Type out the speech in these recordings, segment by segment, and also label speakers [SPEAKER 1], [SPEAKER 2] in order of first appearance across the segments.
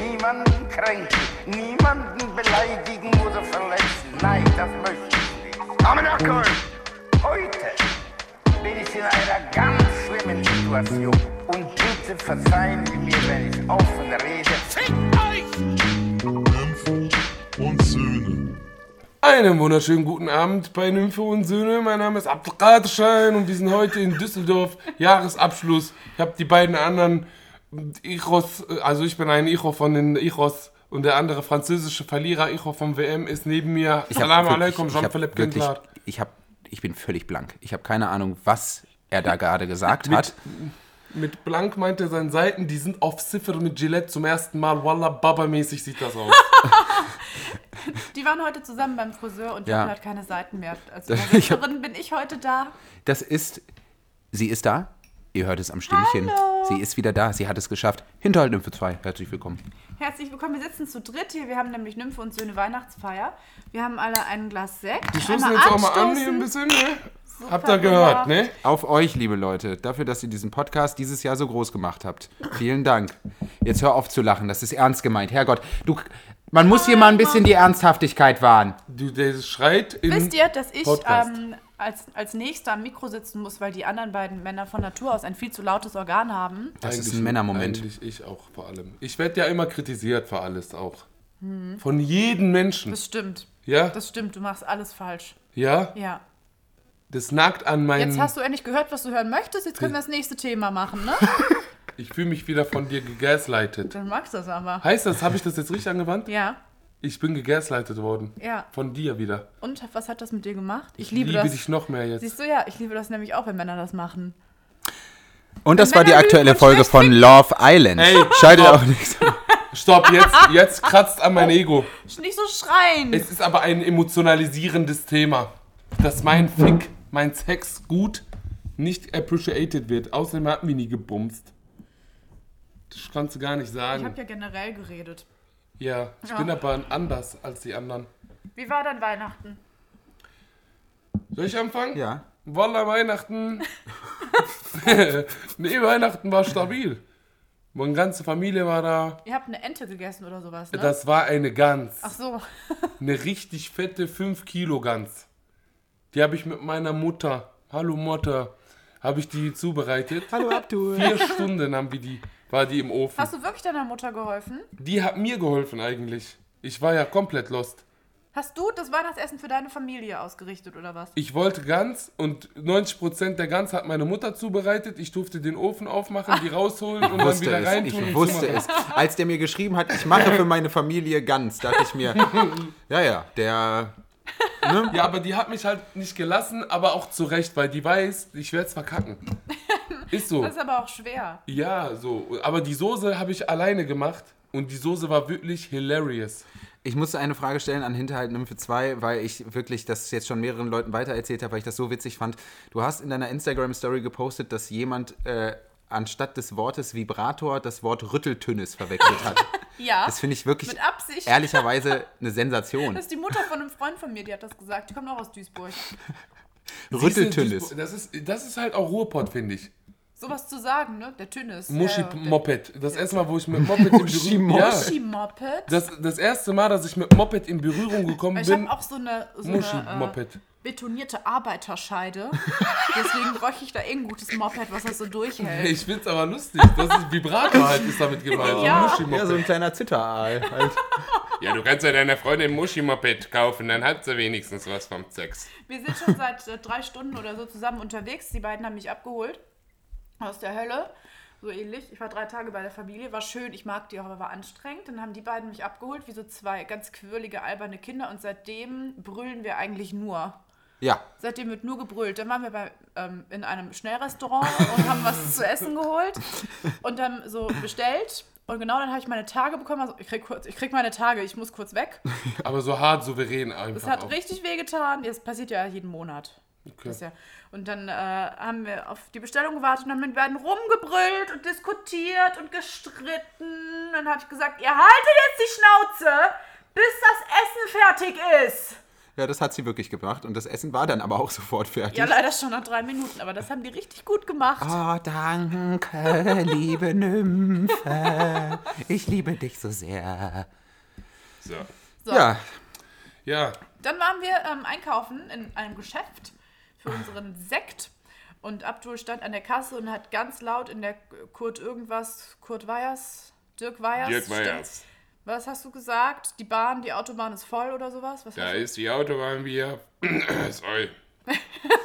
[SPEAKER 1] niemanden kränken, niemanden beleidigen oder verletzen. Nein, das möchte ich nicht. Aber na komm, heute bin ich in einer ganz schlimmen Situation. Und bitte verzeihen Sie mir, wenn ich offen rede. Fickt euch!
[SPEAKER 2] Nymphen und Söhne.
[SPEAKER 3] Einen wunderschönen guten Abend bei Nymphe und Söhne. Mein Name ist Abdelkaderschein und wir sind heute in Düsseldorf. Jahresabschluss. Ich habe die beiden anderen Ichos, also ich bin ein Icho von den Ichos und der andere französische Verlierer Icho vom WM ist neben mir.
[SPEAKER 4] Ich hab
[SPEAKER 3] Salam
[SPEAKER 4] wirklich-
[SPEAKER 3] alaikum,
[SPEAKER 4] ich hab
[SPEAKER 3] Jean-Philippe
[SPEAKER 4] wirklich-
[SPEAKER 3] Gendlard.
[SPEAKER 4] Ich, hab, ich bin völlig blank. Ich habe keine Ahnung, was er da gerade gesagt
[SPEAKER 3] Mit-
[SPEAKER 4] hat.
[SPEAKER 3] Mit Blank meint er seinen Seiten, die sind auf Ziffer mit Gillette zum ersten Mal. Walla Baba-mäßig sieht das aus.
[SPEAKER 5] Die waren heute zusammen beim Friseur und
[SPEAKER 4] Ja.
[SPEAKER 5] Jutta hat keine Seiten mehr. Als
[SPEAKER 4] Ich hab-
[SPEAKER 5] Friseurin bin ich heute da.
[SPEAKER 4] Das ist. Sie ist da. Ihr hört es am Stimmchen.
[SPEAKER 5] Hallo.
[SPEAKER 4] Sie ist wieder da. Sie hat es geschafft. Hinterhalt Nymphe 2. Herzlich willkommen.
[SPEAKER 5] Herzlich willkommen, wir sitzen zu dritt hier. Wir haben nämlich Nymphe und Söhne Weihnachtsfeier. Wir haben alle ein Glas Sekt.
[SPEAKER 3] Die stoßen
[SPEAKER 5] Einmal
[SPEAKER 3] jetzt auch mal an
[SPEAKER 5] anstoßen. genau.
[SPEAKER 3] hier ein bisschen, ne? Habt ihr
[SPEAKER 5] gemacht.
[SPEAKER 3] gehört, ne?
[SPEAKER 4] Auf euch, liebe Leute, dafür, dass ihr diesen Podcast dieses Jahr so groß gemacht habt. Vielen Dank. Jetzt hör auf zu lachen. Das ist ernst gemeint. Herrgott, du. Man muss hier mal ein bisschen die Ernsthaftigkeit wahren.
[SPEAKER 3] Du, der schreit in...
[SPEAKER 5] Wisst ihr, dass ich
[SPEAKER 3] Podcast.
[SPEAKER 5] ähm, als, als nächster am Mikro sitzen muss, weil die anderen beiden Männer von Natur aus ein viel zu lautes Organ haben?
[SPEAKER 4] Das ist
[SPEAKER 3] Eigentlich-
[SPEAKER 4] ein Männermoment.
[SPEAKER 3] Eigentlich ich auch vor allem. Ich werde ja immer kritisiert für alles auch. Von jedem Menschen.
[SPEAKER 5] Mhm. Das stimmt.
[SPEAKER 3] ja?
[SPEAKER 5] Das stimmt, du machst alles falsch.
[SPEAKER 3] ja?
[SPEAKER 5] Ja.
[SPEAKER 3] Das nagt an meinen.
[SPEAKER 5] Jetzt hast du endlich gehört, was du hören möchtest. Jetzt können wir das nächste Thema machen, ne?
[SPEAKER 3] ich fühle mich wieder von dir gegaslightet.
[SPEAKER 5] Dann magst du das aber.
[SPEAKER 3] Heißt das, habe ich das jetzt richtig angewandt?
[SPEAKER 5] Ja,
[SPEAKER 3] Ich bin gegaslightet worden.
[SPEAKER 5] ja.
[SPEAKER 3] Von dir wieder.
[SPEAKER 5] Und was hat das mit dir gemacht? Ich, liebe, das.
[SPEAKER 3] dich noch mehr jetzt.
[SPEAKER 5] Siehst du ja, ich liebe das nämlich auch, wenn Männer das machen.
[SPEAKER 4] Und das war die
[SPEAKER 5] Männer
[SPEAKER 4] aktuelle
[SPEAKER 5] lügen,
[SPEAKER 4] Folge von Love Island.
[SPEAKER 3] Ey,
[SPEAKER 4] Schaltet
[SPEAKER 3] stopp.
[SPEAKER 4] auch nichts.
[SPEAKER 3] Stopp, jetzt, jetzt kratzt an mein Ego.
[SPEAKER 5] Nicht so schreien!
[SPEAKER 3] Es ist aber ein emotionalisierendes Thema. Dass mein Fick, mein Sex gut nicht appreciated wird. Außerdem hat mich nie gebumst. Das kannst du gar nicht
[SPEAKER 5] ich
[SPEAKER 3] sagen.
[SPEAKER 5] habe ja generell geredet.
[SPEAKER 3] Ja, ich
[SPEAKER 5] Ja.
[SPEAKER 3] bin aber anders als die anderen.
[SPEAKER 5] Wie war dann Weihnachten?
[SPEAKER 3] Soll ich anfangen?
[SPEAKER 4] Ja.
[SPEAKER 3] Walla Weihnachten. nee, Weihnachten war stabil. Meine ganze Familie war da.
[SPEAKER 5] Ihr habt eine Ente gegessen oder sowas, ne?
[SPEAKER 3] Das war eine Gans.
[SPEAKER 5] Ach so.
[SPEAKER 3] Eine richtig fette 5 Kilo Gans. Die habe ich mit meiner Mutter, hallo Mutter, habe ich die zubereitet.
[SPEAKER 4] Hallo Abdul.
[SPEAKER 3] Vier Stunden haben wir die, war die im Ofen.
[SPEAKER 5] Hast du wirklich deiner Mutter geholfen?
[SPEAKER 3] Die hat mir geholfen eigentlich. Ich war ja komplett lost.
[SPEAKER 5] Hast du das Weihnachtsessen für deine Familie ausgerichtet oder was?
[SPEAKER 3] Ich wollte Gans und 90% der Gans hat meine Mutter zubereitet. Ich durfte den Ofen aufmachen, die rausholen und dann
[SPEAKER 4] Wusste
[SPEAKER 3] wieder
[SPEAKER 4] es,
[SPEAKER 3] reintun.
[SPEAKER 4] ich
[SPEAKER 3] und
[SPEAKER 4] wusste
[SPEAKER 3] zumachen.
[SPEAKER 4] es. Als der mir geschrieben hat, ich mache für meine Familie ganz, dachte ich mir, ja, ja, der. Ne?
[SPEAKER 3] Ja, aber die hat mich halt nicht gelassen, aber auch zu Recht, weil die weiß, ich werde es verkacken. Ist so.
[SPEAKER 5] Das ist aber auch schwer.
[SPEAKER 3] Ja, so. Aber die Soße habe ich alleine gemacht und die Soße war wirklich hilarious.
[SPEAKER 4] Ich musste eine Frage stellen an Hinterhalt Nymphe 2, weil ich wirklich das jetzt schon mehreren Leuten weitererzählt habe, weil ich das so witzig fand. Du hast in deiner Instagram-Story gepostet, dass jemand äh, anstatt des Wortes Vibrator das Wort Rütteltünnes verwechselt hat.
[SPEAKER 5] Ja.
[SPEAKER 4] Das finde ich wirklich
[SPEAKER 5] Mit Absicht.
[SPEAKER 4] ehrlicherweise eine Sensation.
[SPEAKER 5] Das ist die Mutter von einem Freund von mir, die hat das gesagt. Die kommt auch aus Duisburg.
[SPEAKER 4] Rütteltünnes.
[SPEAKER 3] Das ist, das ist halt auch Ruhrpott, finde ich.
[SPEAKER 5] Sowas zu sagen, ne? Der Tünnes.
[SPEAKER 3] Muschi-Moped. Das erste Mal, wo ich mit Moped in Berührung...
[SPEAKER 4] Muschi-Moped.
[SPEAKER 3] Ja,
[SPEAKER 5] Muschi-Moped.
[SPEAKER 3] das, das erste Mal, dass ich mit Moped in Berührung gekommen
[SPEAKER 5] Ich habe
[SPEAKER 3] bin,
[SPEAKER 5] auch so eine, so eine äh,
[SPEAKER 3] Muschi-Moped.
[SPEAKER 5] betonierte Arbeiterscheide. Deswegen bräuchte ich da eh ein gutes Moped, was das so durchhält.
[SPEAKER 3] Ich find's aber lustig. Das ist Vibrator halt, ist damit gemeint.
[SPEAKER 5] Ja.
[SPEAKER 3] Muschi-Moped.
[SPEAKER 4] Ja, so ein kleiner Zitteraal. Halt.
[SPEAKER 3] Ja, du kannst ja deiner Freundin ein Muschi-Moped kaufen, dann hat sie wenigstens was vom Sex.
[SPEAKER 5] Wir sind schon seit äh, drei Stunden oder so zusammen unterwegs. Die beiden haben mich abgeholt aus der Hölle. So ähnlich. Ich war drei Tage bei der Familie, war schön, ich mag die auch, aber war anstrengend. Dann haben die beiden mich abgeholt, wie so zwei ganz quirlige, alberne Kinder. Und seitdem brüllen wir eigentlich nur.
[SPEAKER 4] Ja,
[SPEAKER 5] Seitdem wird nur gebrüllt. Dann waren wir bei, ähm, in einem Schnellrestaurant und haben was zu essen geholt und dann so bestellt. Und genau dann habe ich meine Tage bekommen. Also ich krieg, kurz, ich krieg meine Tage, ich muss kurz weg.
[SPEAKER 3] Aber so hart souverän einfach.
[SPEAKER 5] Das hat
[SPEAKER 3] auch.
[SPEAKER 5] richtig wehgetan. Das passiert ja jeden Monat.
[SPEAKER 3] Okay.
[SPEAKER 5] Das ja. Und dann äh, haben wir auf die Bestellung gewartet und dann haben wir beiden rumgebrüllt und diskutiert und gestritten. Dann habe ich gesagt, ihr haltet jetzt die Schnauze, bis das Essen fertig ist.
[SPEAKER 4] Ja, das hat sie wirklich gemacht und das Essen war dann aber auch sofort fertig.
[SPEAKER 5] Ja, leider schon nach drei Minuten, aber das haben die richtig gut gemacht.
[SPEAKER 4] Oh, danke, liebe Nymphe. Ich liebe dich so sehr.
[SPEAKER 3] So.
[SPEAKER 5] So,
[SPEAKER 4] Ja,
[SPEAKER 3] Ja,
[SPEAKER 5] Dann waren wir ähm, einkaufen in einem Geschäft für unseren Sekt. Und Abdul stand an der Kasse und hat ganz laut in der Kurt irgendwas, Kurt Weyers, Dirk Weyers.
[SPEAKER 3] Dirk
[SPEAKER 5] stimmt's?
[SPEAKER 3] Weyers.
[SPEAKER 5] Was hast du gesagt? Die Bahn, die Autobahn ist voll oder sowas? Was
[SPEAKER 3] Da
[SPEAKER 5] hast du?
[SPEAKER 3] ist die Autobahn wieder. Sorry.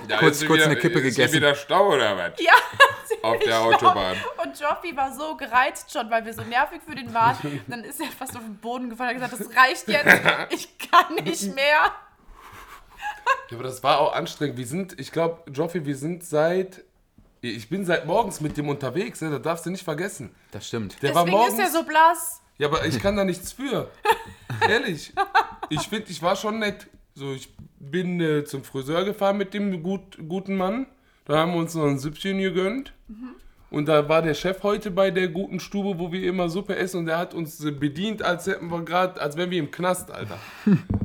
[SPEAKER 3] Da
[SPEAKER 4] Kurz-
[SPEAKER 3] sie
[SPEAKER 4] kurz
[SPEAKER 3] wieder,
[SPEAKER 4] eine Kippe
[SPEAKER 3] ist sie
[SPEAKER 4] gegessen.
[SPEAKER 3] wieder Stau oder was?
[SPEAKER 5] Ja,
[SPEAKER 3] Auf der
[SPEAKER 5] ziemlich laut.
[SPEAKER 3] Autobahn.
[SPEAKER 5] Und Joffi war so gereizt schon, weil wir so nervig für den waren. Und Dann ist er fast auf den Boden gefallen und hat gesagt, das reicht jetzt, ich kann nicht mehr.
[SPEAKER 3] Ja, aber das war auch anstrengend. Wir sind, ich glaube, Joffi, wir sind seit. Ich bin seit morgens mit dem unterwegs, ne? das darfst du nicht vergessen.
[SPEAKER 4] das stimmt.
[SPEAKER 3] Der war
[SPEAKER 5] Deswegen ist
[SPEAKER 3] morgens.
[SPEAKER 5] er so blass.
[SPEAKER 3] Ja, aber ich kann da nichts für. Ehrlich. Ich finde, ich war schon nett. So, ich bin äh, zum Friseur gefahren mit dem gut, guten Mann. Da haben wir uns noch ein Süppchen gegönnt. Und da war der Chef heute bei der guten Stube, wo wir immer Suppe essen. Und der hat uns äh, bedient, als hätten wir gerade, als wären wir im Knast, Alter.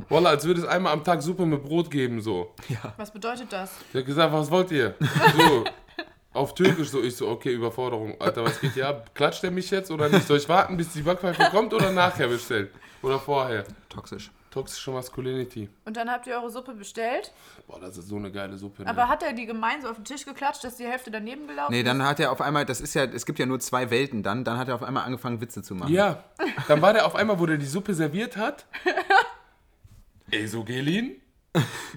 [SPEAKER 3] Wallah, als würde es einmal am Tag Suppe mit Brot geben, so.
[SPEAKER 5] Was bedeutet das?
[SPEAKER 3] Der hat gesagt, was wollt ihr? So, auf Türkisch so. Ich so, okay, Überforderung. Alter, was geht hier ab? Klatscht der mich jetzt oder nicht? Soll ich warten, bis die Backpfeife kommt oder nachher bestellen? Oder vorher?
[SPEAKER 4] Toxisch.
[SPEAKER 3] Toxische Masculinity.
[SPEAKER 5] Und dann habt ihr eure Suppe bestellt.
[SPEAKER 3] Boah, das ist so eine geile Suppe. Ne?
[SPEAKER 5] Aber hat er die gemein so auf den Tisch geklatscht, dass die Hälfte daneben gelaufen
[SPEAKER 4] Nee,
[SPEAKER 5] ist?
[SPEAKER 4] dann hat er auf einmal, das ist ja, es gibt ja nur zwei Welten dann, dann hat er auf einmal angefangen, Witze zu machen.
[SPEAKER 3] ja, dann war der auf einmal, wo der die Suppe serviert hat. Esogelin,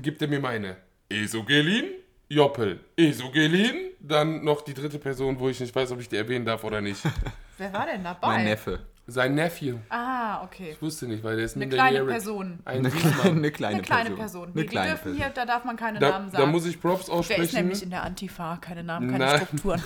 [SPEAKER 3] gibt er mir meine. Esogelin, Joppel. Esogelin, dann noch die dritte Person, wo ich nicht weiß, ob ich die erwähnen darf oder nicht.
[SPEAKER 5] Wer war denn dabei?
[SPEAKER 4] Mein Neffe.
[SPEAKER 3] Sein Nephew.
[SPEAKER 5] Ah, okay.
[SPEAKER 3] Ich wusste nicht, weil der ist
[SPEAKER 5] Eine
[SPEAKER 3] minderjährig.
[SPEAKER 5] kleine Person.
[SPEAKER 3] Ein
[SPEAKER 4] Eine kleine,
[SPEAKER 3] Wiesmann.
[SPEAKER 4] eine kleine,
[SPEAKER 5] Eine kleine Person. Nee,
[SPEAKER 4] Eine
[SPEAKER 5] die
[SPEAKER 4] kleine
[SPEAKER 5] dürfen hier,
[SPEAKER 4] Person.
[SPEAKER 5] da darf man keine
[SPEAKER 3] Da,
[SPEAKER 5] Namen sagen.
[SPEAKER 3] da muss ich Props
[SPEAKER 5] der ist
[SPEAKER 3] aussprechen.
[SPEAKER 5] nämlich in der Antifa. Keine Namen, keine
[SPEAKER 3] Nein.
[SPEAKER 5] Strukturen.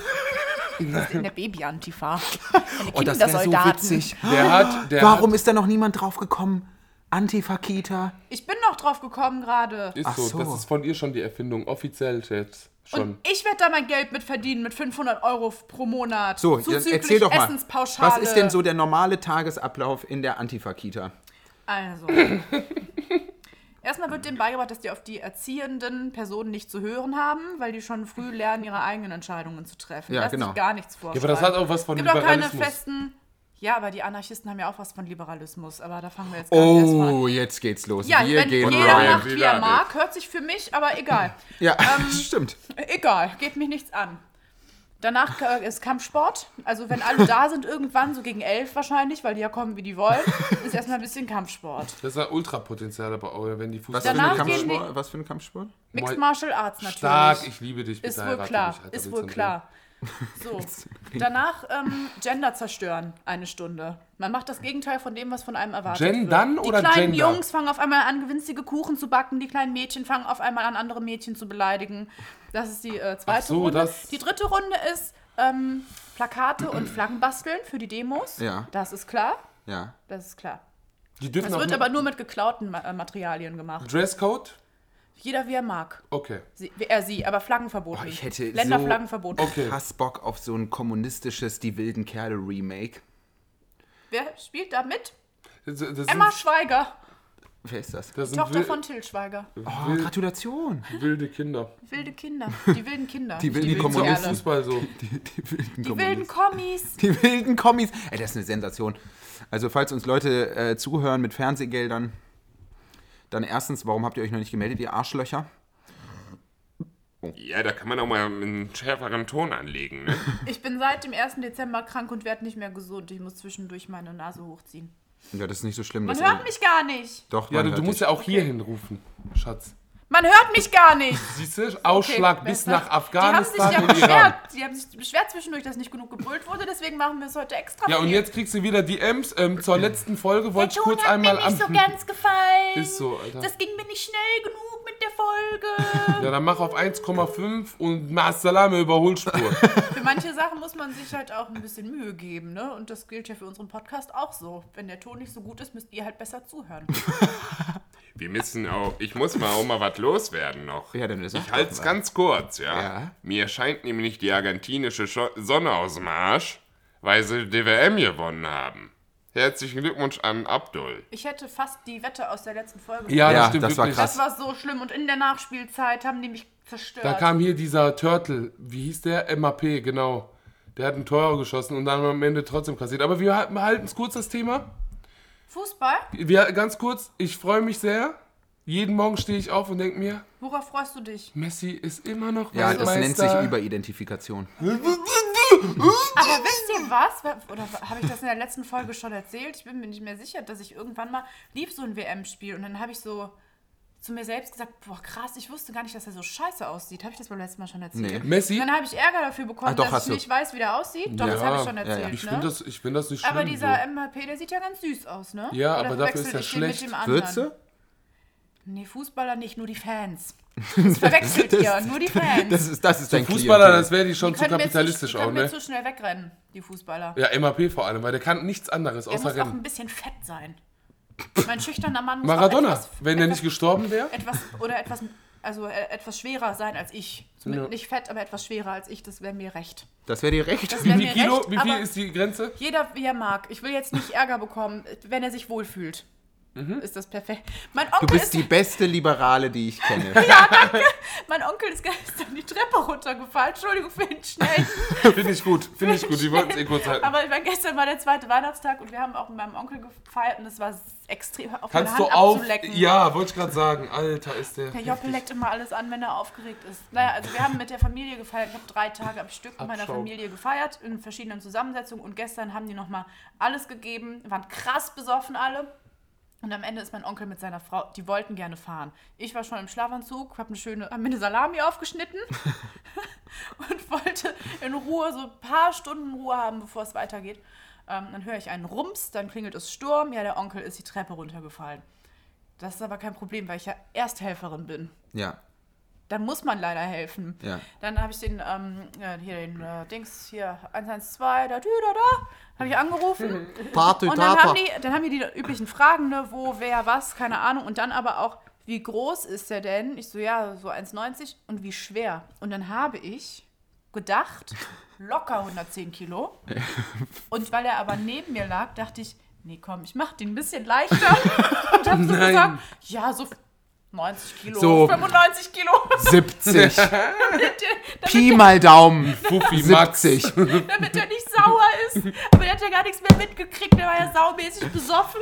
[SPEAKER 5] Das ist in der Baby-Antifa. Eine
[SPEAKER 4] Oh, das wäre so
[SPEAKER 5] Kindersoldaten.
[SPEAKER 4] witzig.
[SPEAKER 3] Der hat, der
[SPEAKER 4] Warum
[SPEAKER 3] hat,
[SPEAKER 4] ist da noch niemand drauf gekommen? Antifa-Kita.
[SPEAKER 5] Ich bin noch drauf gekommen gerade.
[SPEAKER 3] ist
[SPEAKER 4] Ach
[SPEAKER 3] so,
[SPEAKER 4] so.
[SPEAKER 3] das ist von ihr schon die Erfindung, offiziell jetzt schon.
[SPEAKER 5] Und ich werde da mein Geld mit verdienen, mit 500 Euro pro Monat.
[SPEAKER 4] So, dann
[SPEAKER 5] Zuzüglich
[SPEAKER 4] erzähl doch mal.
[SPEAKER 5] Essenspauschale.
[SPEAKER 4] Was ist denn so der normale Tagesablauf in der Antifa-Kita?
[SPEAKER 5] Also. Erstmal wird denen beigebracht, dass die auf die erziehenden Personen nicht zu hören haben, weil die schon früh lernen, ihre eigenen Entscheidungen zu treffen.
[SPEAKER 4] Ja,
[SPEAKER 5] Lass
[SPEAKER 4] genau.
[SPEAKER 5] dich gar nichts vorstellen.
[SPEAKER 3] aber das hat auch was von
[SPEAKER 5] Gibt auch keine
[SPEAKER 3] Liberalismus.
[SPEAKER 5] festen. Ja, aber die Anarchisten haben ja auch was von Liberalismus, aber da fangen wir jetzt gar nicht erst mal an.
[SPEAKER 4] Oh, jetzt geht's los.
[SPEAKER 5] Ja,
[SPEAKER 4] Wir
[SPEAKER 5] wenn
[SPEAKER 4] gehen
[SPEAKER 5] jeder
[SPEAKER 4] rein.
[SPEAKER 5] macht, wie er mag, hört sich für mich, aber egal.
[SPEAKER 4] Ja,
[SPEAKER 5] ähm,
[SPEAKER 4] stimmt.
[SPEAKER 5] Egal, geht mich nichts an. Danach äh, ist Kampfsport. Also, wenn alle da sind, irgendwann, so gegen elf wahrscheinlich, weil die ja kommen, wie die wollen, ist erstmal ein bisschen Kampfsport.
[SPEAKER 3] Das hat Ultrapotenzial, aber auch wenn die Fußball
[SPEAKER 4] Was für, ein
[SPEAKER 5] Danach gehen
[SPEAKER 4] Kampfsport, was für ein Kampfsport?
[SPEAKER 5] Mixed Martial Arts natürlich.
[SPEAKER 3] Stark, ich liebe dich. bitte
[SPEAKER 5] Ist wohl
[SPEAKER 3] heirate
[SPEAKER 5] klar,
[SPEAKER 3] mich, Alter,
[SPEAKER 5] ist
[SPEAKER 3] willst
[SPEAKER 5] wohl
[SPEAKER 3] du
[SPEAKER 5] klar. So, danach ähm, Gender zerstören, eine Stunde. Man macht das Gegenteil von dem, was von einem erwartet
[SPEAKER 3] Gendern
[SPEAKER 5] wird. Die
[SPEAKER 3] oder
[SPEAKER 5] kleinen
[SPEAKER 3] Gender?
[SPEAKER 5] Jungs fangen auf einmal an, gewinstige Kuchen zu backen, die kleinen Mädchen fangen auf einmal an, andere Mädchen zu beleidigen. Das ist die äh, zweite
[SPEAKER 3] Ach so,
[SPEAKER 5] Runde.
[SPEAKER 3] das-
[SPEAKER 5] Die dritte Runde ist ähm, Plakate und Flaggen basteln für die Demos.
[SPEAKER 4] Ja.
[SPEAKER 5] Das ist klar,
[SPEAKER 4] Ja.
[SPEAKER 5] das ist klar.
[SPEAKER 3] Die dürfen
[SPEAKER 5] Das
[SPEAKER 3] auch
[SPEAKER 5] wird
[SPEAKER 3] nur-
[SPEAKER 5] aber nur mit geklauten Ma äh, Materialien gemacht.
[SPEAKER 3] Dresscode?
[SPEAKER 5] Jeder wie er mag.
[SPEAKER 3] Okay.
[SPEAKER 5] Sie, er sie, aber Flaggenverbot.
[SPEAKER 4] Oh, ich
[SPEAKER 5] nicht.
[SPEAKER 4] hätte
[SPEAKER 5] Länderflaggen
[SPEAKER 4] so-
[SPEAKER 5] verboten.
[SPEAKER 3] Okay.
[SPEAKER 4] Krass Bock auf so ein kommunistisches Die wilden Kerle Remake.
[SPEAKER 5] Wer spielt da mit?
[SPEAKER 3] Das, das sind-
[SPEAKER 5] Emma Schweiger,
[SPEAKER 4] Wer ist das?
[SPEAKER 3] das sind Mhm.
[SPEAKER 5] Tochter
[SPEAKER 3] wil-
[SPEAKER 5] von Till Schweiger.
[SPEAKER 4] Oh, Gratulation.
[SPEAKER 3] wilde Kinder.
[SPEAKER 5] Wilde Kinder, die wilden Kinder.
[SPEAKER 4] Die wilden
[SPEAKER 5] nicht
[SPEAKER 4] Kommunisten.
[SPEAKER 5] Kerle.
[SPEAKER 3] Fußball so.
[SPEAKER 4] Die, die wilden
[SPEAKER 5] Die wilden Kommis.
[SPEAKER 4] Kommunisten. Die wilden Kommis. Ey, das ist eine Sensation. Also, falls uns Leute äh, zuhören mit Fernsehgeldern, dann erstens, warum habt ihr euch noch nicht gemeldet, ihr Arschlöcher?
[SPEAKER 3] Ja, da kann man auch mal einen schärferen Ton anlegen. Ne?
[SPEAKER 5] Ich bin seit dem 1. Dezember krank und werde nicht mehr gesund. Ich muss zwischendurch meine Nase hochziehen.
[SPEAKER 4] Ja, das ist nicht so schlimm.
[SPEAKER 5] Man
[SPEAKER 4] das
[SPEAKER 5] hört mich gar nicht.
[SPEAKER 4] Doch,
[SPEAKER 3] Ja,
[SPEAKER 4] man
[SPEAKER 3] du,
[SPEAKER 4] hört
[SPEAKER 3] du musst
[SPEAKER 4] dich.
[SPEAKER 3] ja auch hier hinrufen, Schatz.
[SPEAKER 5] Man hört mich gar nicht.
[SPEAKER 3] Siehst du, Ausschlag
[SPEAKER 5] Okay,
[SPEAKER 3] bis
[SPEAKER 5] besser.
[SPEAKER 3] nach Afghanistan
[SPEAKER 5] die haben
[SPEAKER 3] und
[SPEAKER 5] sich ja
[SPEAKER 3] Iran.
[SPEAKER 5] beschwert. Die haben sich beschwert zwischendurch, dass nicht genug gebrüllt wurde. Deswegen machen wir es heute extra.
[SPEAKER 3] Ja, und
[SPEAKER 5] viel.
[SPEAKER 3] jetzt kriegst du wieder die Ems. Ähm, zur letzten Folge
[SPEAKER 5] Der
[SPEAKER 3] wollte ich
[SPEAKER 5] Ton
[SPEAKER 3] kurz
[SPEAKER 5] hat
[SPEAKER 3] einmal
[SPEAKER 5] mir nicht so
[SPEAKER 3] an-
[SPEAKER 5] ganz gefallen.
[SPEAKER 3] Ist so, Alter.
[SPEAKER 5] Das ging mir nicht schnell genug mit der Folge.
[SPEAKER 3] Ja, dann mach auf 1,5 und Masalame Überholspur.
[SPEAKER 5] Für manche Sachen muss man sich halt auch ein bisschen Mühe geben, ne? Und das gilt ja für unseren Podcast auch so. Wenn der Ton nicht so gut ist, müsst ihr halt besser zuhören.
[SPEAKER 6] Wir müssen auch, ich muss mal auch mal was loswerden noch.
[SPEAKER 4] Ja, dann ist
[SPEAKER 6] ich halte es ganz kurz, ja?
[SPEAKER 4] Ja.
[SPEAKER 6] Mir scheint nämlich die argentinische Scho- Sonne aus dem Arsch, weil sie die WM gewonnen haben. Herzlichen Glückwunsch an Abdul.
[SPEAKER 5] Ich hätte fast die Wette aus der letzten Folge.
[SPEAKER 3] Ja,
[SPEAKER 4] Ja,
[SPEAKER 3] das stimmt
[SPEAKER 4] das war
[SPEAKER 3] wirklich.
[SPEAKER 4] krass.
[SPEAKER 5] Das war so schlimm und in der Nachspielzeit haben die mich zerstört.
[SPEAKER 3] Da kam hier dieser Turtle, wie hieß der? MAP, genau. Der hat ein Tor geschossen und dann am Ende trotzdem kassiert. Aber wir halten es kurz, das Thema.
[SPEAKER 5] Fußball?
[SPEAKER 3] Wir, ganz kurz, ich freue mich sehr. Jeden Morgen stehe ich auf und denke mir,
[SPEAKER 5] Worauf freust du dich?
[SPEAKER 3] Messi ist immer noch
[SPEAKER 4] Ja,
[SPEAKER 3] Weltmeister.
[SPEAKER 4] das nennt sich Überidentifikation.
[SPEAKER 5] Aber wisst ihr was? Oder habe ich das in der letzten Folge schon erzählt? Ich bin mir nicht mehr sicher, dass ich irgendwann mal lief so ein WM-Spiel und dann habe ich so zu mir selbst gesagt, boah krass, ich wusste gar nicht, dass er so scheiße aussieht. Habe ich das beim letzten Mal schon erzählt?
[SPEAKER 4] Nee.
[SPEAKER 3] Messi?
[SPEAKER 5] Dann habe ich Ärger dafür bekommen,
[SPEAKER 4] Ah, doch,
[SPEAKER 5] dass
[SPEAKER 4] hast
[SPEAKER 5] ich
[SPEAKER 4] du.
[SPEAKER 5] nicht weiß, wie der aussieht. Doch, das
[SPEAKER 3] Ja,
[SPEAKER 5] habe ich schon
[SPEAKER 4] ja, ja.
[SPEAKER 5] erzählt.
[SPEAKER 3] Ich
[SPEAKER 5] ne?
[SPEAKER 3] finde das, ich find das nicht schlimm.
[SPEAKER 5] aber dieser
[SPEAKER 3] so.
[SPEAKER 5] MHP, der sieht ja ganz süß aus, ne?
[SPEAKER 3] Ja,
[SPEAKER 5] Oder
[SPEAKER 3] aber dafür ist
[SPEAKER 5] verwechsel
[SPEAKER 3] er
[SPEAKER 5] ich den mit
[SPEAKER 3] schlecht.
[SPEAKER 5] dem anderen?
[SPEAKER 4] Würze?
[SPEAKER 5] Nee, Fußballer nicht, nur die Fans. Das verwechselt ihr, nur die Fans.
[SPEAKER 4] Das ist, das ist dein
[SPEAKER 3] Fußballer,
[SPEAKER 4] Klientel.
[SPEAKER 3] das wäre die schon zu
[SPEAKER 5] können mir
[SPEAKER 3] kapitalistisch
[SPEAKER 5] zu, die
[SPEAKER 3] auch,
[SPEAKER 5] können mir
[SPEAKER 3] ne?
[SPEAKER 5] zu schnell wegrennen, die Fußballer.
[SPEAKER 3] Ja, MAP vor allem, weil der kann nichts anderes
[SPEAKER 5] Der muss
[SPEAKER 3] außer
[SPEAKER 5] auch ein
[SPEAKER 3] rennen.
[SPEAKER 5] bisschen fett sein. Mein schüchterner Mann muss Auch
[SPEAKER 3] Maradona,
[SPEAKER 5] etwas,
[SPEAKER 3] wenn der nicht gestorben wäre.
[SPEAKER 5] etwas oder etwas also äh, etwas schwerer sein als ich. Zum-
[SPEAKER 3] Ja.
[SPEAKER 5] Nicht fett, aber etwas schwerer als ich, das wäre mir recht.
[SPEAKER 4] Das wäre dir recht.
[SPEAKER 5] Wäre
[SPEAKER 3] Wie viel
[SPEAKER 5] mir
[SPEAKER 3] Kilo,
[SPEAKER 5] recht,
[SPEAKER 3] wie viel
[SPEAKER 5] aber-
[SPEAKER 3] ist die Grenze?
[SPEAKER 5] Jeder wie er mag. Ich will jetzt nicht Ärger bekommen, wenn er sich wohlfühlt.
[SPEAKER 3] Mhm.
[SPEAKER 5] Ist das perfekt. Mein Onkel
[SPEAKER 4] Du bist
[SPEAKER 5] ist
[SPEAKER 4] die beste Liberale, die ich kenne.
[SPEAKER 5] mein Onkel ist gestern die Treppe runtergefallen. Entschuldigung für den schnellen
[SPEAKER 3] Finde ich gut, finde ich gut. Die wollten es eh kurz halten.
[SPEAKER 5] Aber ich war gestern war der zweite Weihnachtstag und wir haben auch mit meinem Onkel gefeiert und es war extrem auf
[SPEAKER 3] Kannst du
[SPEAKER 5] meine Hand
[SPEAKER 3] auf.
[SPEAKER 5] abzulecken.
[SPEAKER 3] Ja, wollte ich gerade sagen. Alter, ist der.
[SPEAKER 5] Der Joppel leckt immer alles an, wenn er aufgeregt ist. Naja, also wir haben mit der Familie gefeiert. Ich habe drei Tage am Stück mit meiner
[SPEAKER 3] Abschau.
[SPEAKER 5] Familie gefeiert, in verschiedenen Zusammensetzungen. Und gestern haben die nochmal alles gegeben, waren krass besoffen alle. Und am Ende ist mein Onkel mit seiner Frau, die wollten gerne fahren. Ich war schon im Schlafanzug, habe eine schöne, hab mir eine Salami aufgeschnitten und wollte in Ruhe so ein paar Stunden Ruhe haben, bevor es weitergeht. Ähm, dann höre ich einen Rums, dann klingelt es Sturm. Ja, der Onkel ist die Treppe runtergefallen. Das ist aber kein Problem, weil ich ja Ersthelferin bin
[SPEAKER 4] Ja.
[SPEAKER 5] dann muss man leider helfen.
[SPEAKER 4] Ja.
[SPEAKER 5] Dann habe ich den, ähm, ja, hier den äh, Dings, hier 112, da, da, da, habe ich angerufen.
[SPEAKER 4] Party,
[SPEAKER 5] Und dann haben, die, dann haben die die üblichen Fragen, ne, wo, wer, was, keine Ahnung. Und dann aber auch, wie groß ist der denn? Ich so, ja, so 1,90 und wie schwer. Und dann habe ich gedacht, locker 110 Kilo. Und weil er aber neben mir lag, dachte ich, nee, komm, ich mache den ein bisschen leichter. Und habe so
[SPEAKER 3] Nein.
[SPEAKER 5] gesagt, ja, so 90 Kilo,
[SPEAKER 4] So.
[SPEAKER 5] 95 Kilo.
[SPEAKER 4] 70.
[SPEAKER 5] damit,
[SPEAKER 4] Pi mal Daumen.
[SPEAKER 3] Fuffi, Max.
[SPEAKER 4] 70.
[SPEAKER 5] damit er nicht sauer ist. Aber der hat ja gar nichts mehr mitgekriegt, der war ja saumäßig besoffen.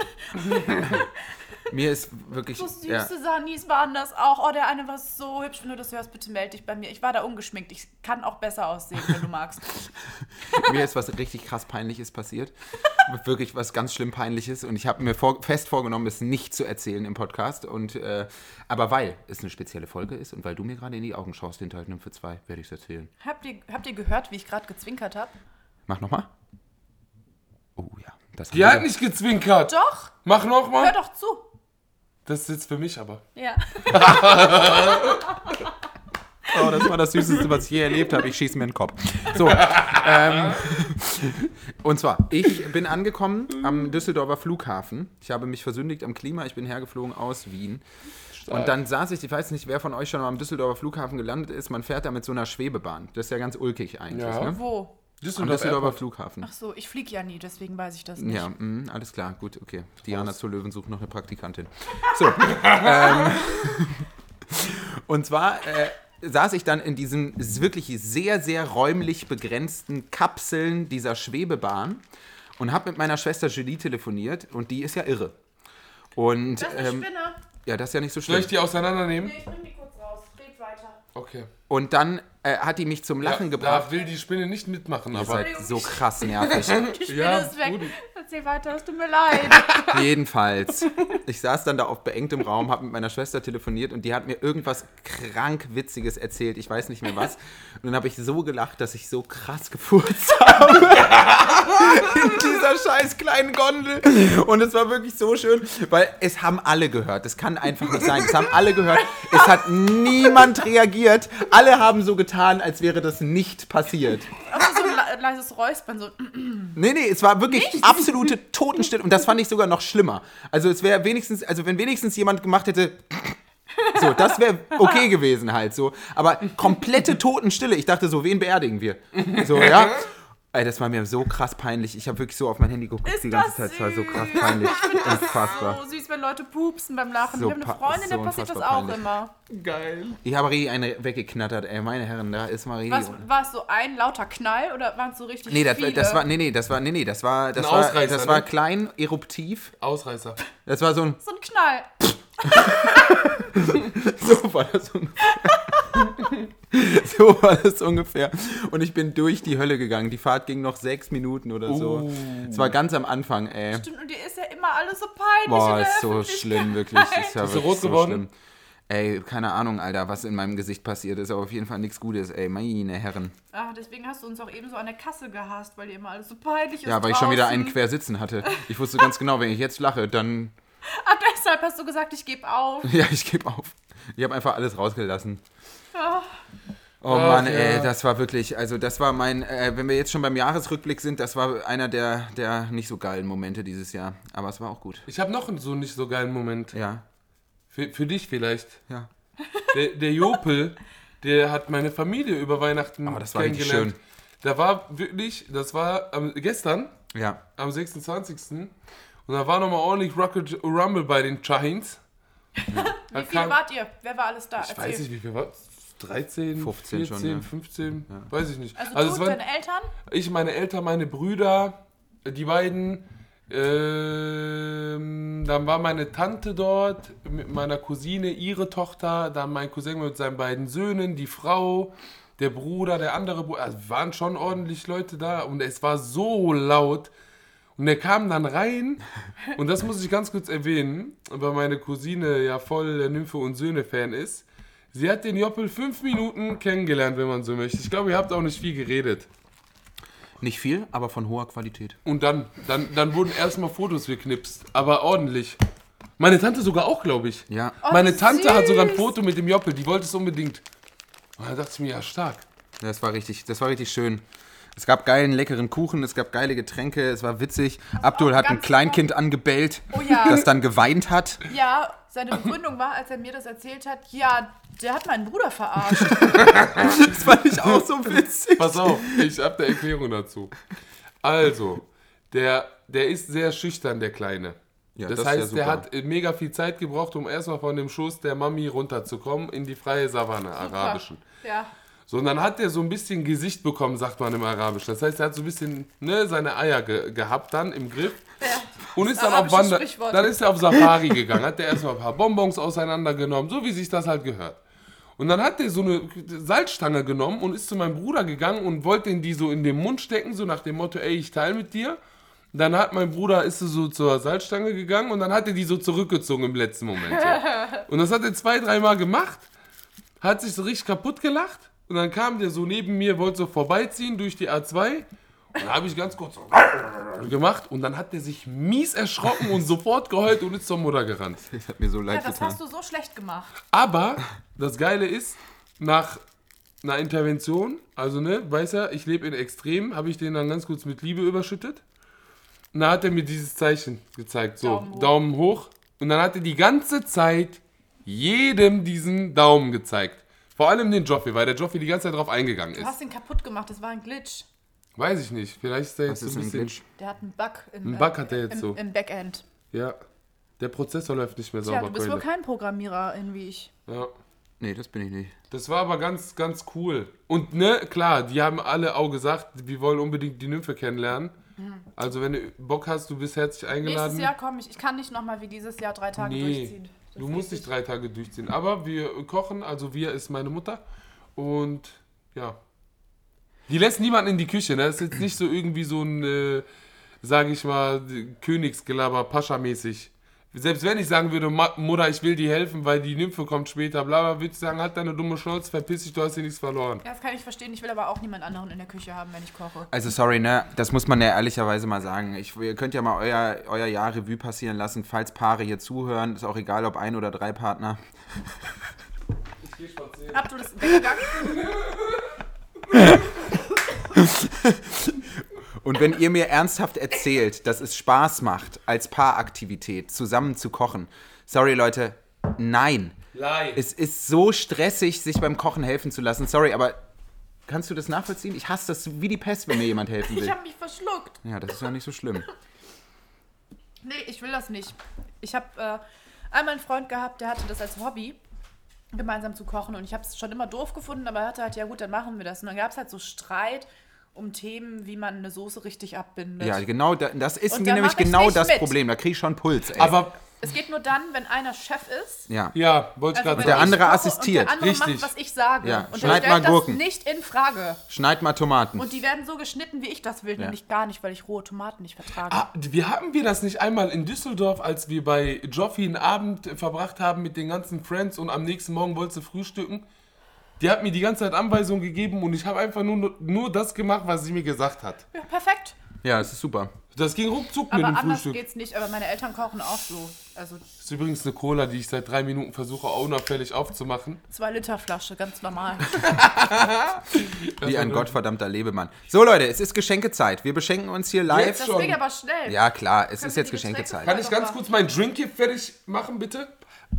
[SPEAKER 4] Mir ist wirklich.
[SPEAKER 5] So süße
[SPEAKER 4] Ja.
[SPEAKER 5] Sanis waren das auch. Oh, der eine war so hübsch. Wenn du das hörst, bitte melde dich bei mir. Ich war da ungeschminkt. Ich kann auch besser aussehen, wenn du magst.
[SPEAKER 4] Mir ist was richtig krass Peinliches passiert. Wirklich was ganz schlimm Peinliches. Und ich habe mir vor, fest vorgenommen, es nicht zu erzählen im Podcast. Und, äh, aber weil es eine spezielle Folge ist und weil du mir gerade in die Augen schaust, hinterhalten und für zwei, werde ich es erzählen.
[SPEAKER 5] Habt ihr, habt ihr gehört, wie ich gerade gezwinkert habe?
[SPEAKER 4] Mach nochmal. Oh ja. Das
[SPEAKER 3] Die hat
[SPEAKER 4] wir-
[SPEAKER 3] nicht gezwinkert.
[SPEAKER 5] Doch,
[SPEAKER 3] Mach
[SPEAKER 5] hör
[SPEAKER 3] nochmal.
[SPEAKER 5] doch zu.
[SPEAKER 3] Das ist jetzt für mich aber.
[SPEAKER 5] Ja.
[SPEAKER 4] Oh, das war das Süßeste, was ich je erlebt habe. Ich schieße mir in den Kopf. So. Ähm, und zwar, ich bin angekommen am Düsseldorfer Flughafen. Ich habe mich versündigt am Klima. Ich bin hergeflogen aus Wien. Und dann saß ich, ich weiß nicht, wer von euch schon mal am Düsseldorfer Flughafen gelandet ist. Man fährt da mit so einer Schwebebahn. Das ist ja ganz ulkig eigentlich.
[SPEAKER 3] Ja.
[SPEAKER 4] Ne?
[SPEAKER 5] Wo?
[SPEAKER 4] Am Düsseldorfer Flughafen.
[SPEAKER 5] Ach so, ich flieg ja nie, deswegen weiß ich das nicht.
[SPEAKER 4] Ja, mhm, alles klar, gut, okay. Diana zur Löwen sucht noch eine Praktikantin. So. ähm, und zwar äh, saß ich dann in diesen wirklich sehr, sehr räumlich begrenzten Kapseln dieser Schwebebahn und habe mit meiner Schwester Julie telefoniert und die ist ja irre. Und
[SPEAKER 5] Das ist eine
[SPEAKER 4] ähm,
[SPEAKER 5] Spinne.
[SPEAKER 4] ja, das ist ja nicht so schlimm.
[SPEAKER 3] Soll ich die auseinandernehmen?
[SPEAKER 5] Nee, ich bring die kurz raus. Red weiter.
[SPEAKER 3] Okay.
[SPEAKER 4] Und dann äh, hat die mich zum Lachen gebracht.
[SPEAKER 3] Da will die Spinne nicht mitmachen,
[SPEAKER 4] Ihr
[SPEAKER 3] aber.
[SPEAKER 4] seid so krass nervig.
[SPEAKER 5] Die Spinne
[SPEAKER 3] Ja,
[SPEAKER 5] ist weg.
[SPEAKER 3] gut.
[SPEAKER 5] Erzähl weiter, es tut mir leid.
[SPEAKER 4] Jedenfalls. Ich saß dann da auf beengtem Raum, habe mit meiner Schwester telefoniert und die hat mir irgendwas krank Witziges erzählt. Ich weiß nicht mehr was. Und dann habe ich so gelacht, dass ich so krass gefurzt habe. In dieser scheiß kleinen Gondel. Und es war wirklich so schön, weil es haben alle gehört. Das kann einfach nicht sein. Es haben alle gehört. Es hat niemand reagiert. Alle haben so getan, als wäre das nicht passiert.
[SPEAKER 5] Also so ein le- leises Räuspern, so.
[SPEAKER 4] Nee, nee, es war wirklich absolute Totenstille. Und das fand ich sogar noch schlimmer. Also es wäre wenigstens, also wenn wenigstens jemand gemacht hätte. So, das wäre okay gewesen halt so. Aber komplette Totenstille. Ich dachte so, wen beerdigen wir? So, ja. Ey, das war mir so krass peinlich. Ich habe wirklich so auf mein Handy geguckt
[SPEAKER 5] Ist
[SPEAKER 4] die ganze
[SPEAKER 5] das
[SPEAKER 4] Zeit. Es war so
[SPEAKER 5] süß.
[SPEAKER 4] krass peinlich. Unfassbar.
[SPEAKER 5] So süß, wenn Leute pupsen beim Lachen.
[SPEAKER 4] So
[SPEAKER 5] ich habe eine
[SPEAKER 4] pa-
[SPEAKER 5] Freundin, der
[SPEAKER 4] so
[SPEAKER 5] passiert das
[SPEAKER 4] unfassbar
[SPEAKER 5] auch
[SPEAKER 4] peinlich.
[SPEAKER 5] immer.
[SPEAKER 3] Geil.
[SPEAKER 4] Ich habe richtig eine weggeknattert, ey. Meine Herren, da ist Marie.
[SPEAKER 5] Was, war es so ein lauter Knall oder waren es so richtig
[SPEAKER 4] Nee, das,
[SPEAKER 5] viele?
[SPEAKER 4] das war, nee, nee, das war, nee, nee, das war, das
[SPEAKER 3] Ein
[SPEAKER 4] war,
[SPEAKER 3] Ausreißer,
[SPEAKER 4] das war
[SPEAKER 3] ne?
[SPEAKER 4] klein, eruptiv.
[SPEAKER 3] Ausreißer.
[SPEAKER 4] Das war so ein,
[SPEAKER 5] so ein Knall.
[SPEAKER 4] so war das ungefähr. so war das ungefähr. Und ich bin durch die Hölle gegangen. Die Fahrt ging noch sechs Minuten oder so. Es
[SPEAKER 3] Oh.
[SPEAKER 4] war ganz am Anfang, ey.
[SPEAKER 5] Stimmt, und dir ist ja immer alles so peinlich. in
[SPEAKER 4] Boah,
[SPEAKER 5] der
[SPEAKER 4] ist so
[SPEAKER 5] Öffentlichkeit.
[SPEAKER 4] schlimm, wirklich. Ist ja
[SPEAKER 3] Bist du
[SPEAKER 4] wirklich
[SPEAKER 3] rot
[SPEAKER 4] so
[SPEAKER 3] geworden?
[SPEAKER 4] schlimm. Ey, keine Ahnung, Alter, was in meinem Gesicht passiert ist, aber auf jeden Fall nichts Gutes, ey, meine Herren.
[SPEAKER 5] Ah, deswegen hast du uns auch eben so an der Kasse gehasst, weil dir immer alles so peinlich ist.
[SPEAKER 4] Ja, weil ich schon wieder
[SPEAKER 5] draußen.
[SPEAKER 4] einen quer sitzen hatte. Ich wusste ganz genau, wenn ich jetzt lache, dann,
[SPEAKER 5] Ah, deshalb hast du gesagt, ich gebe auf.
[SPEAKER 4] ja, ich gebe auf. Ich habe einfach alles rausgelassen.
[SPEAKER 5] Ah,
[SPEAKER 4] Oh
[SPEAKER 3] Ach,
[SPEAKER 4] Mann,
[SPEAKER 3] ja.
[SPEAKER 4] ey, das war wirklich, also das war mein, äh, wenn wir jetzt schon beim Jahresrückblick sind, das war einer der, der nicht so geilen Momente dieses Jahr. Aber es war auch gut.
[SPEAKER 3] Ich habe noch einen so nicht so geilen Moment.
[SPEAKER 4] Ja,
[SPEAKER 3] Für, für dich vielleicht.
[SPEAKER 4] ja.
[SPEAKER 3] Der, der Jopel, der hat meine Familie über Weihnachten
[SPEAKER 4] Aber
[SPEAKER 3] Aber
[SPEAKER 4] das war richtig
[SPEAKER 3] kennengelernt. Da war wirklich, das war am, gestern,
[SPEAKER 4] Ja.
[SPEAKER 3] am 26. Und da war nochmal ordentlich Rocket Rumble bei den Giants. Da
[SPEAKER 5] wie viel wart ihr? Wer war alles da?
[SPEAKER 3] Ich weiß nicht, wie viel war 13,
[SPEAKER 4] 15
[SPEAKER 3] 15
[SPEAKER 4] schon,
[SPEAKER 3] 14,
[SPEAKER 4] ja.
[SPEAKER 3] 15, weiß ich nicht.
[SPEAKER 5] Also,
[SPEAKER 3] Also,
[SPEAKER 5] du
[SPEAKER 3] es
[SPEAKER 5] und
[SPEAKER 3] waren
[SPEAKER 5] deine Eltern?
[SPEAKER 3] ich, meine Eltern, meine Brüder, die beiden. Ähm, dann war meine Tante dort mit meiner Cousine, ihre Tochter, dann mein Cousin mit seinen beiden Söhnen, die Frau, der Bruder, der andere Bruder. Also waren schon ordentlich Leute da und es war so laut. Und er kam dann rein und das muss ich ganz kurz erwähnen, weil meine Cousine ja voll der Nymphe und Söhne-Fan ist. Sie hat den Joppel fünf Minuten kennengelernt, wenn man so möchte. Ich glaube, ihr habt auch nicht viel geredet.
[SPEAKER 4] Nicht viel, aber von hoher Qualität.
[SPEAKER 3] Und dann, dann, dann wurden erstmal Fotos geknipst, aber ordentlich. Meine Tante sogar auch, glaube ich.
[SPEAKER 4] Ja.
[SPEAKER 3] Meine
[SPEAKER 5] Oh, wie
[SPEAKER 3] Tante hat sogar ein
[SPEAKER 5] süß.
[SPEAKER 3] Foto mit dem Joppel, die wollte es unbedingt. Und da dachte ich mir, ja, stark.
[SPEAKER 4] Das war richtig, das war richtig schön. Es gab geilen, leckeren Kuchen, es gab geile Getränke, es war witzig. Abdul
[SPEAKER 5] auch
[SPEAKER 4] hat ein
[SPEAKER 5] ganz
[SPEAKER 4] Kleinkind angebellt,
[SPEAKER 5] Oh ja.
[SPEAKER 4] das dann geweint hat.
[SPEAKER 5] Ja, seine Begründung war, als er mir das erzählt hat, ja, der hat meinen Bruder verarscht.
[SPEAKER 4] Das fand ich auch so witzig.
[SPEAKER 3] Pass auf, ich habe eine Erklärung dazu. Also, der, der ist sehr schüchtern, der Kleine.
[SPEAKER 4] Ja,
[SPEAKER 3] das,
[SPEAKER 4] das ist ja
[SPEAKER 3] heißt, der
[SPEAKER 4] super.
[SPEAKER 3] hat äh, mega viel Zeit gebraucht, um erstmal von dem Schoß der Mami runterzukommen in die freie Savanne, arabischen.
[SPEAKER 5] Ja.
[SPEAKER 3] So, und dann hat er so ein bisschen Gesicht bekommen, sagt man im Arabischen. Das heißt, er hat so ein bisschen ne, seine Eier ge gehabt dann im Griff. Und ist dann auf,
[SPEAKER 5] Arabisches
[SPEAKER 3] Wander
[SPEAKER 5] Sprichwort.
[SPEAKER 3] dann ist er auf Safari gegangen, hat er erstmal ein paar Bonbons auseinandergenommen, so wie sich das halt gehört. Und dann hat er so eine Salzstange genommen und ist zu meinem Bruder gegangen und wollte ihn die so in den Mund stecken, so nach dem Motto, ey, ich teile mit dir. Dann hat mein Bruder, ist er so zur Salzstange gegangen und dann hat er die so zurückgezogen im letzten Moment. So. Und das hat er zwei, dreimal gemacht, hat sich so richtig kaputt gelacht und dann kam der so neben mir, wollte so vorbeiziehen durch die A2 und da habe ich ganz kurz so gemacht und dann hat der sich mies erschrocken und sofort geheult und ist zur Mutter gerannt.
[SPEAKER 4] Das hat mir so
[SPEAKER 5] ja,
[SPEAKER 4] leid
[SPEAKER 5] das
[SPEAKER 4] getan.
[SPEAKER 5] hast du so schlecht gemacht.
[SPEAKER 3] Aber das Geile ist, nach einer Intervention, also ne, weiß er, ich lebe in Extrem, habe ich den dann ganz kurz mit Liebe überschüttet. Und dann hat er mir dieses Zeichen gezeigt, so
[SPEAKER 5] Daumen
[SPEAKER 3] Daumen
[SPEAKER 5] hoch.
[SPEAKER 3] hoch. Und dann hat er die ganze Zeit jedem diesen Daumen gezeigt. Vor allem den Joffi, weil der Joffi die ganze Zeit drauf eingegangen
[SPEAKER 5] Du
[SPEAKER 3] ist.
[SPEAKER 5] hast ihn kaputt gemacht, das war ein Glitch.
[SPEAKER 3] Weiß ich nicht, vielleicht ist der jetzt
[SPEAKER 4] Das ist
[SPEAKER 3] so ein
[SPEAKER 4] ein
[SPEAKER 3] bisschen...
[SPEAKER 4] Glitch.
[SPEAKER 5] Der hat einen Bug im, äh,
[SPEAKER 3] Einen Bug hat er jetzt
[SPEAKER 5] im,
[SPEAKER 3] so.
[SPEAKER 5] im Backend.
[SPEAKER 3] Ja, der Prozessor läuft nicht mehr
[SPEAKER 5] Tja,
[SPEAKER 3] sauber.
[SPEAKER 5] du bist wohl
[SPEAKER 3] Keule.
[SPEAKER 5] kein Programmierer, in wie ich.
[SPEAKER 3] ja.
[SPEAKER 4] Nee, das bin ich nicht.
[SPEAKER 3] Das war aber ganz, ganz cool. Und ne, klar, die haben alle auch gesagt, wir wollen unbedingt die Nymphe kennenlernen. Also wenn du Bock hast, du bist herzlich eingeladen.
[SPEAKER 5] Nächstes Jahr komme ich. Ich kann nicht nochmal wie dieses Jahr drei Tage
[SPEAKER 3] nee,
[SPEAKER 5] durchziehen. Das
[SPEAKER 3] du
[SPEAKER 5] geht
[SPEAKER 3] musst nicht drei Tage durchziehen. Aber wir kochen, also wir ist meine Mutter. Und ja. Die lässt niemanden in die Küche, ne? Das ist jetzt nicht so irgendwie so ein, äh, sag ich mal, Königsgelaber, Pascha-mäßig. Selbst wenn ich sagen würde, Ma Mutter, ich will dir helfen, weil die Nymphe kommt später, bla bla, würde ich sagen, halt deine dumme Schnauze, verpiss dich, du hast hier nichts verloren.
[SPEAKER 5] Ja, das kann ich verstehen. Ich will aber auch niemand anderen in der Küche haben, wenn ich koche.
[SPEAKER 4] Also sorry, ne? Das muss man ja ehrlicherweise mal sagen. Ich, ihr könnt ja mal euer, euer Jahr Revue passieren lassen, falls Paare hier zuhören. Ist auch egal, ob ein oder drei Partner.
[SPEAKER 5] Abdul ist weggegangen.
[SPEAKER 4] Und wenn ihr mir ernsthaft erzählt, dass es Spaß macht, als Paaraktivität zusammen zu kochen. Sorry, Leute. Nein.
[SPEAKER 3] Live.
[SPEAKER 4] Es ist so stressig, sich beim Kochen helfen zu lassen. Sorry, aber Kannst du das nachvollziehen? Ich hasse das wie die Pest, wenn mir jemand helfen
[SPEAKER 5] Ich
[SPEAKER 4] will.
[SPEAKER 5] habe mich verschluckt.
[SPEAKER 4] Ja, das ist ja nicht so schlimm.
[SPEAKER 5] Nee, ich will das nicht. Ich habe äh, einmal einen Freund gehabt, der hatte das als Hobby, gemeinsam zu kochen. Und ich habe es schon immer doof gefunden, aber er hatte halt, ja gut, dann machen wir das. Und dann gab es halt so Streit um Themen, wie man eine Soße richtig abbindet.
[SPEAKER 4] Ja, genau, da- das ist
[SPEAKER 5] Und
[SPEAKER 4] mir
[SPEAKER 5] da
[SPEAKER 4] nämlich
[SPEAKER 5] mach ich
[SPEAKER 4] genau
[SPEAKER 5] nicht
[SPEAKER 4] das
[SPEAKER 5] mit.
[SPEAKER 4] Problem. Da kriege ich schon Puls, ey.
[SPEAKER 3] Aber,
[SPEAKER 5] Es geht nur dann, wenn einer Chef ist.
[SPEAKER 4] ja.
[SPEAKER 3] ja, wollte
[SPEAKER 5] Also wenn
[SPEAKER 3] ich gerade sagen.
[SPEAKER 4] der
[SPEAKER 5] ich
[SPEAKER 4] andere
[SPEAKER 5] koche
[SPEAKER 4] assistiert.
[SPEAKER 5] Und der andere
[SPEAKER 3] Richtig.
[SPEAKER 5] macht, was ich sage.
[SPEAKER 4] Ja,
[SPEAKER 5] Und
[SPEAKER 4] schneid
[SPEAKER 5] der
[SPEAKER 4] mal
[SPEAKER 5] stellt
[SPEAKER 4] Gurken.
[SPEAKER 5] das nicht in Frage.
[SPEAKER 4] Schneid mal Tomaten.
[SPEAKER 5] Und die werden so geschnitten, wie ich das will. Nämlich gar nicht, weil ich rohe Tomaten nicht vertrage.
[SPEAKER 3] Ah, Wir haben wir das nicht einmal in Düsseldorf, als wir bei Joffi einen Abend äh, verbracht haben mit den ganzen Friends und am nächsten Morgen wollte sie frühstücken. Die hat mir die ganze Zeit Anweisungen gegeben und ich habe einfach nur, nur das gemacht, was sie mir gesagt hat.
[SPEAKER 5] Ja, perfekt.
[SPEAKER 4] Ja, das ist super.
[SPEAKER 3] Das ging ruckzuck
[SPEAKER 5] Aber
[SPEAKER 3] mit dem
[SPEAKER 5] anders
[SPEAKER 3] Frühstück.
[SPEAKER 5] geht's nicht. Aber meine Eltern kochen auch so. Also
[SPEAKER 3] Das ist übrigens eine Cola, die ich seit drei Minuten versuche, auch unauffällig aufzumachen.
[SPEAKER 5] zwei Liter Flasche, ganz normal.
[SPEAKER 3] Also,
[SPEAKER 4] Wie
[SPEAKER 3] äh,
[SPEAKER 4] ein gottverdammter Lebemann. So, Leute, es ist Geschenkezeit. Wir beschenken uns hier live.
[SPEAKER 5] Das
[SPEAKER 3] Schon.
[SPEAKER 5] ging aber schnell.
[SPEAKER 4] Ja, klar, es
[SPEAKER 5] Können
[SPEAKER 4] ist
[SPEAKER 5] wir
[SPEAKER 4] jetzt
[SPEAKER 5] die Getränke
[SPEAKER 4] Geschenkezeit.
[SPEAKER 3] Kann ich ganz kurz meinen Drink hier fertig machen, bitte?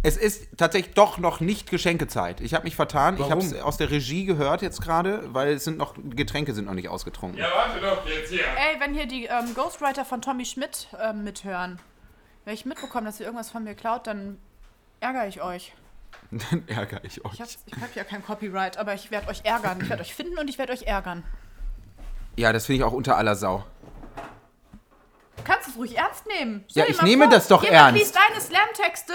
[SPEAKER 4] Es ist tatsächlich doch noch nicht Geschenkezeit. Ich habe mich vertan. Ich habe
[SPEAKER 3] Warum?
[SPEAKER 4] es aus der Regie gehört jetzt gerade, weil es sind noch Getränke sind noch nicht ausgetrunken.
[SPEAKER 6] Ja, warte doch, jetzt hier.
[SPEAKER 5] Ey, wenn hier die ähm, Ghostwriter von Tommy Schmidt ähm, mithören, wenn ich mitbekomme, dass ihr irgendwas von mir klaut, dann ärgere ich euch.
[SPEAKER 4] Dann ärgere ich euch.
[SPEAKER 5] Ich habe ich hab ja kein Copyright, aber ich werde euch ärgern. Ich werde euch finden und ich werde euch ärgern.
[SPEAKER 4] Ja, das finde ich auch unter aller Sau.
[SPEAKER 5] Kannst du es ruhig ernst nehmen?
[SPEAKER 4] Ja,
[SPEAKER 5] dir
[SPEAKER 4] ich
[SPEAKER 5] mal
[SPEAKER 4] nehme das doch
[SPEAKER 5] jemand
[SPEAKER 4] ernst.
[SPEAKER 5] liest deine Slam-Texte.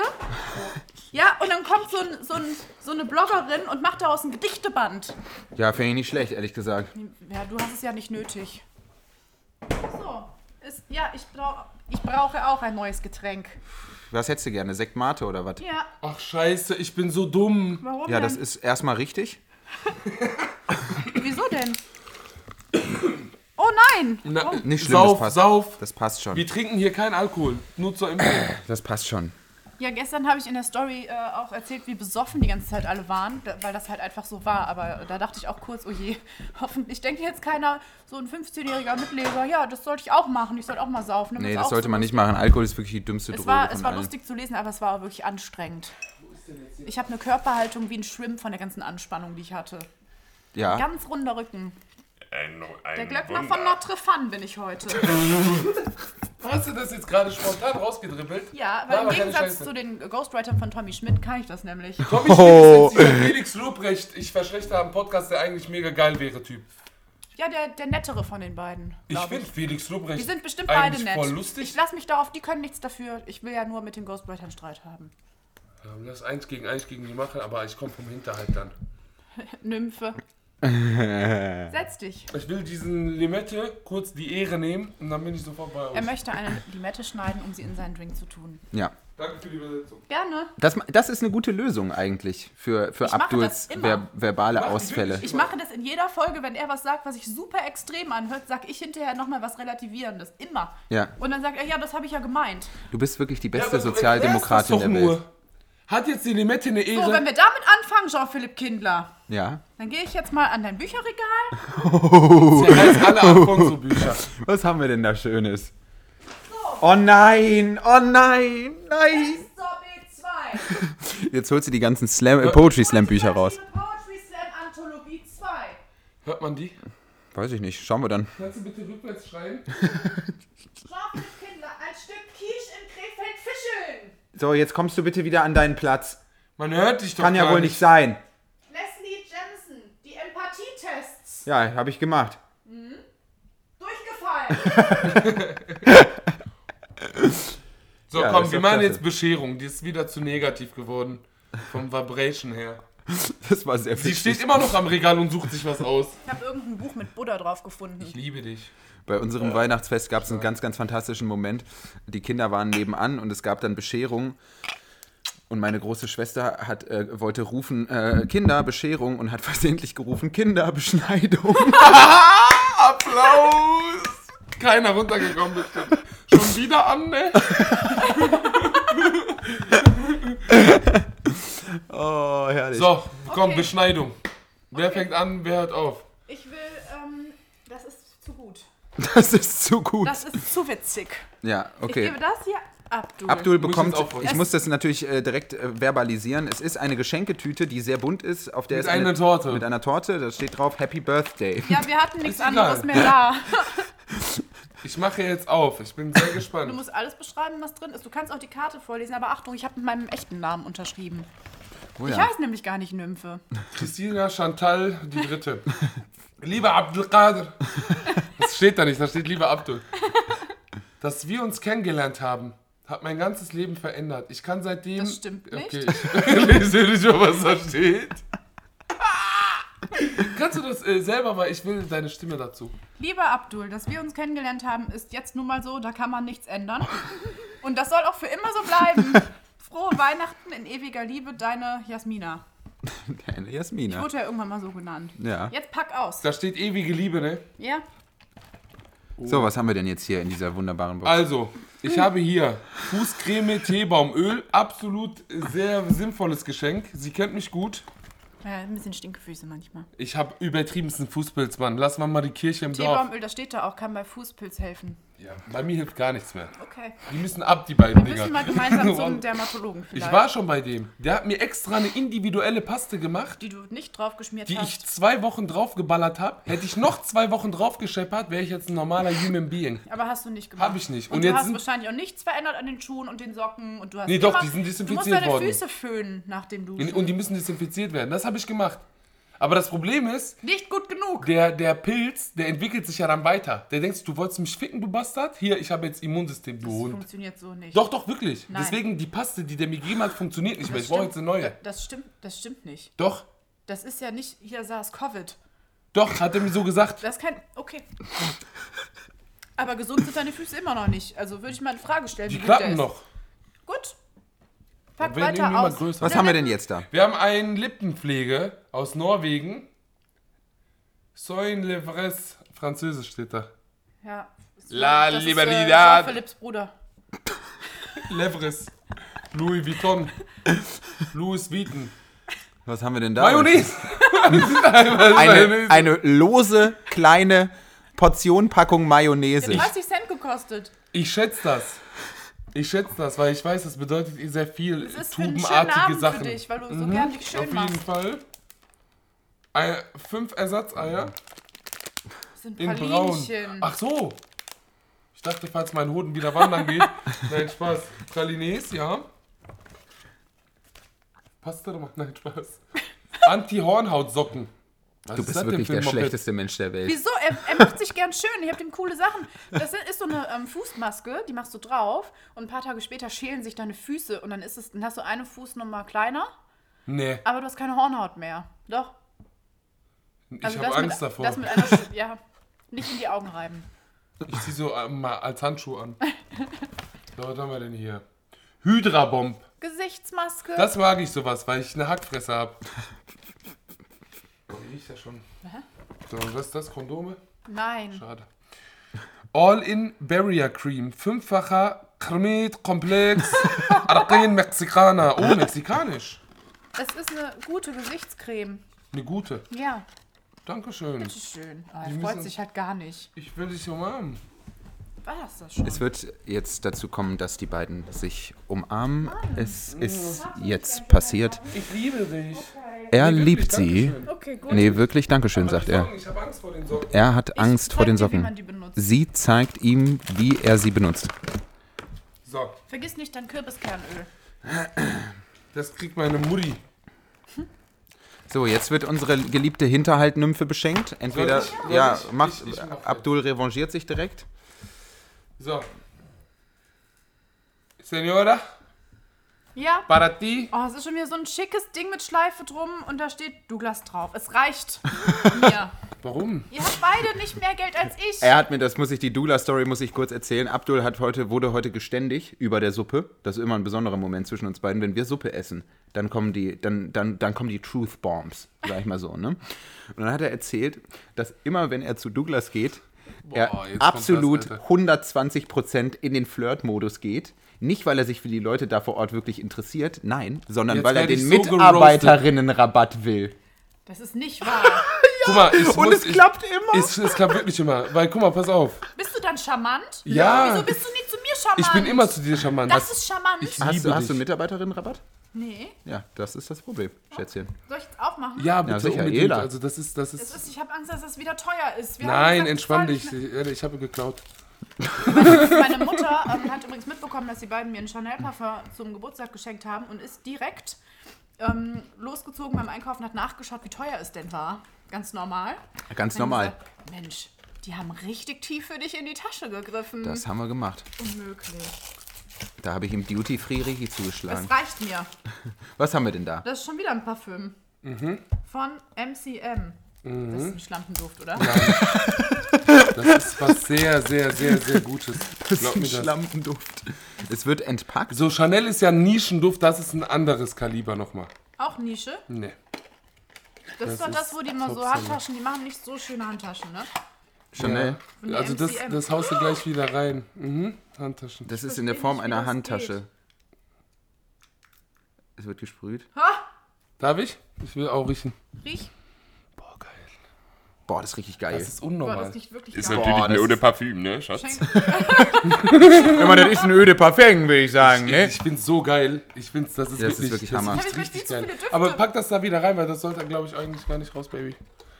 [SPEAKER 5] Ja, und dann kommt so, ein, so, ein, so eine Bloggerin und macht daraus ein Gedichteband.
[SPEAKER 4] Ja, finde ich nicht schlecht, ehrlich gesagt.
[SPEAKER 5] Ja, du hast es ja nicht nötig. So, ist, ja, ich, brauch, ich brauche auch ein neues Getränk.
[SPEAKER 4] Was hättest du gerne? Sekt Mate oder was?
[SPEAKER 5] Ja,
[SPEAKER 3] Ach, scheiße, ich bin so dumm.
[SPEAKER 5] warum
[SPEAKER 4] Ja,
[SPEAKER 5] denn?
[SPEAKER 4] das ist erstmal richtig.
[SPEAKER 5] Wieso denn? Oh nein!
[SPEAKER 3] Na,
[SPEAKER 4] Nicht schlimm, das
[SPEAKER 3] sauf,
[SPEAKER 4] passt.
[SPEAKER 3] sauf.
[SPEAKER 4] Das passt schon.
[SPEAKER 3] Wir trinken hier keinen Alkohol, nur zur Empfehlung.
[SPEAKER 4] Das passt schon.
[SPEAKER 5] Ja, gestern habe ich in der Story äh, auch erzählt, wie besoffen die ganze Zeit alle waren, da, weil das halt einfach so war. Aber da dachte ich auch kurz, oh je, hoffentlich denkt jetzt keiner, so ein 15-jähriger Mitleser, ja, das sollte ich auch machen, ich sollte auch mal saufen.
[SPEAKER 4] Nee,
[SPEAKER 5] Ist
[SPEAKER 4] das
[SPEAKER 5] auch
[SPEAKER 4] sollte
[SPEAKER 5] so
[SPEAKER 4] man nicht machen. Alkohol ist wirklich die dümmste
[SPEAKER 5] Es
[SPEAKER 4] Droge
[SPEAKER 5] war,
[SPEAKER 4] von
[SPEAKER 5] es war
[SPEAKER 4] allen.
[SPEAKER 5] lustig zu lesen, aber es war auch wirklich anstrengend. Ich habe eine Körperhaltung wie ein Shrimp von der ganzen Anspannung, die ich hatte.
[SPEAKER 4] Ja.
[SPEAKER 5] Ganz runder Rücken.
[SPEAKER 6] Ein, ein
[SPEAKER 5] Der Glöckner von Notre Fun bin ich heute.
[SPEAKER 3] Hast du das jetzt gerade spontan rausgedribbelt?
[SPEAKER 5] Ja, aber im
[SPEAKER 3] War keine
[SPEAKER 5] Gegensatz
[SPEAKER 3] Scheiße.
[SPEAKER 5] zu den Ghostwritern von Tommy Schmidt kann ich das nämlich.
[SPEAKER 3] Tommy Schmidt ist jetzt dieser Felix Lobrecht. Ich verschlechter am Podcast, der eigentlich mega geil wäre, Typ.
[SPEAKER 5] Ja, der, der nettere von den beiden.
[SPEAKER 3] Ich
[SPEAKER 5] glaub
[SPEAKER 3] finde Felix Lobrecht
[SPEAKER 5] Die sind bestimmt beide
[SPEAKER 3] eigentlich
[SPEAKER 5] nett.
[SPEAKER 3] voll
[SPEAKER 5] Ich
[SPEAKER 3] lustig.
[SPEAKER 5] lass mich darauf, die können nichts dafür. Ich will ja nur mit den Ghostwritern Streit haben.
[SPEAKER 3] Ja, Lass eins gegen eins gegen die machen, aber ich komme vom Hinterhalt dann.
[SPEAKER 5] Nymphe. Setz dich.
[SPEAKER 3] Ich will diesen Limette kurz die Ehre nehmen und dann bin ich sofort bei
[SPEAKER 5] Er
[SPEAKER 3] euch.
[SPEAKER 5] möchte eine Limette schneiden, um sie in seinen Drink zu tun.
[SPEAKER 4] Ja.
[SPEAKER 3] Danke für die Übersetzung.
[SPEAKER 5] Gerne.
[SPEAKER 4] Das, das ist eine gute Lösung eigentlich für, für
[SPEAKER 5] Ich mache
[SPEAKER 4] Abduls
[SPEAKER 5] das immer.
[SPEAKER 4] ver verbale
[SPEAKER 3] Mach ich
[SPEAKER 4] Ausfälle.
[SPEAKER 3] wirklich.
[SPEAKER 5] Ich mache das in jeder Folge, wenn er was sagt, was sich super extrem anhört, sag ich hinterher nochmal was Relativierendes. Immer.
[SPEAKER 4] Ja.
[SPEAKER 5] Und dann sagt er, ja, das habe ich ja gemeint.
[SPEAKER 4] Du bist wirklich die beste
[SPEAKER 3] aber du
[SPEAKER 4] Sozialdemokratin
[SPEAKER 3] erklärst das
[SPEAKER 4] der
[SPEAKER 3] doch
[SPEAKER 4] Welt.
[SPEAKER 3] nur. Hat jetzt die Limette eine
[SPEAKER 4] Also-
[SPEAKER 5] So, wenn
[SPEAKER 3] Ehre?
[SPEAKER 5] wir damit anfangen, Jean-Philipp Kindler,
[SPEAKER 4] Ja.
[SPEAKER 5] dann gehe ich jetzt mal an dein Bücherregal.
[SPEAKER 3] Sie heißt alle Alfonso-Bücher.
[SPEAKER 4] Was haben wir denn da Schönes? Oh nein, oh nein, nein.
[SPEAKER 5] So, B2.
[SPEAKER 4] Jetzt holst du die ganzen Slam, äh, Poetry Slam Bücher raus.
[SPEAKER 5] Poetry Slam Anthologie 2.
[SPEAKER 3] Hört man die?
[SPEAKER 4] Weiß ich nicht, schauen wir dann.
[SPEAKER 3] Kannst du bitte rückwärts schreien?
[SPEAKER 5] Jean-Philipp Kindler, ein Stück Quiche in Krefeld-Fischeln.
[SPEAKER 4] So, jetzt kommst du bitte wieder an deinen Platz.
[SPEAKER 3] Man hört dich doch
[SPEAKER 4] Kann ja
[SPEAKER 3] gar
[SPEAKER 4] wohl nicht sein.
[SPEAKER 5] Leslie Jensen, die Empathietests.
[SPEAKER 4] Ja, habe ich gemacht.
[SPEAKER 5] Durchgefallen.
[SPEAKER 3] So,
[SPEAKER 4] Ja, das
[SPEAKER 3] komm,
[SPEAKER 4] ist
[SPEAKER 3] wir
[SPEAKER 4] doch
[SPEAKER 3] machen
[SPEAKER 4] klasse.
[SPEAKER 3] jetzt Bescherung. Die ist wieder zu negativ geworden. Vom Vibration her.
[SPEAKER 4] Das war sehr
[SPEAKER 3] Sie steht immer noch am Regal und sucht sich was aus.
[SPEAKER 5] Ich habe irgendein Buch mit Buddha drauf gefunden.
[SPEAKER 3] Ich liebe dich.
[SPEAKER 4] Bei unserem Weihnachtsfest gab es einen ganz, ganz fantastischen Moment. Die Kinder waren nebenan und es gab dann Bescherung. Und meine große Schwester hat, äh, wollte rufen, äh, Kinder, Bescherung und hat versehentlich gerufen, Kinder, Beschneidung.
[SPEAKER 3] Applaus! Keiner runtergekommen bestimmt. Schon wieder an, ne?
[SPEAKER 4] oh, herrlich.
[SPEAKER 3] So, komm,
[SPEAKER 5] Okay.
[SPEAKER 3] Beschneidung. Wer fängt an, wer hört auf?
[SPEAKER 5] Ich will, ähm, das ist zu gut.
[SPEAKER 4] Das ist zu gut.
[SPEAKER 5] Das ist zu witzig.
[SPEAKER 4] ja,
[SPEAKER 5] Ich
[SPEAKER 4] okay.
[SPEAKER 5] gebe das hier Abdul.
[SPEAKER 4] Abdul
[SPEAKER 3] Muss ich
[SPEAKER 4] bekommt,
[SPEAKER 3] jetzt auch-
[SPEAKER 4] ich muss das natürlich äh, direkt äh, verbalisieren. Es ist eine Geschenketüte, die sehr bunt ist. Auf der
[SPEAKER 3] Mit
[SPEAKER 4] ist eine,
[SPEAKER 3] einer Torte.
[SPEAKER 4] Mit einer Torte, da steht drauf Happy Birthday.
[SPEAKER 5] Ja, wir hatten nichts
[SPEAKER 3] Ist egal.
[SPEAKER 5] anderes mehr da.
[SPEAKER 3] Ich mache jetzt auf. Ich bin sehr
[SPEAKER 5] Du
[SPEAKER 3] gespannt.
[SPEAKER 5] musst alles beschreiben, was drin ist. Du kannst auch die Karte vorlesen, aber Achtung, ich habe mit meinem echten Namen unterschrieben. Ich
[SPEAKER 4] Oh ja.
[SPEAKER 5] heiße nämlich gar nicht Nymphe.
[SPEAKER 3] Christina Chantal, die Dritte. Lieber Abdelkader. Das steht da nicht, da steht lieber Abdul. Dass wir uns kennengelernt haben, hat mein ganzes Leben verändert. Ich kann seitdem.
[SPEAKER 5] Das stimmt nicht.
[SPEAKER 3] Okay, ich lese nicht mal, was da steht. Kannst du das äh, selber, weil ich will deine Stimme dazu.
[SPEAKER 5] Lieber Abdul, dass wir uns kennengelernt haben, ist jetzt nun mal so, da kann man nichts ändern. Und das soll auch für immer so bleiben. Frohe Weihnachten in ewiger Liebe, deine Jasmina.
[SPEAKER 4] Deine Jasmina.
[SPEAKER 5] Wurde ja irgendwann mal so genannt.
[SPEAKER 4] Ja.
[SPEAKER 5] Jetzt pack aus.
[SPEAKER 3] Da steht ewige Liebe, ne?
[SPEAKER 5] Ja?
[SPEAKER 4] So, was haben wir denn jetzt hier in dieser wunderbaren
[SPEAKER 5] Ah,
[SPEAKER 4] Box?
[SPEAKER 3] Also, ich habe hier Fußcreme, Teebaumöl. Absolut sehr sinnvolles Geschenk. Sie kennt mich gut.
[SPEAKER 5] ja ein bisschen Stinkefüße manchmal.
[SPEAKER 3] Ich habe übertriebensten Fußpilz, Mann. Lass mal mal die Kirche im Dorf.
[SPEAKER 5] Teebaumöl, das steht da auch, kann bei Fußpilz helfen.
[SPEAKER 3] Ja, bei mir hilft gar nichts mehr.
[SPEAKER 5] Okay.
[SPEAKER 3] Die müssen ab, die beiden
[SPEAKER 5] Wir
[SPEAKER 3] Dinger.
[SPEAKER 5] müssen mal gemeinsam zum
[SPEAKER 3] Mann.
[SPEAKER 5] Dermatologen vielleicht.
[SPEAKER 3] ich war schon bei dem. Der hat mir extra eine individuelle Paste gemacht,
[SPEAKER 5] die du nicht draufgeschmiert
[SPEAKER 3] die ich
[SPEAKER 5] hast.
[SPEAKER 3] zwei Wochen draufgeballert habe. Hätte ich noch zwei Wochen draufgescheppert, wäre ich jetzt ein normaler Human Being.
[SPEAKER 5] Aber hast du nicht gemacht.
[SPEAKER 3] Hab ich nicht.
[SPEAKER 5] Und,
[SPEAKER 3] Und
[SPEAKER 5] du
[SPEAKER 3] jetzt
[SPEAKER 5] hast
[SPEAKER 3] sind-
[SPEAKER 5] wahrscheinlich auch nichts verändert an den Schuhen und den Socken. Und du hast
[SPEAKER 3] Nee, doch, die sind desinfiziert
[SPEAKER 5] Du musst deine
[SPEAKER 3] worden.
[SPEAKER 5] Füße föhnen nach dem Duschen.
[SPEAKER 3] Und die müssen desinfiziert werden. Das habe ich gemacht. Aber das Problem ist,
[SPEAKER 5] nicht gut genug.
[SPEAKER 3] Der, der Pilz, der entwickelt sich ja dann weiter. Der denkt, du wolltest mich ficken, du Bastard? Hier, ich habe jetzt Immunsystem, du
[SPEAKER 5] Das
[SPEAKER 3] Hund.
[SPEAKER 5] funktioniert so nicht.
[SPEAKER 3] Doch, doch, wirklich.
[SPEAKER 5] Nein.
[SPEAKER 3] Deswegen, die Paste, die der mir gegeben hat, funktioniert nicht mehr.
[SPEAKER 5] Das
[SPEAKER 3] Ich brauche
[SPEAKER 5] stimmt-
[SPEAKER 3] jetzt eine neue.
[SPEAKER 5] Das stimmt, das stimmt nicht.
[SPEAKER 3] Doch,
[SPEAKER 5] Das ist ja nicht, hier saß Covid.
[SPEAKER 3] doch, hat er mir so gesagt.
[SPEAKER 5] Das kann, okay. Aber gesund sind deine Füße immer noch nicht. Also würde ich mal in Frage stellen,
[SPEAKER 3] Die
[SPEAKER 5] wie gut der
[SPEAKER 3] klappen
[SPEAKER 5] ist.
[SPEAKER 3] noch.
[SPEAKER 5] Gut. Pack
[SPEAKER 3] Wir nehmen
[SPEAKER 5] weiter
[SPEAKER 3] jemand
[SPEAKER 5] aus.
[SPEAKER 3] größer.
[SPEAKER 4] Was haben wir denn jetzt da?
[SPEAKER 3] Wir haben einen Lippenpflege aus Norwegen. Soin le Vres. Französisch steht da.
[SPEAKER 5] Ja.
[SPEAKER 6] La
[SPEAKER 5] das ist, äh,
[SPEAKER 6] Libertad.
[SPEAKER 5] Jean Philipps Bruder.
[SPEAKER 3] Levres. Louis Vuitton. Louis Vuitton.
[SPEAKER 4] Was haben wir denn da?
[SPEAKER 3] Mayonnaise.
[SPEAKER 4] Eine, eine lose, kleine Portion Packung Mayonnaise.
[SPEAKER 5] 30 Cent gekostet.
[SPEAKER 3] Ich schätze das. Ich schätze das, weil ich weiß, das bedeutet ihr sehr viel.
[SPEAKER 5] Das ist für einen schönen
[SPEAKER 3] Tubenartige
[SPEAKER 5] Abend
[SPEAKER 3] Sachen. Mhm.
[SPEAKER 5] für dich, weil du so gern dich
[SPEAKER 3] Auf
[SPEAKER 5] schön
[SPEAKER 3] jeden
[SPEAKER 5] machst.
[SPEAKER 3] Fall. Ei- fünf Ersatzeier
[SPEAKER 5] Das sind
[SPEAKER 3] in Braun.
[SPEAKER 5] Pralinchen.
[SPEAKER 3] Ach so. Ich dachte, falls mein Hoden wieder wandern geht. Nein, Spaß. Pralines, ja. Passt da mal. Nein, Spaß. Anti-Hornhautsocken. Was
[SPEAKER 4] Du
[SPEAKER 3] ist
[SPEAKER 4] bist
[SPEAKER 3] das denn
[SPEAKER 4] wirklich
[SPEAKER 3] für ein
[SPEAKER 4] der
[SPEAKER 3] Moped?
[SPEAKER 4] schlechteste Mensch der Welt.
[SPEAKER 5] Wieso? Er, er macht sich gern schön. Ich hab ihm coole Sachen. Das ist so eine ähm, Fußmaske, die machst du drauf und ein paar Tage später schälen sich deine Füße und dann ist es, dann hast du eine Fußnummer kleiner,
[SPEAKER 3] Nee,
[SPEAKER 5] aber du hast keine Hornhaut mehr. Doch.
[SPEAKER 3] ich
[SPEAKER 5] Also
[SPEAKER 3] habe
[SPEAKER 5] das
[SPEAKER 3] Angst
[SPEAKER 5] mit,
[SPEAKER 3] davor.
[SPEAKER 5] Das mit einer, Sch- ja, nicht in die Augen reiben.
[SPEAKER 3] Ich zieh so ähm, mal als Handschuh an. so, was haben wir denn hier? Hydrabomb.
[SPEAKER 5] Gesichtsmaske.
[SPEAKER 3] Das mag ich sowas, weil ich eine Hackfresse habe. Oh, die riecht ja schon. So, was ist das? Kondome?
[SPEAKER 5] Nein.
[SPEAKER 3] Schade. All-in Barrier Cream. Fünffacher Kermit Komplex. Arquen Mexicana. Oh, mexikanisch.
[SPEAKER 5] Das ist eine gute Gesichtscreme.
[SPEAKER 3] Eine gute.
[SPEAKER 5] Ja,
[SPEAKER 3] Dankeschön.
[SPEAKER 5] das ist schön. Ah, er
[SPEAKER 3] Die
[SPEAKER 5] freut
[SPEAKER 3] müssen-
[SPEAKER 5] sich halt gar nicht.
[SPEAKER 3] Ich will dich umarmen.
[SPEAKER 5] Was ist das schon?
[SPEAKER 4] Es wird jetzt dazu kommen, dass die beiden sich umarmen. Es ist jetzt passiert.
[SPEAKER 3] Ich liebe dich.
[SPEAKER 4] Er
[SPEAKER 3] Wirklich,
[SPEAKER 4] liebt sie.
[SPEAKER 3] Dankeschön.
[SPEAKER 5] Okay, gut.
[SPEAKER 4] Nee, wirklich Dankeschön, sagt
[SPEAKER 3] Die
[SPEAKER 4] er.
[SPEAKER 3] Socken, Ich habe Angst vor den Socken.
[SPEAKER 4] Er hat Angst
[SPEAKER 5] zeig
[SPEAKER 4] vor den
[SPEAKER 5] dir, wie man
[SPEAKER 4] Socken.
[SPEAKER 5] die benutzt.
[SPEAKER 4] Sie zeigt ihm, wie er sie benutzt.
[SPEAKER 3] So,
[SPEAKER 5] Vergiss nicht dein Kürbiskernöl.
[SPEAKER 3] das kriegt meine Mutti.
[SPEAKER 4] So, jetzt wird unsere geliebte Hinterhaltnymphe beschenkt. Entweder,
[SPEAKER 3] Soll ich? Soll
[SPEAKER 4] ja,
[SPEAKER 3] ich?
[SPEAKER 4] macht,
[SPEAKER 3] Ich- ich mach das.
[SPEAKER 4] Abdul revanchiert sich direkt.
[SPEAKER 3] So. Senora,
[SPEAKER 5] Ja.
[SPEAKER 3] para ti.
[SPEAKER 5] Oh, es ist schon wieder so ein schickes Ding mit Schleife drum und da steht Douglas drauf. Es reicht mir.
[SPEAKER 3] Warum?
[SPEAKER 5] Ihr habt beide nicht mehr Geld als ich.
[SPEAKER 4] Er hat mir, das muss ich, die Dula-Story muss ich kurz erzählen. Abdul hat heute, wurde heute geständig über der Suppe. Das ist immer ein besonderer Moment zwischen uns beiden. Wenn wir Suppe essen, dann kommen die, dann, dann, dann kommen die Truth Bombs, sag ich mal so, ne? Und dann hat er erzählt, dass immer, wenn er zu Douglas geht,
[SPEAKER 3] Boah, jetzt
[SPEAKER 4] er
[SPEAKER 3] kommt
[SPEAKER 4] absolut
[SPEAKER 3] das, Alter.
[SPEAKER 4] 120 Prozent in den Flirt-Modus geht. Nicht, weil er sich für die Leute da vor Ort wirklich interessiert, nein, sondern
[SPEAKER 3] Jetzt
[SPEAKER 4] weil er
[SPEAKER 3] werd ich
[SPEAKER 4] den
[SPEAKER 3] so geroastet.
[SPEAKER 4] Mitarbeiterinnen-Rabatt will.
[SPEAKER 5] Das ist nicht wahr.
[SPEAKER 3] Guck mal, ich
[SPEAKER 4] Und
[SPEAKER 3] muss,
[SPEAKER 4] es klappt immer.
[SPEAKER 3] Ich, es, es klappt wirklich immer. Weil, guck mal, pass auf.
[SPEAKER 5] Bist du dann charmant?
[SPEAKER 3] Ja.
[SPEAKER 5] Wieso bist du nie zu mir charmant.
[SPEAKER 3] Ich bin immer zu dir charmant.
[SPEAKER 5] Das
[SPEAKER 3] Was-
[SPEAKER 5] ist charmant.
[SPEAKER 3] Ich
[SPEAKER 4] Hast,
[SPEAKER 3] liebe
[SPEAKER 4] du- hast du
[SPEAKER 3] dich.
[SPEAKER 4] einen Mitarbeiterinnenrabatt?
[SPEAKER 5] nee.
[SPEAKER 4] Ja, das ist das Problem, Schätzchen.
[SPEAKER 5] Soll ich jetzt aufmachen?
[SPEAKER 3] Ja, bitte
[SPEAKER 4] sicher,
[SPEAKER 3] unbedingt.
[SPEAKER 4] Ela.
[SPEAKER 3] Also das ist, das
[SPEAKER 5] Das
[SPEAKER 3] ist.
[SPEAKER 5] ist, ich habe Angst, dass das wieder teuer ist. Wir haben
[SPEAKER 3] Nein,
[SPEAKER 5] gesagt,
[SPEAKER 3] entspann
[SPEAKER 5] wir
[SPEAKER 3] dich.
[SPEAKER 5] zahlen
[SPEAKER 3] Ich, ich habe geklaut.
[SPEAKER 5] nicht mehr. Meine Mutter ähm, hat übrigens mitbekommen, dass die beiden mir ein Chanel-Parfum zum Geburtstag geschenkt haben und ist direkt ähm, losgezogen beim Einkaufen, hat nachgeschaut, wie teuer es denn war. Ganz normal.
[SPEAKER 4] Ganz
[SPEAKER 5] Dann
[SPEAKER 4] normal.
[SPEAKER 5] gesagt, Mensch, die haben richtig tief für dich in die Tasche gegriffen.
[SPEAKER 3] Mhm.
[SPEAKER 4] Das haben wir gemacht.
[SPEAKER 5] Unmöglich.
[SPEAKER 4] Da habe ich ihm Duty Free Rigi zugeschlagen.
[SPEAKER 5] Das reicht mir.
[SPEAKER 4] Was haben wir denn da?
[SPEAKER 5] Das ist schon wieder ein Parfüm. Von MCM. Das ist ein Schlampenduft, oder?
[SPEAKER 3] Das ist was sehr, sehr, sehr, sehr Gutes. Glaub mir das.
[SPEAKER 4] Schlampenduft. Es wird entpackt.
[SPEAKER 3] So, Chanel ist ja ein Nischenduft, das ist ein anderes Kaliber nochmal.
[SPEAKER 5] Auch Nische.
[SPEAKER 3] Nee.
[SPEAKER 5] Das, ist doch
[SPEAKER 3] ist
[SPEAKER 5] das, wo die immer so
[SPEAKER 3] Topseller.
[SPEAKER 5] Handtaschen, die machen nicht so schöne Handtaschen, ne?
[SPEAKER 4] Chanel.
[SPEAKER 5] Von
[SPEAKER 3] Also das,
[SPEAKER 5] MCM.
[SPEAKER 3] das haust du gleich wieder rein. Mhm. Handtaschen.
[SPEAKER 4] Das ist in der
[SPEAKER 5] verstehe
[SPEAKER 4] Form
[SPEAKER 5] nicht, wie
[SPEAKER 4] einer
[SPEAKER 5] das
[SPEAKER 4] Handtasche.
[SPEAKER 5] geht.
[SPEAKER 4] Es wird gesprüht.
[SPEAKER 3] Darf ich? Ich will auch riechen.
[SPEAKER 5] Riech.
[SPEAKER 3] Boah, geil.
[SPEAKER 4] Boah, das ist richtig geil.
[SPEAKER 3] Das ist
[SPEAKER 5] Boah,
[SPEAKER 3] unnormal.
[SPEAKER 5] das riecht wirklich
[SPEAKER 6] Ist
[SPEAKER 5] geil.
[SPEAKER 6] natürlich
[SPEAKER 4] das
[SPEAKER 6] nur ohne
[SPEAKER 4] ist-
[SPEAKER 6] Parfüm, ne, Schatz?
[SPEAKER 5] Schenk-
[SPEAKER 4] Immer, das ist ein öde Parfum, würde ich sagen, ne?
[SPEAKER 3] Ich find's so geil. Ich find's, das ist
[SPEAKER 4] Das ist
[SPEAKER 3] wirklich,
[SPEAKER 4] wirklich Hammer.
[SPEAKER 5] Ich habe jetzt viel zu viele Düfte.
[SPEAKER 3] Aber pack das da wieder rein, weil das sollte, glaube ich, eigentlich gar nicht raus, Baby.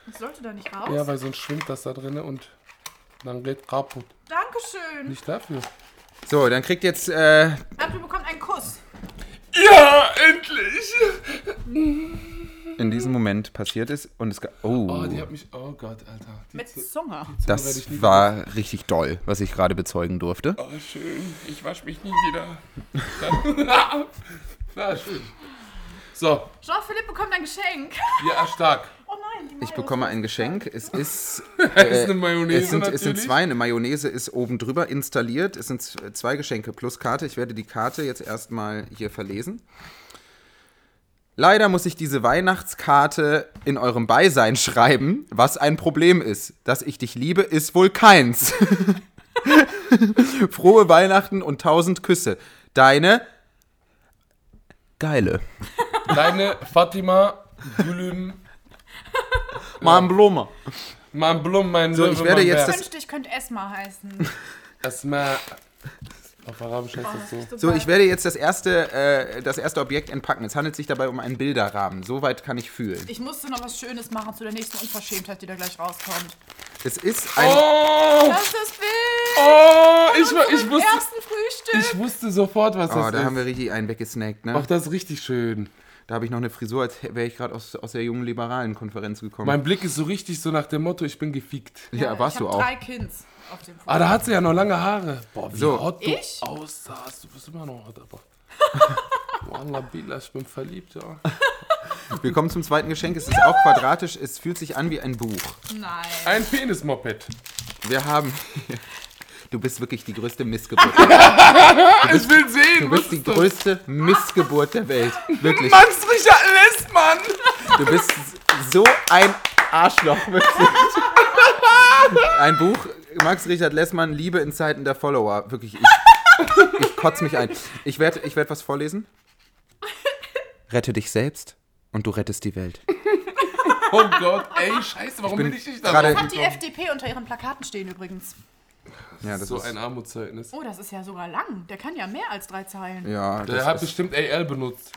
[SPEAKER 5] das sollte da nicht raus.
[SPEAKER 3] Ja, weil sonst schwimmt das da drinne und dann geht kaputt.
[SPEAKER 5] Dankeschön.
[SPEAKER 3] Nicht dafür.
[SPEAKER 4] So, dann kriegt jetzt äh,
[SPEAKER 5] Aber du bekommst einen Kuss.
[SPEAKER 3] Ja, endlich!
[SPEAKER 4] in diesem Moment passiert es und es. ge-
[SPEAKER 3] Oh,
[SPEAKER 4] Oh,
[SPEAKER 3] die hat mich. Oh Gott, Alter. Die
[SPEAKER 5] Mit
[SPEAKER 3] Zu-
[SPEAKER 5] Zunge.
[SPEAKER 3] werde ich nie
[SPEAKER 4] das war richtig doll, was ich gerade bezeugen durfte.
[SPEAKER 6] Oh, schön. Ich wasche mich nie wieder.
[SPEAKER 3] Na, schön. So,
[SPEAKER 5] Jean-Philippe bekommt ein Geschenk.
[SPEAKER 3] ja, stark.
[SPEAKER 5] Oh nein, die
[SPEAKER 4] Ich
[SPEAKER 5] Mayo.
[SPEAKER 4] bekomme ein Geschenk. Es ist. äh,
[SPEAKER 3] ist eine Mayonnaise.
[SPEAKER 4] Es sind, es sind
[SPEAKER 3] natürlich.
[SPEAKER 4] zwei, eine Mayonnaise ist oben drüber installiert. Es sind z- zwei Geschenke plus Karte. Ich werde die Karte jetzt erstmal hier verlesen. Leider muss ich diese Weihnachtskarte in eurem Beisein schreiben, was ein Problem ist. Dass ich dich liebe, ist wohl keins. Frohe Weihnachten und tausend Küsse. Deine geile.
[SPEAKER 3] Deine Fatima Gülüm.
[SPEAKER 4] Mann, Blume.
[SPEAKER 3] Mein Blum, mein
[SPEAKER 4] So, ich
[SPEAKER 3] Löwe,
[SPEAKER 4] werde
[SPEAKER 3] mein
[SPEAKER 4] jetzt
[SPEAKER 3] Bär.
[SPEAKER 5] Ich wünschte, ich könnte Esma heißen.
[SPEAKER 3] Erstmal. Auf Arabisch heißt das so.
[SPEAKER 4] So, ich werde jetzt das erste, äh, das erste Objekt entpacken. Es handelt sich dabei um einen Bilderrahmen. Soweit kann ich fühlen.
[SPEAKER 5] Ich musste noch was Schönes machen zu der nächsten Unverschämtheit, die da gleich rauskommt.
[SPEAKER 4] Es ist ein.
[SPEAKER 3] Oh!
[SPEAKER 5] Das ist das Bild!
[SPEAKER 3] Oh! Ich, wa- ich,
[SPEAKER 5] vom
[SPEAKER 3] wusste,
[SPEAKER 5] ersten Frühstück!
[SPEAKER 3] ich wusste sofort, was
[SPEAKER 4] Oh,
[SPEAKER 3] das
[SPEAKER 4] da haben
[SPEAKER 3] ist. Oh.
[SPEAKER 4] wir richtig einen weggesnackt, ne?
[SPEAKER 3] Ach, das ist richtig schön.
[SPEAKER 4] Da habe ich noch eine Frisur, als wäre ich gerade aus, aus der jungen liberalen Konferenz gekommen.
[SPEAKER 3] Mein Blick ist so richtig so nach dem Motto, ich bin gefickt.
[SPEAKER 4] ja,
[SPEAKER 5] ich
[SPEAKER 4] warst
[SPEAKER 5] hab
[SPEAKER 4] du auch.
[SPEAKER 5] drei Kinds auf dem Foto.
[SPEAKER 3] Ah, da hat sie ja noch lange Haare. Boah, wie
[SPEAKER 4] So.
[SPEAKER 3] hot du
[SPEAKER 5] Ich?
[SPEAKER 3] aussahst. Du bist immer noch hot, aber... Wallah, Billah, ich bin verliebt, ja.
[SPEAKER 4] Wir kommen zum zweiten Geschenk. Es ist auch quadratisch. Es fühlt sich an wie ein Buch.
[SPEAKER 5] Nein.
[SPEAKER 3] Ein Penismoped.
[SPEAKER 4] Wir haben. Du bist wirklich die größte Missgeburt.
[SPEAKER 3] Ich will sehen,
[SPEAKER 4] Du bist die größte Missgeburt der Welt. Wirklich.
[SPEAKER 3] Max Richard Lessmann!
[SPEAKER 4] Du bist so ein Arschloch, wirklich. Ein Buch, Max Richard Lessmann, Liebe in Zeiten der Follower. Wirklich, ich, ich kotze mich ein. Ich werde ich werd was vorlesen. Rette dich selbst und du rettest die Welt.
[SPEAKER 3] Oh Gott, ey, scheiße, warum bin, ich nicht da
[SPEAKER 4] gerade-
[SPEAKER 3] drauf
[SPEAKER 5] Die
[SPEAKER 3] gekommen?
[SPEAKER 5] FDP unter ihren Plakaten stehen übrigens.
[SPEAKER 4] Ja, das
[SPEAKER 3] So
[SPEAKER 4] ist,
[SPEAKER 3] ein Armutszeugnis.
[SPEAKER 5] Oh, das ist ja sogar lang. Der kann ja mehr als drei Zeilen.
[SPEAKER 4] ja,
[SPEAKER 3] Der hat
[SPEAKER 4] das, ist,
[SPEAKER 3] bestimmt AL benutzt.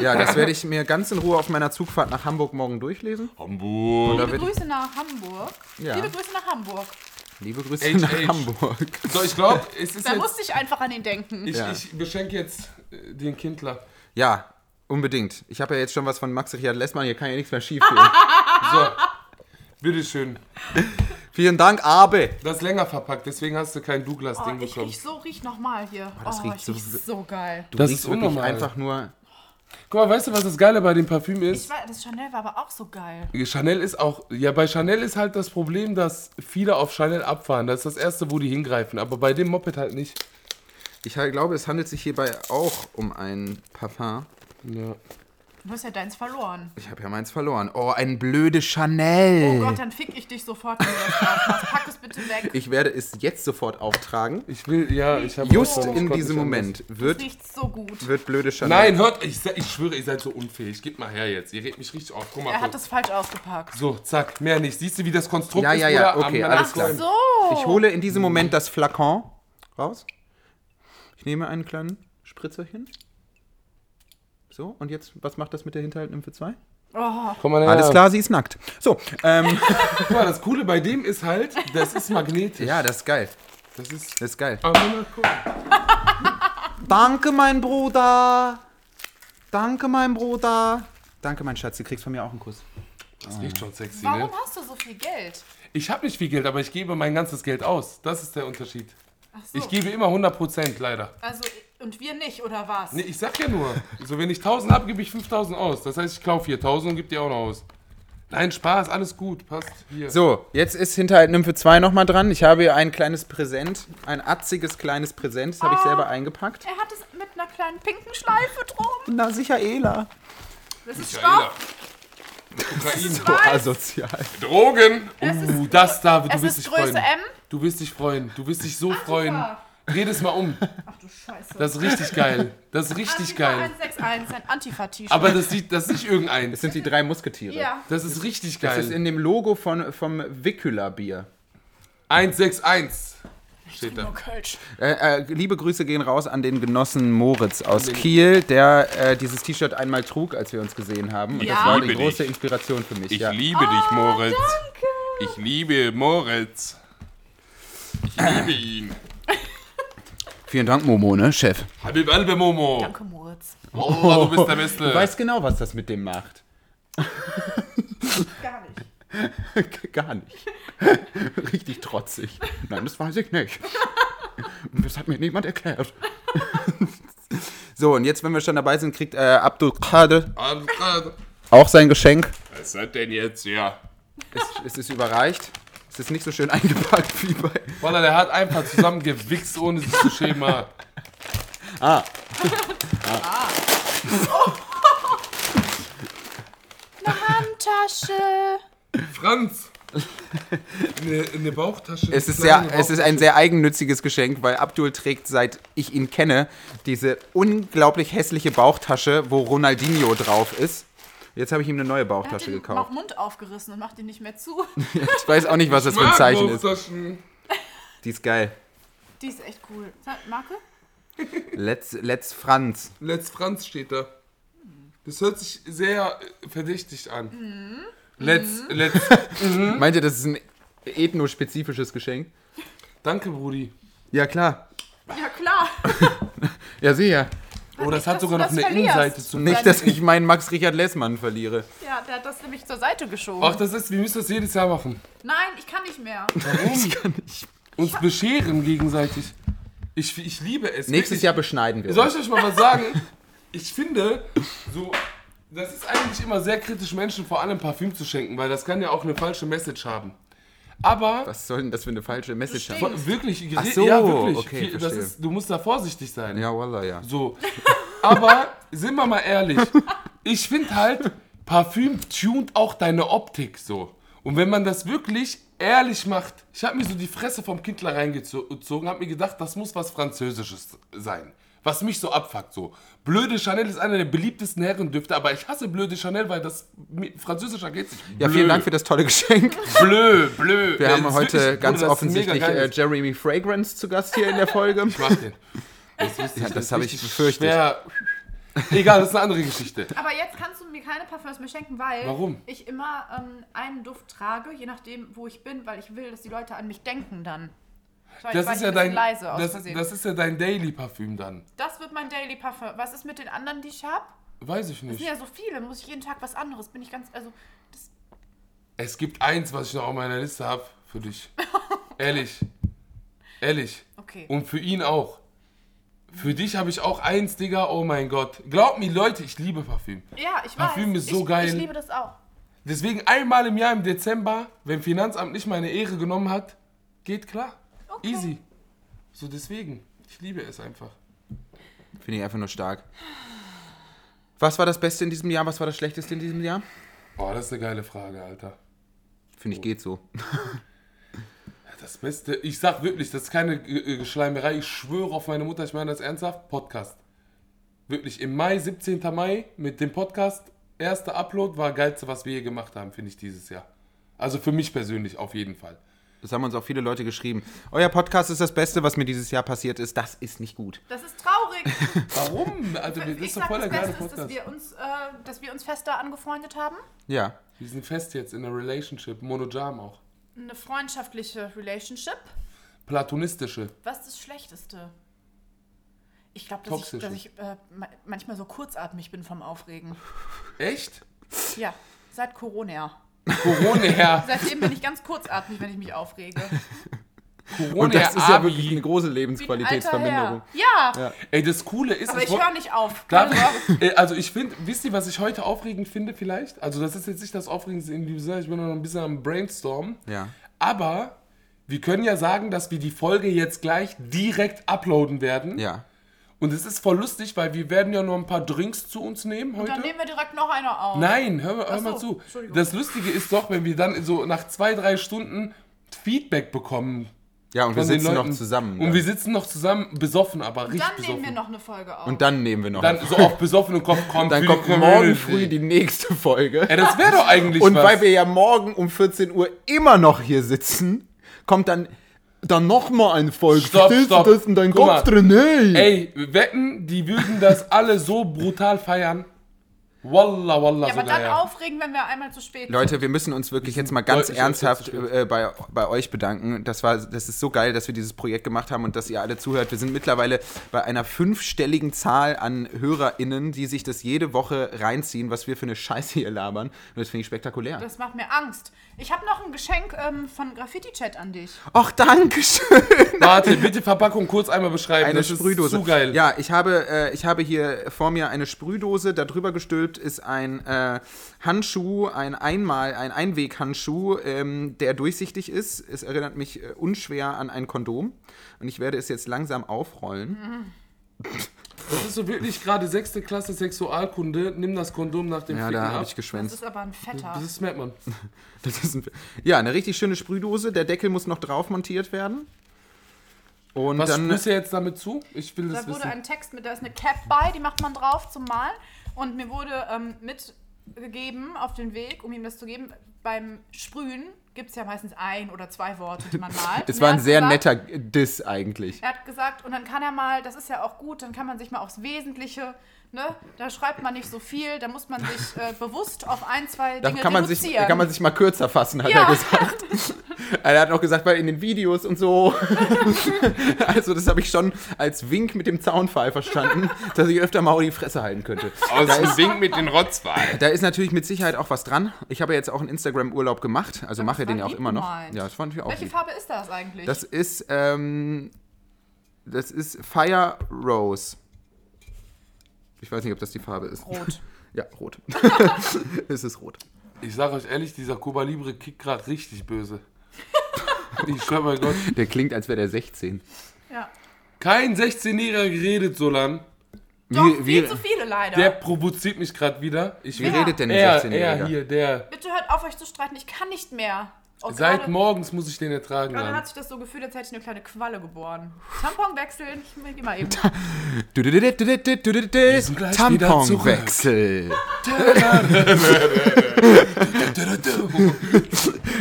[SPEAKER 4] ja, das werde ich mir ganz in Ruhe auf meiner Zugfahrt nach Hamburg morgen durchlesen.
[SPEAKER 6] Hamburg.
[SPEAKER 4] Da
[SPEAKER 5] Liebe
[SPEAKER 4] wird,
[SPEAKER 5] Grüße nach Hamburg.
[SPEAKER 4] Ja.
[SPEAKER 5] Liebe Grüße nach Hamburg.
[SPEAKER 4] liebe Grüße
[SPEAKER 3] H,
[SPEAKER 4] nach
[SPEAKER 3] H.
[SPEAKER 4] Hamburg.
[SPEAKER 3] So, ich glaube, es ist
[SPEAKER 5] Da
[SPEAKER 3] jetzt...
[SPEAKER 5] musste ich einfach an ihn denken.
[SPEAKER 3] Ich,
[SPEAKER 4] Ja.
[SPEAKER 3] ich beschenke jetzt äh, den Kindler.
[SPEAKER 4] Ja, unbedingt. Ich habe ja jetzt schon was von Max Richard Lessmann, hier kann ja nichts mehr schief gehen.
[SPEAKER 3] So, bitteschön.
[SPEAKER 4] Vielen Dank, Abe.
[SPEAKER 3] Das ist länger verpackt, deswegen hast du kein
[SPEAKER 5] Oh,
[SPEAKER 3] Douglas-Ding
[SPEAKER 5] ich
[SPEAKER 3] bekommen.
[SPEAKER 5] riech so, riech nochmal hier. Oh,
[SPEAKER 4] das riecht
[SPEAKER 5] ich
[SPEAKER 4] so-
[SPEAKER 5] riech so geil.
[SPEAKER 4] Du
[SPEAKER 3] Das
[SPEAKER 4] riechst
[SPEAKER 3] ist
[SPEAKER 4] wirklich
[SPEAKER 3] unnormal.
[SPEAKER 4] einfach nur
[SPEAKER 3] Guck mal, weißt du, was das Geile bei dem Parfüm
[SPEAKER 5] Ich
[SPEAKER 3] ist?
[SPEAKER 5] war, das Chanel war aber auch so geil.
[SPEAKER 3] Chanel ist auch, ja, bei Chanel ist halt das Problem, dass viele auf Chanel abfahren. Das ist das Erste, wo die hingreifen. Aber bei dem Moped halt nicht.
[SPEAKER 4] Ich halt glaube, es handelt sich hierbei auch um ein Parfum.
[SPEAKER 3] Ja.
[SPEAKER 5] Du hast ja deins verloren.
[SPEAKER 4] Ich habe ja meins verloren. Oh, ein blöde Chanel.
[SPEAKER 5] Oh Gott, dann fick ich dich sofort, wenn du das drauf machst. Pack es bitte weg.
[SPEAKER 4] ich werde es jetzt sofort auftragen.
[SPEAKER 3] Ich will, ja, ich habe.
[SPEAKER 4] Just in diesem Moment wird,
[SPEAKER 5] Riecht so gut.
[SPEAKER 4] wird blöde Chanel.
[SPEAKER 3] Nein, hört, ich, se- ich schwöre, ihr seid so unfähig. Gebt mal her jetzt. Ihr redet mich richtig auf. Guck mal.
[SPEAKER 5] Er hat
[SPEAKER 3] so.
[SPEAKER 5] das falsch ausgepackt.
[SPEAKER 3] so, zack, mehr nicht. Siehst du, wie das Konstrukt
[SPEAKER 4] Ja,
[SPEAKER 3] ist?
[SPEAKER 4] ja, ja,
[SPEAKER 3] Bruder?
[SPEAKER 4] okay,
[SPEAKER 3] Am-
[SPEAKER 4] alles
[SPEAKER 3] am-
[SPEAKER 4] klar.
[SPEAKER 5] So.
[SPEAKER 4] Ich hole in diesem Moment das Flakon raus. Ich nehme einen kleinen Spritzerchen. So, und jetzt, was macht das mit der Hinterhaltnymphe 2?
[SPEAKER 3] Komm mal her.
[SPEAKER 4] Alles klar, sie ist nackt. So, ähm,
[SPEAKER 3] Guck mal, das Coole bei dem ist halt, das ist magnetisch.
[SPEAKER 4] ja, das ist geil.
[SPEAKER 3] Das ist.
[SPEAKER 4] Das ist geil.
[SPEAKER 3] Aber mal gucken.
[SPEAKER 4] Danke, mein Bruder. Danke, mein Bruder. Danke, mein Schatz. Du kriegst von mir auch einen Kuss.
[SPEAKER 3] Das riecht schon sexy,
[SPEAKER 5] Warum
[SPEAKER 3] ne?
[SPEAKER 5] hast du so viel Geld?
[SPEAKER 3] Ich habe nicht viel Geld, aber ich gebe mein ganzes Geld aus. Das ist der Unterschied. Ich gebe immer 100%, leider.
[SPEAKER 5] Also, und wir nicht, oder was?
[SPEAKER 3] Nee, ich sag ja nur, so wenn ich 1000 habe, gebe ich 5000 aus. Das heißt, ich kaufe hier 1000 und gebe die auch noch aus. Nein, Spaß, alles gut, passt hier.
[SPEAKER 4] So, jetzt ist Hinterhaltnymphe 2 nochmal dran. Ich habe ihr ein kleines Präsent. Ein atziges kleines Präsent. Das habe ich selber eingepackt.
[SPEAKER 5] Er hat es mit einer kleinen pinken Schleife drum.
[SPEAKER 4] Na, sicher Ela.
[SPEAKER 5] Das ist
[SPEAKER 6] Michaela,
[SPEAKER 5] Stoff.
[SPEAKER 3] Ukraine.
[SPEAKER 4] So asozial.
[SPEAKER 6] Drogen!
[SPEAKER 3] Uh, das da, also, du
[SPEAKER 5] Es
[SPEAKER 3] wirst
[SPEAKER 5] ist
[SPEAKER 3] dich
[SPEAKER 5] Größe
[SPEAKER 3] freuen.
[SPEAKER 5] M.
[SPEAKER 3] Du wirst dich freuen, du wirst dich so freuen.
[SPEAKER 5] super.
[SPEAKER 3] Dreh das mal um.
[SPEAKER 5] Ach du Scheiße.
[SPEAKER 3] Das ist richtig geil. Das ist richtig geil.
[SPEAKER 5] 161, ein Antifa-T-Shirt.
[SPEAKER 3] Aber das sieht, das ist nicht irgendein.
[SPEAKER 4] Das sind die drei Musketiere.
[SPEAKER 5] ja.
[SPEAKER 3] Das ist richtig
[SPEAKER 4] Das ist
[SPEAKER 3] geil.
[SPEAKER 4] in dem Logo von, vom Vicula-Bier.
[SPEAKER 3] 161 steht da.
[SPEAKER 5] Nur Oh, Kölsch.
[SPEAKER 4] Äh, äh, liebe Grüße gehen raus an den Genossen Moritz aus Kiel, der äh, dieses T-Shirt einmal trug, als wir uns gesehen haben. Und
[SPEAKER 5] Ja.
[SPEAKER 4] das war die
[SPEAKER 6] Liebe
[SPEAKER 4] große
[SPEAKER 6] dich.
[SPEAKER 4] Inspiration für mich.
[SPEAKER 6] Ich
[SPEAKER 4] ja.
[SPEAKER 6] liebe dich,
[SPEAKER 5] Oh,
[SPEAKER 6] Moritz.
[SPEAKER 5] Danke.
[SPEAKER 6] Ich liebe Moritz. Ich liebe ihn.
[SPEAKER 4] Vielen Dank, Momo, ne, Chef?
[SPEAKER 3] Habib Albe Momo.
[SPEAKER 5] Danke, Moritz.
[SPEAKER 3] Oh, du bist der Beste.
[SPEAKER 4] Du weißt genau, was das mit dem macht.
[SPEAKER 5] Gar nicht.
[SPEAKER 4] Gar nicht. Richtig trotzig. Nein, das weiß ich nicht. Das hat mir niemand erklärt. So, und jetzt, wenn wir schon dabei sind, kriegt äh, Abdul Qadir auch sein Geschenk.
[SPEAKER 6] Was hat denn jetzt? Ja.
[SPEAKER 4] Es, es ist überreicht. Es ist nicht so schön eingepackt wie bei.
[SPEAKER 3] Wallah, der hat einfach zusammengewichst, ohne sich zu schämen. Ah.
[SPEAKER 5] Handtasche.
[SPEAKER 3] Franz! Eine, eine Bauchtasche.
[SPEAKER 4] Es ist, sehr,
[SPEAKER 3] Kleine
[SPEAKER 4] es ist ein sehr eigennütziges Geschenk, weil Abdul trägt, seit ich ihn kenne, diese unglaublich hässliche Bauchtasche, wo Ronaldinho drauf ist. Jetzt habe ich ihm eine neue
[SPEAKER 5] Er hat
[SPEAKER 4] Bauchtasche
[SPEAKER 5] den
[SPEAKER 4] gekauft.
[SPEAKER 5] Mund aufgerissen und macht ihn nicht mehr zu.
[SPEAKER 4] Ich weiß auch nicht, was das für ein
[SPEAKER 3] Bauchtasche.
[SPEAKER 4] Zeichen ist.
[SPEAKER 3] Bauchtaschen.
[SPEAKER 4] Die ist geil.
[SPEAKER 5] Die ist echt cool. Sag, Marke?
[SPEAKER 4] Let's, let's Franz.
[SPEAKER 3] Let's Franz steht da. Das hört sich sehr äh, verdächtig an. Mhm. Let's, let's.
[SPEAKER 4] Meint ihr, das ist ein ethnospezifisches Geschenk?
[SPEAKER 3] Danke, Brudi.
[SPEAKER 4] Ja, klar.
[SPEAKER 5] Ja, klar.
[SPEAKER 4] Ja, sicher.
[SPEAKER 3] Oh, das hat
[SPEAKER 5] dass
[SPEAKER 3] sogar
[SPEAKER 5] du
[SPEAKER 3] noch
[SPEAKER 5] das
[SPEAKER 3] eine
[SPEAKER 5] verlierst.
[SPEAKER 3] Innenseite zu.
[SPEAKER 4] Nicht, dass ich meinen Max-Richard Lessmann verliere.
[SPEAKER 5] Ja, der hat das nämlich zur Seite geschoben.
[SPEAKER 3] Ach, das ist, wir müssen das jedes Jahr machen.
[SPEAKER 5] Nein, ich kann nicht mehr.
[SPEAKER 3] Uns bescheren gegenseitig. Ich, ich liebe es.
[SPEAKER 4] Nächstes
[SPEAKER 3] wirklich.
[SPEAKER 4] Jahr beschneiden wir.
[SPEAKER 3] Soll
[SPEAKER 4] uns.
[SPEAKER 3] ich euch mal was sagen? Ich finde, so, das ist eigentlich immer sehr kritisch, Menschen vor allem Parfüm zu schenken, weil das kann ja auch eine falsche Message haben. Aber
[SPEAKER 4] Was soll denn das für eine falsche Message
[SPEAKER 5] Du
[SPEAKER 4] haben?
[SPEAKER 5] stinkst.
[SPEAKER 3] Von- wirklich, ich
[SPEAKER 4] Ach
[SPEAKER 3] re-
[SPEAKER 4] so,
[SPEAKER 3] ja, wirklich.
[SPEAKER 4] okay,
[SPEAKER 3] Viel- das
[SPEAKER 4] verstehe.
[SPEAKER 3] ist, du musst da vorsichtig sein.
[SPEAKER 4] Ja, Wallah, ja.
[SPEAKER 3] So. Aber sind wir mal ehrlich, ich finde halt, Parfüm tunt auch deine Optik so. Und wenn man das wirklich ehrlich macht, ich habe mir so die Fresse vom Kindler reingezogen, habe mir gedacht, das muss was Französisches sein. Was mich so abfuckt so. Blöde Chanel ist einer der beliebtesten Herrendüfte, aber ich hasse blöde Chanel, weil das mit französischer geht's nicht.
[SPEAKER 4] Ja, vielen Dank für das tolle Geschenk.
[SPEAKER 3] Blö, blö.
[SPEAKER 4] Wir
[SPEAKER 3] Ja,
[SPEAKER 4] haben
[SPEAKER 3] ist
[SPEAKER 4] heute
[SPEAKER 3] Äh, wirklich-
[SPEAKER 4] ganz
[SPEAKER 3] Bruder, das ist mega
[SPEAKER 4] offensichtlich
[SPEAKER 3] geil.
[SPEAKER 4] äh, Jeremy Fragrance zu Gast hier in der Folge.
[SPEAKER 3] Ich mach den. Das,
[SPEAKER 4] Ja, das habe ich befürchtet.
[SPEAKER 3] Schwer. Egal, das ist eine andere Geschichte.
[SPEAKER 5] Aber jetzt kannst du mir keine Parfüms mehr schenken, weil
[SPEAKER 3] Warum?
[SPEAKER 5] ich immer ähm, einen Duft trage, je nachdem, wo ich bin, weil ich will, dass die Leute an mich denken dann. Sorry,
[SPEAKER 3] Das
[SPEAKER 5] war
[SPEAKER 3] ist
[SPEAKER 5] ich
[SPEAKER 3] ja
[SPEAKER 5] ein bisschen
[SPEAKER 3] dein,
[SPEAKER 5] leise
[SPEAKER 3] das,
[SPEAKER 5] ausgesehen.
[SPEAKER 3] das ist ja dein Daily Parfüm dann.
[SPEAKER 5] Das wird mein Daily Parfum. Was ist mit den anderen, die ich habe?
[SPEAKER 3] Weiß ich
[SPEAKER 5] Das
[SPEAKER 3] nicht.
[SPEAKER 5] sind ja so viele. Muss ich jeden Tag was anderes? Bin ich ganz. Also, das,
[SPEAKER 3] Es gibt eins, was ich noch auf meiner Liste habe für dich. Ehrlich. Ehrlich.
[SPEAKER 5] okay.
[SPEAKER 3] Und für ihn auch. Für dich habe ich auch eins, Digga. Oh mein Gott. Glaub mir, Leute, ich liebe Parfüm.
[SPEAKER 5] ja, ich weiß.
[SPEAKER 3] Parfüm ist so
[SPEAKER 5] ich,
[SPEAKER 3] geil.
[SPEAKER 5] Ich liebe das auch.
[SPEAKER 3] Deswegen einmal im Jahr im Dezember, wenn Finanzamt nicht meine Ehre genommen hat, geht klar. Easy. So deswegen. Ich liebe es einfach.
[SPEAKER 4] Finde ich einfach nur stark. Was war das Beste in diesem Jahr? Was war das Schlechteste in diesem Jahr?
[SPEAKER 3] Boah, das ist eine geile Frage, Alter.
[SPEAKER 4] Finde ich geht so.
[SPEAKER 3] Das Beste, ich sag wirklich, das ist keine äh, Geschleimerei. Ich schwöre auf meine Mutter, ich meine das ernsthaft. Podcast. Wirklich, im Mai, 17. Mai, mit dem Podcast, erster Upload war geilste, was wir hier gemacht haben, finde ich dieses Jahr. Also für mich persönlich auf jeden Fall.
[SPEAKER 4] Das haben uns auch viele Leute geschrieben. Euer Podcast ist das Beste, was mir dieses Jahr passiert ist. Das ist nicht gut.
[SPEAKER 5] Das ist traurig.
[SPEAKER 3] Warum? Also, das
[SPEAKER 5] ich
[SPEAKER 3] ist doch
[SPEAKER 5] sag,
[SPEAKER 3] voll der
[SPEAKER 5] das
[SPEAKER 3] geile
[SPEAKER 5] Beste ist, dass
[SPEAKER 3] Podcast.
[SPEAKER 5] wir, uns, äh, dass wir uns fester angefreundet haben.
[SPEAKER 4] Ja.
[SPEAKER 3] Wir sind fest jetzt in der Relationship. Monojam auch.
[SPEAKER 5] Eine freundschaftliche Relationship.
[SPEAKER 3] Platonistische.
[SPEAKER 5] Was ist das Schlechteste? Ich glaube, dass ich, dass
[SPEAKER 3] Toxische.
[SPEAKER 5] ich äh, ma- manchmal so kurzatmig bin vom Aufregen.
[SPEAKER 3] Echt?
[SPEAKER 5] Ja, seit Corona.
[SPEAKER 3] Corona, Herr.
[SPEAKER 5] Seitdem bin ich ganz kurzatmig, wenn ich mich aufrege.
[SPEAKER 3] Corona,
[SPEAKER 4] Und das ist ja
[SPEAKER 3] Abi.
[SPEAKER 4] wirklich eine große
[SPEAKER 5] Wie ein
[SPEAKER 4] Lebensqualitätsverminderung.
[SPEAKER 5] alter Herr. Ja,
[SPEAKER 3] Ey, das Coole ist,
[SPEAKER 5] aber
[SPEAKER 3] es
[SPEAKER 5] ich
[SPEAKER 3] wo-
[SPEAKER 5] höre nicht auf.
[SPEAKER 3] Darf
[SPEAKER 5] Keine Sorge.
[SPEAKER 3] ich, äh, also ich finde, wisst ihr, was ich heute aufregend finde vielleicht? Also das ist jetzt nicht das Aufregendste in diesem Jahr, ich bin noch ein bisschen am Brainstormen.
[SPEAKER 4] Ja.
[SPEAKER 3] Aber wir können ja sagen, dass wir die Folge jetzt gleich direkt uploaden werden.
[SPEAKER 4] Ja.
[SPEAKER 3] Und es ist voll lustig, weil wir werden ja noch ein paar Drinks zu uns nehmen heute.
[SPEAKER 5] Dann nehmen wir direkt noch eine auf.
[SPEAKER 3] Nein, hör, mal- hör mal
[SPEAKER 5] Ach so,
[SPEAKER 3] zu.
[SPEAKER 5] Entschuldigung.
[SPEAKER 3] Das Lustige ist doch, wenn wir dann so nach zwei, drei Stunden Feedback bekommen.
[SPEAKER 4] Ja, und wir
[SPEAKER 3] von den
[SPEAKER 4] sitzen noch
[SPEAKER 3] Leuten. um
[SPEAKER 4] zusammen.
[SPEAKER 3] Und wir sitzen noch zusammen, besoffen, aber richtig
[SPEAKER 5] Dann
[SPEAKER 3] besoffen.
[SPEAKER 5] nehmen wir noch eine Folge auf.
[SPEAKER 4] und dann nehmen wir noch.
[SPEAKER 3] dann so oft besoffen und kommt, kommt
[SPEAKER 4] Dann
[SPEAKER 3] für
[SPEAKER 4] kommt
[SPEAKER 3] die
[SPEAKER 4] morgen
[SPEAKER 3] Community.
[SPEAKER 4] früh die nächste Folge.
[SPEAKER 3] Ja, das wäre doch eigentlich
[SPEAKER 4] Und
[SPEAKER 3] was.
[SPEAKER 4] weil wir ja morgen um 14 Uhr immer noch hier sitzen, kommt dann, dann nochmal eine Folge.
[SPEAKER 3] Stopp,
[SPEAKER 4] Verstehst du
[SPEAKER 3] stopp.
[SPEAKER 4] Das in deinen
[SPEAKER 3] Guck
[SPEAKER 4] Kopf
[SPEAKER 3] mal.
[SPEAKER 4] drin, hey.
[SPEAKER 3] Ey, wetten, die würden das alle so brutal feiern. Walla, walla,
[SPEAKER 5] ja, aber
[SPEAKER 3] sogar.
[SPEAKER 5] dann
[SPEAKER 3] Ja.
[SPEAKER 5] aufregen, wenn wir einmal zu spät sind.
[SPEAKER 4] Leute, wir müssen uns wirklich jetzt mal ganz
[SPEAKER 3] deutlich
[SPEAKER 4] ernsthaft
[SPEAKER 3] jetzt
[SPEAKER 4] äh, bei, bei euch bedanken. Das, war, das ist so geil, dass wir dieses Projekt gemacht haben und dass ihr alle zuhört. Wir sind mittlerweile bei einer fünfstelligen Zahl an HörerInnen, die sich das jede Woche reinziehen, was wir für eine Scheiße hier labern. Und das finde ich spektakulär.
[SPEAKER 5] Das macht mir Angst. Ich habe noch ein Geschenk ähm, von Graffiti-Chat an dich.
[SPEAKER 4] Ach, danke schön.
[SPEAKER 3] Warte, bitte Verpackung kurz einmal beschreiben.
[SPEAKER 4] Eine
[SPEAKER 3] das
[SPEAKER 4] Sprühdose.
[SPEAKER 3] Ist zu geil.
[SPEAKER 4] Ja, ich habe, äh, ich habe hier vor mir eine Sprühdose. Darüber gestülpt ist ein äh, Handschuh, ein Einmal, ein Einweghandschuh, ähm, der durchsichtig ist. Es erinnert mich äh, unschwer an ein Kondom. Und ich werde es jetzt langsam aufrollen.
[SPEAKER 5] Mhm.
[SPEAKER 3] Das ist so wirklich gerade sechste Klasse Sexualkunde. Nimm das Kondom nach dem
[SPEAKER 4] Ja,
[SPEAKER 3] Ficken
[SPEAKER 4] da habe
[SPEAKER 3] ab.
[SPEAKER 4] ich
[SPEAKER 5] Das
[SPEAKER 4] geschwänzt.
[SPEAKER 5] ist aber ein fetter.
[SPEAKER 3] das merkt man.
[SPEAKER 4] Das ist ein, ja, eine richtig schöne Sprühdose. Der Deckel muss noch drauf montiert werden. Und
[SPEAKER 3] Was
[SPEAKER 4] dann. äh,
[SPEAKER 3] sprühst du jetzt damit zu? Ich will
[SPEAKER 5] Da
[SPEAKER 3] das
[SPEAKER 5] wurde
[SPEAKER 3] wissen.
[SPEAKER 5] ein Text mit, da ist eine Cap bei, die macht man drauf zum Malen. Und mir wurde ähm, mitgegeben auf den Weg, um ihm das zu geben, beim Sprühen gibt es ja meistens ein oder zwei Worte, die man malt.
[SPEAKER 4] Es
[SPEAKER 5] Und
[SPEAKER 4] war
[SPEAKER 5] er
[SPEAKER 4] ein
[SPEAKER 5] hat
[SPEAKER 4] sehr
[SPEAKER 5] gesagt-
[SPEAKER 4] netter Diss eigentlich.
[SPEAKER 5] Er hat gesagt, und dann kann er mal, das ist ja auch gut, dann kann man sich mal aufs Wesentliche, ne? Da schreibt man nicht so viel, da muss man sich äh, bewusst auf ein, zwei
[SPEAKER 4] Da
[SPEAKER 5] Dinge
[SPEAKER 4] kann man, sich,
[SPEAKER 5] reduzieren.
[SPEAKER 4] da kann man sich mal kürzer fassen, hat
[SPEAKER 5] Ja.
[SPEAKER 4] er gesagt. er hat auch gesagt, weil in den Videos und so. also, das habe ich schon als Wink mit dem Zaunpfahl verstanden, dass ich öfter mal die Fresse halten könnte.
[SPEAKER 6] Aus dem Wink mit den Rotzwahlen.
[SPEAKER 4] Da ist natürlich mit Sicherheit auch was dran. Ich habe ja jetzt auch einen Instagram-Urlaub gemacht, also mache
[SPEAKER 5] war
[SPEAKER 4] den ja auch
[SPEAKER 5] lieb
[SPEAKER 4] immer noch.
[SPEAKER 5] gemeint.
[SPEAKER 4] Ja, das fand ich auch.
[SPEAKER 5] Welche
[SPEAKER 4] lieb.
[SPEAKER 5] Farbe ist das eigentlich?
[SPEAKER 4] Das ist, ähm, das ist Fire Rose. Ich weiß nicht, ob das die Farbe ist.
[SPEAKER 5] Rot.
[SPEAKER 4] Ja, rot. es ist rot.
[SPEAKER 3] Ich sage euch ehrlich, dieser Cuba Libre kickt gerade richtig böse. ich schwör bei Gott.
[SPEAKER 4] Der klingt, als wäre der 16.
[SPEAKER 5] Ja.
[SPEAKER 3] Kein 16-Jähriger geredet so lang.
[SPEAKER 5] Doch,
[SPEAKER 4] Wie- wie-
[SPEAKER 5] viel zu viele leider.
[SPEAKER 3] Der provoziert mich gerade wieder. Ich
[SPEAKER 4] Wie
[SPEAKER 5] Ja.
[SPEAKER 4] redet denn ein
[SPEAKER 3] er, er
[SPEAKER 4] 16-Jähriger?
[SPEAKER 3] hier, der.
[SPEAKER 5] Bitte hört auf, euch zu streiten, ich kann nicht mehr. Oh,
[SPEAKER 3] Seit
[SPEAKER 5] gerade-
[SPEAKER 3] morgens muss ich den ertragen.
[SPEAKER 5] Gerade
[SPEAKER 3] haben.
[SPEAKER 5] hat sich das so gefühlt, als hätte ich eine kleine Qualle geboren. Tampon wechseln, ich will- geh mal eben.
[SPEAKER 4] sind
[SPEAKER 3] gleich wieder zurück.
[SPEAKER 4] Tamponwechsel.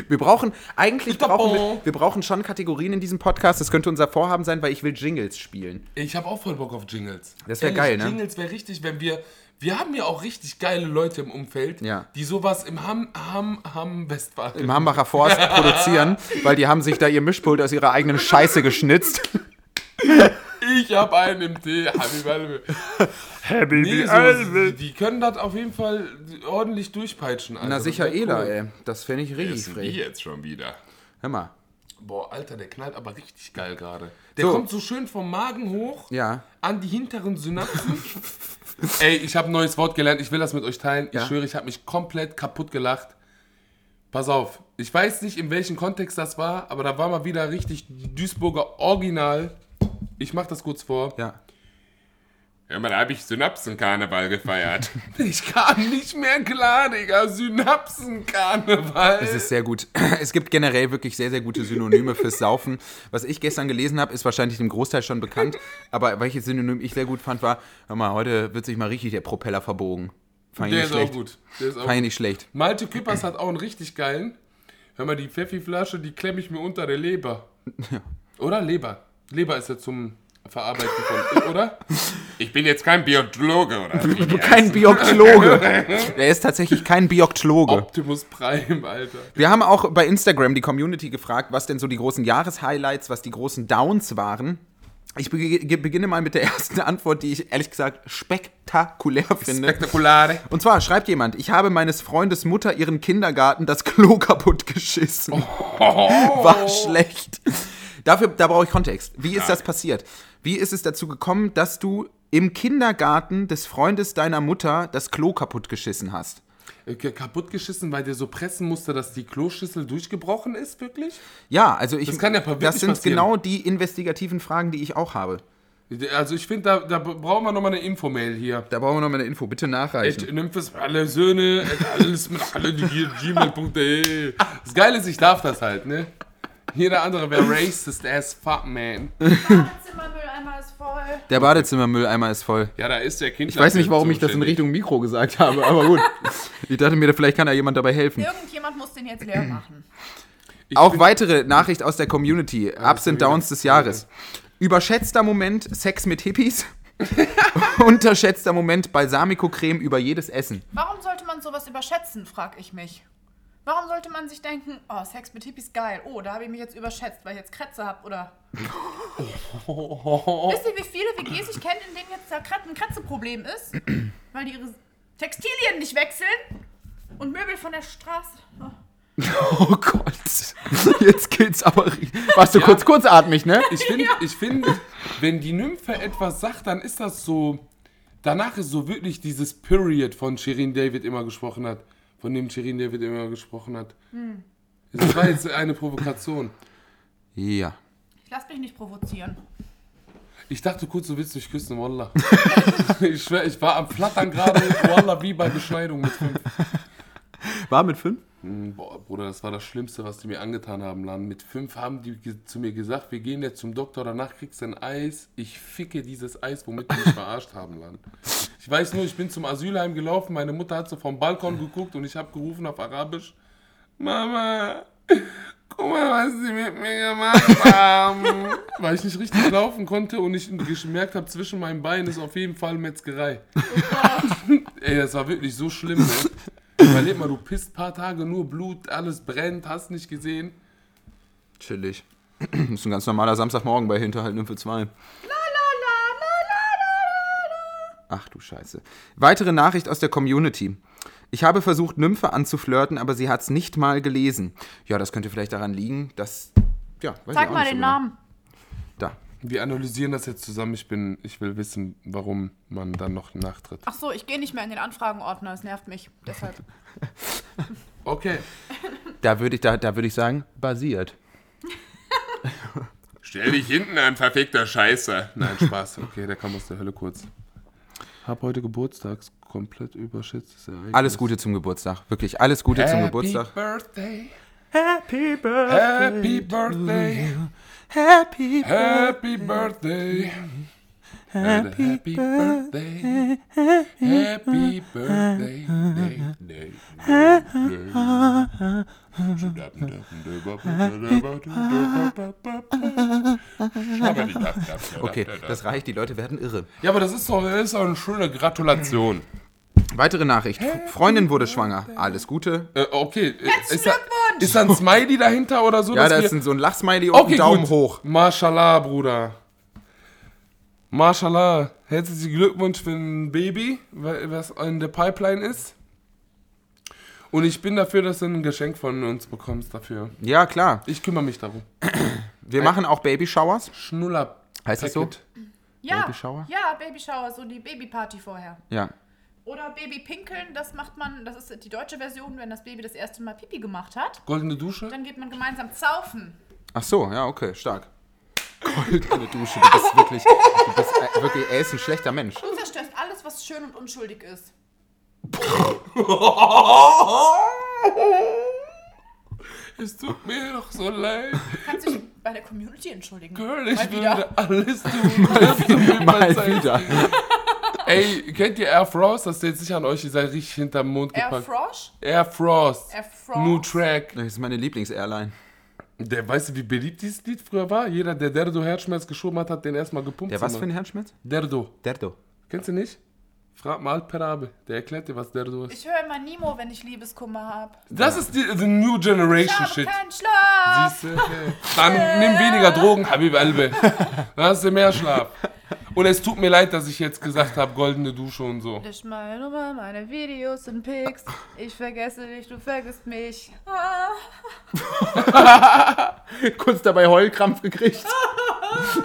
[SPEAKER 4] Wir brauchen, eigentlich brauchen wir, wir brauchen schon Kategorien in diesem Podcast. Das könnte unser Vorhaben sein, weil ich will Jingles spielen.
[SPEAKER 3] Ich habe auch voll Bock auf Jingles.
[SPEAKER 4] Das wär
[SPEAKER 3] Ehrlich,
[SPEAKER 4] geil, ne?
[SPEAKER 3] Jingles wäre richtig, wenn wir. Wir haben ja auch richtig geile Leute im Umfeld,
[SPEAKER 4] Ja.
[SPEAKER 3] die sowas im Ham, Ham, Ham Westfalen.
[SPEAKER 4] Im Hambacher Forst produzieren, weil die haben sich da ihr Mischpult aus ihrer eigenen Scheiße geschnitzt.
[SPEAKER 3] Ich habe einen im Tee. Habibi Albe. Nee, so,
[SPEAKER 4] Albe.
[SPEAKER 3] die können das auf jeden Fall ordentlich durchpeitschen. Alter.
[SPEAKER 4] Na
[SPEAKER 3] Das
[SPEAKER 4] sicher,
[SPEAKER 3] wär
[SPEAKER 4] Ela,
[SPEAKER 3] cool.
[SPEAKER 4] ey. Das fände ich
[SPEAKER 6] Wer
[SPEAKER 4] richtig
[SPEAKER 6] ist denn die
[SPEAKER 4] frech.
[SPEAKER 6] jetzt schon wieder?
[SPEAKER 4] Hör mal.
[SPEAKER 3] Boah, Alter, der knallt aber richtig geil gerade. Der
[SPEAKER 4] So.
[SPEAKER 3] kommt so schön vom Magen hoch
[SPEAKER 4] Ja.
[SPEAKER 3] an die hinteren Synapsen. Ey, ich habe ein neues Wort gelernt. Ich will das mit euch teilen.
[SPEAKER 4] Ja.
[SPEAKER 3] Ich schwöre, ich habe mich komplett kaputt gelacht. Pass auf. Ich weiß nicht, in welchem Kontext das war, aber da war mal wieder richtig Duisburger Original. Ich mach das kurz vor.
[SPEAKER 4] Ja.
[SPEAKER 6] Ja, mal, da habe ich Synapsenkarneval gefeiert.
[SPEAKER 3] Ich kam nicht mehr klar, Digga. Synapsenkarneval.
[SPEAKER 4] Es ist sehr gut. Es gibt generell wirklich sehr, sehr gute Synonyme fürs Saufen. Was ich gestern gelesen habe, ist wahrscheinlich dem Großteil schon bekannt. Aber welches Synonym ich sehr gut fand, war, hör mal, heute wird sich mal richtig der Propeller verbogen. Fand ich
[SPEAKER 3] der
[SPEAKER 4] nicht
[SPEAKER 3] ist auch
[SPEAKER 4] schlecht.
[SPEAKER 3] gut. Der ist auch
[SPEAKER 4] Fand ich
[SPEAKER 3] gut.
[SPEAKER 4] nicht schlecht.
[SPEAKER 3] Malte Küppers hat auch einen richtig geilen. hör mal, die Pfeffi-Flasche, die klemme ich mir unter der Leber. Oder? Leber. Leber ist ja zum Verarbeiten von, oder?
[SPEAKER 6] Ich bin jetzt kein Biologe oder wie die
[SPEAKER 4] Kein Bioktologe. Der ist tatsächlich kein Bioktologe.
[SPEAKER 3] Optimus Prime, Alter.
[SPEAKER 4] Wir haben auch bei Instagram die Community gefragt, was denn so die großen Jahreshighlights, was die großen Downs waren. Ich bege- beginne mal mit der ersten Antwort, die ich ehrlich gesagt spektakulär finde.
[SPEAKER 3] Spektakulare.
[SPEAKER 4] Und zwar schreibt jemand, ich habe meines Freundes Mutter ihren Kindergarten das Klo kaputt geschissen.
[SPEAKER 3] Oh.
[SPEAKER 4] War schlecht. Dafür, da brauche ich Kontext. Wie ist das passiert? Wie ist es dazu gekommen, dass du im Kindergarten des Freundes deiner Mutter das Klo kaputt geschissen hast?
[SPEAKER 3] Äh, Kaputt geschissen, weil der so pressen musste, dass die Kloschüssel durchgebrochen ist, wirklich?
[SPEAKER 4] Ja, also ich.
[SPEAKER 3] Das kann ja wirklich
[SPEAKER 4] Das sind
[SPEAKER 3] passieren.
[SPEAKER 4] genau die investigativen Fragen, die ich auch habe.
[SPEAKER 3] Also ich finde, da, da brauchen wir nochmal eine Infomail hier.
[SPEAKER 4] Da brauchen wir nochmal eine Info. Bitte nachreichen.
[SPEAKER 3] Ich nimm fürs alle Söhne, et alles mit alle die gmail.de. Das Geile ist, ich darf das halt, ne? Jeder andere wäre racist as fuck, man.
[SPEAKER 5] Zimmermülleimer ist voll.
[SPEAKER 4] Der Badezimmermülleimer ist voll.
[SPEAKER 3] Ja, da ist der Kind.
[SPEAKER 4] Ich weiß nicht, warum ich das in Richtung Mikro gesagt habe, aber gut. Ich dachte mir, vielleicht kann da jemand dabei helfen.
[SPEAKER 5] Irgendjemand muss den jetzt leer machen.
[SPEAKER 4] Auch weitere Nachricht aus der Community. Ups and Downs des Jahres. Überschätzter Moment Sex mit Hippies. Unterschätzter Moment Balsamico-Creme über jedes Essen.
[SPEAKER 5] Warum sollte man sowas überschätzen, frag ich mich. Warum sollte man sich denken, oh, Sex mit Hippies geil. Oh, da habe ich mich jetzt überschätzt, weil ich jetzt Krätze habe, oder? Wisst ihr, wie viele WGs ich kenne, in denen jetzt da Krat- ein Kratzeproblem ist? Weil die ihre Textilien nicht wechseln und Möbel von der Straße. Oh.
[SPEAKER 4] Oh Gott. Jetzt geht's aber. ri- Warst du kurz kurzatmig, ne?
[SPEAKER 3] Ich finde, ich find, wenn die Nymphe etwas sagt, dann ist das so. Danach ist so wirklich dieses Period, von Shirin David immer gesprochen hat. Von dem Shirin David immer gesprochen hat. Das war jetzt eine Provokation.
[SPEAKER 4] Ja.
[SPEAKER 5] Ich lass mich nicht provozieren.
[SPEAKER 3] Ich dachte kurz, du willst mich küssen, Wallah. ich schwör, ich war am Flattern gerade, Wallah, wie bei Beschneidung mit fünf.
[SPEAKER 4] War mit fünf?
[SPEAKER 3] Boah, Bruder, das war das Schlimmste, was die mir angetan haben, Lan. Mit fünf haben die ge- zu mir gesagt, wir gehen jetzt zum Doktor, danach kriegst du ein Eis. Ich ficke dieses Eis, womit die mich verarscht haben, Lan. Ich weiß nur, ich bin zum Asylheim gelaufen, meine Mutter hat so vom Balkon geguckt und ich habe gerufen auf Arabisch, Mama, guck mal, was sie mit mir gemacht haben. Weil ich nicht richtig laufen konnte und ich gemerkt habe, zwischen meinen Beinen ist auf jeden Fall Metzgerei. Ey, das war wirklich so schlimm, ne? Überleg mal, du pisst ein paar Tage nur Blut, alles brennt, hast nicht gesehen.
[SPEAKER 4] Chillig. Ist ein ganz normaler Samstagmorgen bei Hinterhalt Nymphe 2. Ach du Scheiße. Weitere Nachricht aus der Community. Ich habe versucht, Nymphe anzuflirten, aber sie hat es nicht mal gelesen. Ja, das könnte vielleicht daran liegen, dass. Ja, weiß ich
[SPEAKER 5] Sag
[SPEAKER 4] auch
[SPEAKER 5] mal
[SPEAKER 4] nicht so
[SPEAKER 5] den
[SPEAKER 4] genau.
[SPEAKER 5] Namen.
[SPEAKER 4] Da.
[SPEAKER 3] Wir analysieren das jetzt zusammen. Ich bin, ich will wissen, warum man dann noch nachtritt.
[SPEAKER 5] Ach so, ich gehe nicht mehr in den Anfragenordner, es nervt mich. Deshalb.
[SPEAKER 3] Okay.
[SPEAKER 4] Da würde ich, da, da würde ich sagen, basiert.
[SPEAKER 6] Stell dich hinten an, verfickter Scheiße.
[SPEAKER 3] Nein, Spaß. Okay, der kam aus der Hölle kurz. Hab heute Geburtstags komplett überschätztes Ereignis.
[SPEAKER 4] Alles Gute zum Geburtstag. Wirklich, alles Gute zum Geburtstag.
[SPEAKER 3] Birthday. Happy Birthday.
[SPEAKER 4] Happy
[SPEAKER 3] Happy Birthday. Happy Birthday. Happy Birthday. Day, day, day,
[SPEAKER 4] Okay, das reicht, die Leute werden irre.
[SPEAKER 3] Ja, aber das ist doch, das ist doch eine schöne Gratulation.
[SPEAKER 4] Weitere Nachricht. Freundin wurde schwanger. Alles Gute.
[SPEAKER 3] Äh, okay, äh, ist da,
[SPEAKER 5] Glückwunsch!
[SPEAKER 3] ist da ein Smiley dahinter oder so?
[SPEAKER 4] Ja,
[SPEAKER 3] dass
[SPEAKER 4] da
[SPEAKER 3] wir-
[SPEAKER 4] ist ein, so ein Lachsmiley und
[SPEAKER 3] okay,
[SPEAKER 4] ein Daumen
[SPEAKER 3] gut.
[SPEAKER 4] hoch.
[SPEAKER 3] Mashallah, Bruder. Mashallah. Herzlichen Glückwunsch für ein Baby, wa- was in der Pipeline ist. Und ich bin dafür, dass du ein Geschenk von uns bekommst dafür.
[SPEAKER 4] Ja, klar.
[SPEAKER 3] Ich kümmere mich darum.
[SPEAKER 4] Wir machen auch Babyshowers.
[SPEAKER 3] Schnuller.
[SPEAKER 4] Heißt das so?
[SPEAKER 3] Packet.
[SPEAKER 5] Ja,
[SPEAKER 4] Babyshower?
[SPEAKER 5] Ja, Babyshower, so die Babyparty vorher.
[SPEAKER 4] Ja.
[SPEAKER 5] Oder Babypinkeln, das macht man, das ist die deutsche Version, wenn das Baby das erste Mal Pipi gemacht hat.
[SPEAKER 3] Goldene Dusche?
[SPEAKER 5] Dann geht man gemeinsam zaufen.
[SPEAKER 4] Ach so, ja, okay, stark. Goldene Dusche, du bist wirklich, du bist äh, wirklich, er ist ein schlechter Mensch.
[SPEAKER 5] Du zerstörst alles, was schön und unschuldig ist.
[SPEAKER 3] Es tut mir doch so leid.
[SPEAKER 5] Kannst dich bei der Community entschuldigen.
[SPEAKER 3] Girl, ich
[SPEAKER 5] Mal wieder.
[SPEAKER 3] würde alles tun. dass du mir
[SPEAKER 4] Mal
[SPEAKER 3] verzeihst.
[SPEAKER 4] wieder.
[SPEAKER 3] Ey, kennt ihr Air Frost? Das ist jetzt nicht an euch, ihr seid richtig hinterm Mond
[SPEAKER 5] Air
[SPEAKER 3] gepackt.
[SPEAKER 5] Frosch?
[SPEAKER 3] Air Frost.
[SPEAKER 5] Air Frost.
[SPEAKER 3] New Track.
[SPEAKER 4] Das ist meine Lieblings-Airline.
[SPEAKER 3] Der, weißt du, wie beliebt dieses Lied früher war? Jeder, der Derdo-Herzschmerz geschoben hat, hat den erstmal gepumpt.
[SPEAKER 4] Der was
[SPEAKER 3] Mann.
[SPEAKER 4] für ein Hirnschmerz?
[SPEAKER 3] Derdo.
[SPEAKER 4] Derdo.
[SPEAKER 3] Kennst du nicht? Frag mal Perabe. Der erklärt dir, was Derdo ist.
[SPEAKER 5] Ich höre immer Nemo, wenn ich Liebeskummer habe.
[SPEAKER 3] Das ist die the New
[SPEAKER 5] Ich
[SPEAKER 3] Generation
[SPEAKER 5] habe
[SPEAKER 3] Shit.
[SPEAKER 5] keinen Schlaf.
[SPEAKER 3] Siehst du? Okay. Dann nimm weniger Drogen, Habib Albe. Dann hast du mehr Schlaf. Und es tut mir leid, dass ich jetzt gesagt habe, goldene Dusche und so.
[SPEAKER 5] Ich meine Nummer, meine Videos sind Pics. Ich vergesse dich, du vergisst mich. Ah.
[SPEAKER 4] Kurz dabei Heulkrampf gekriegt.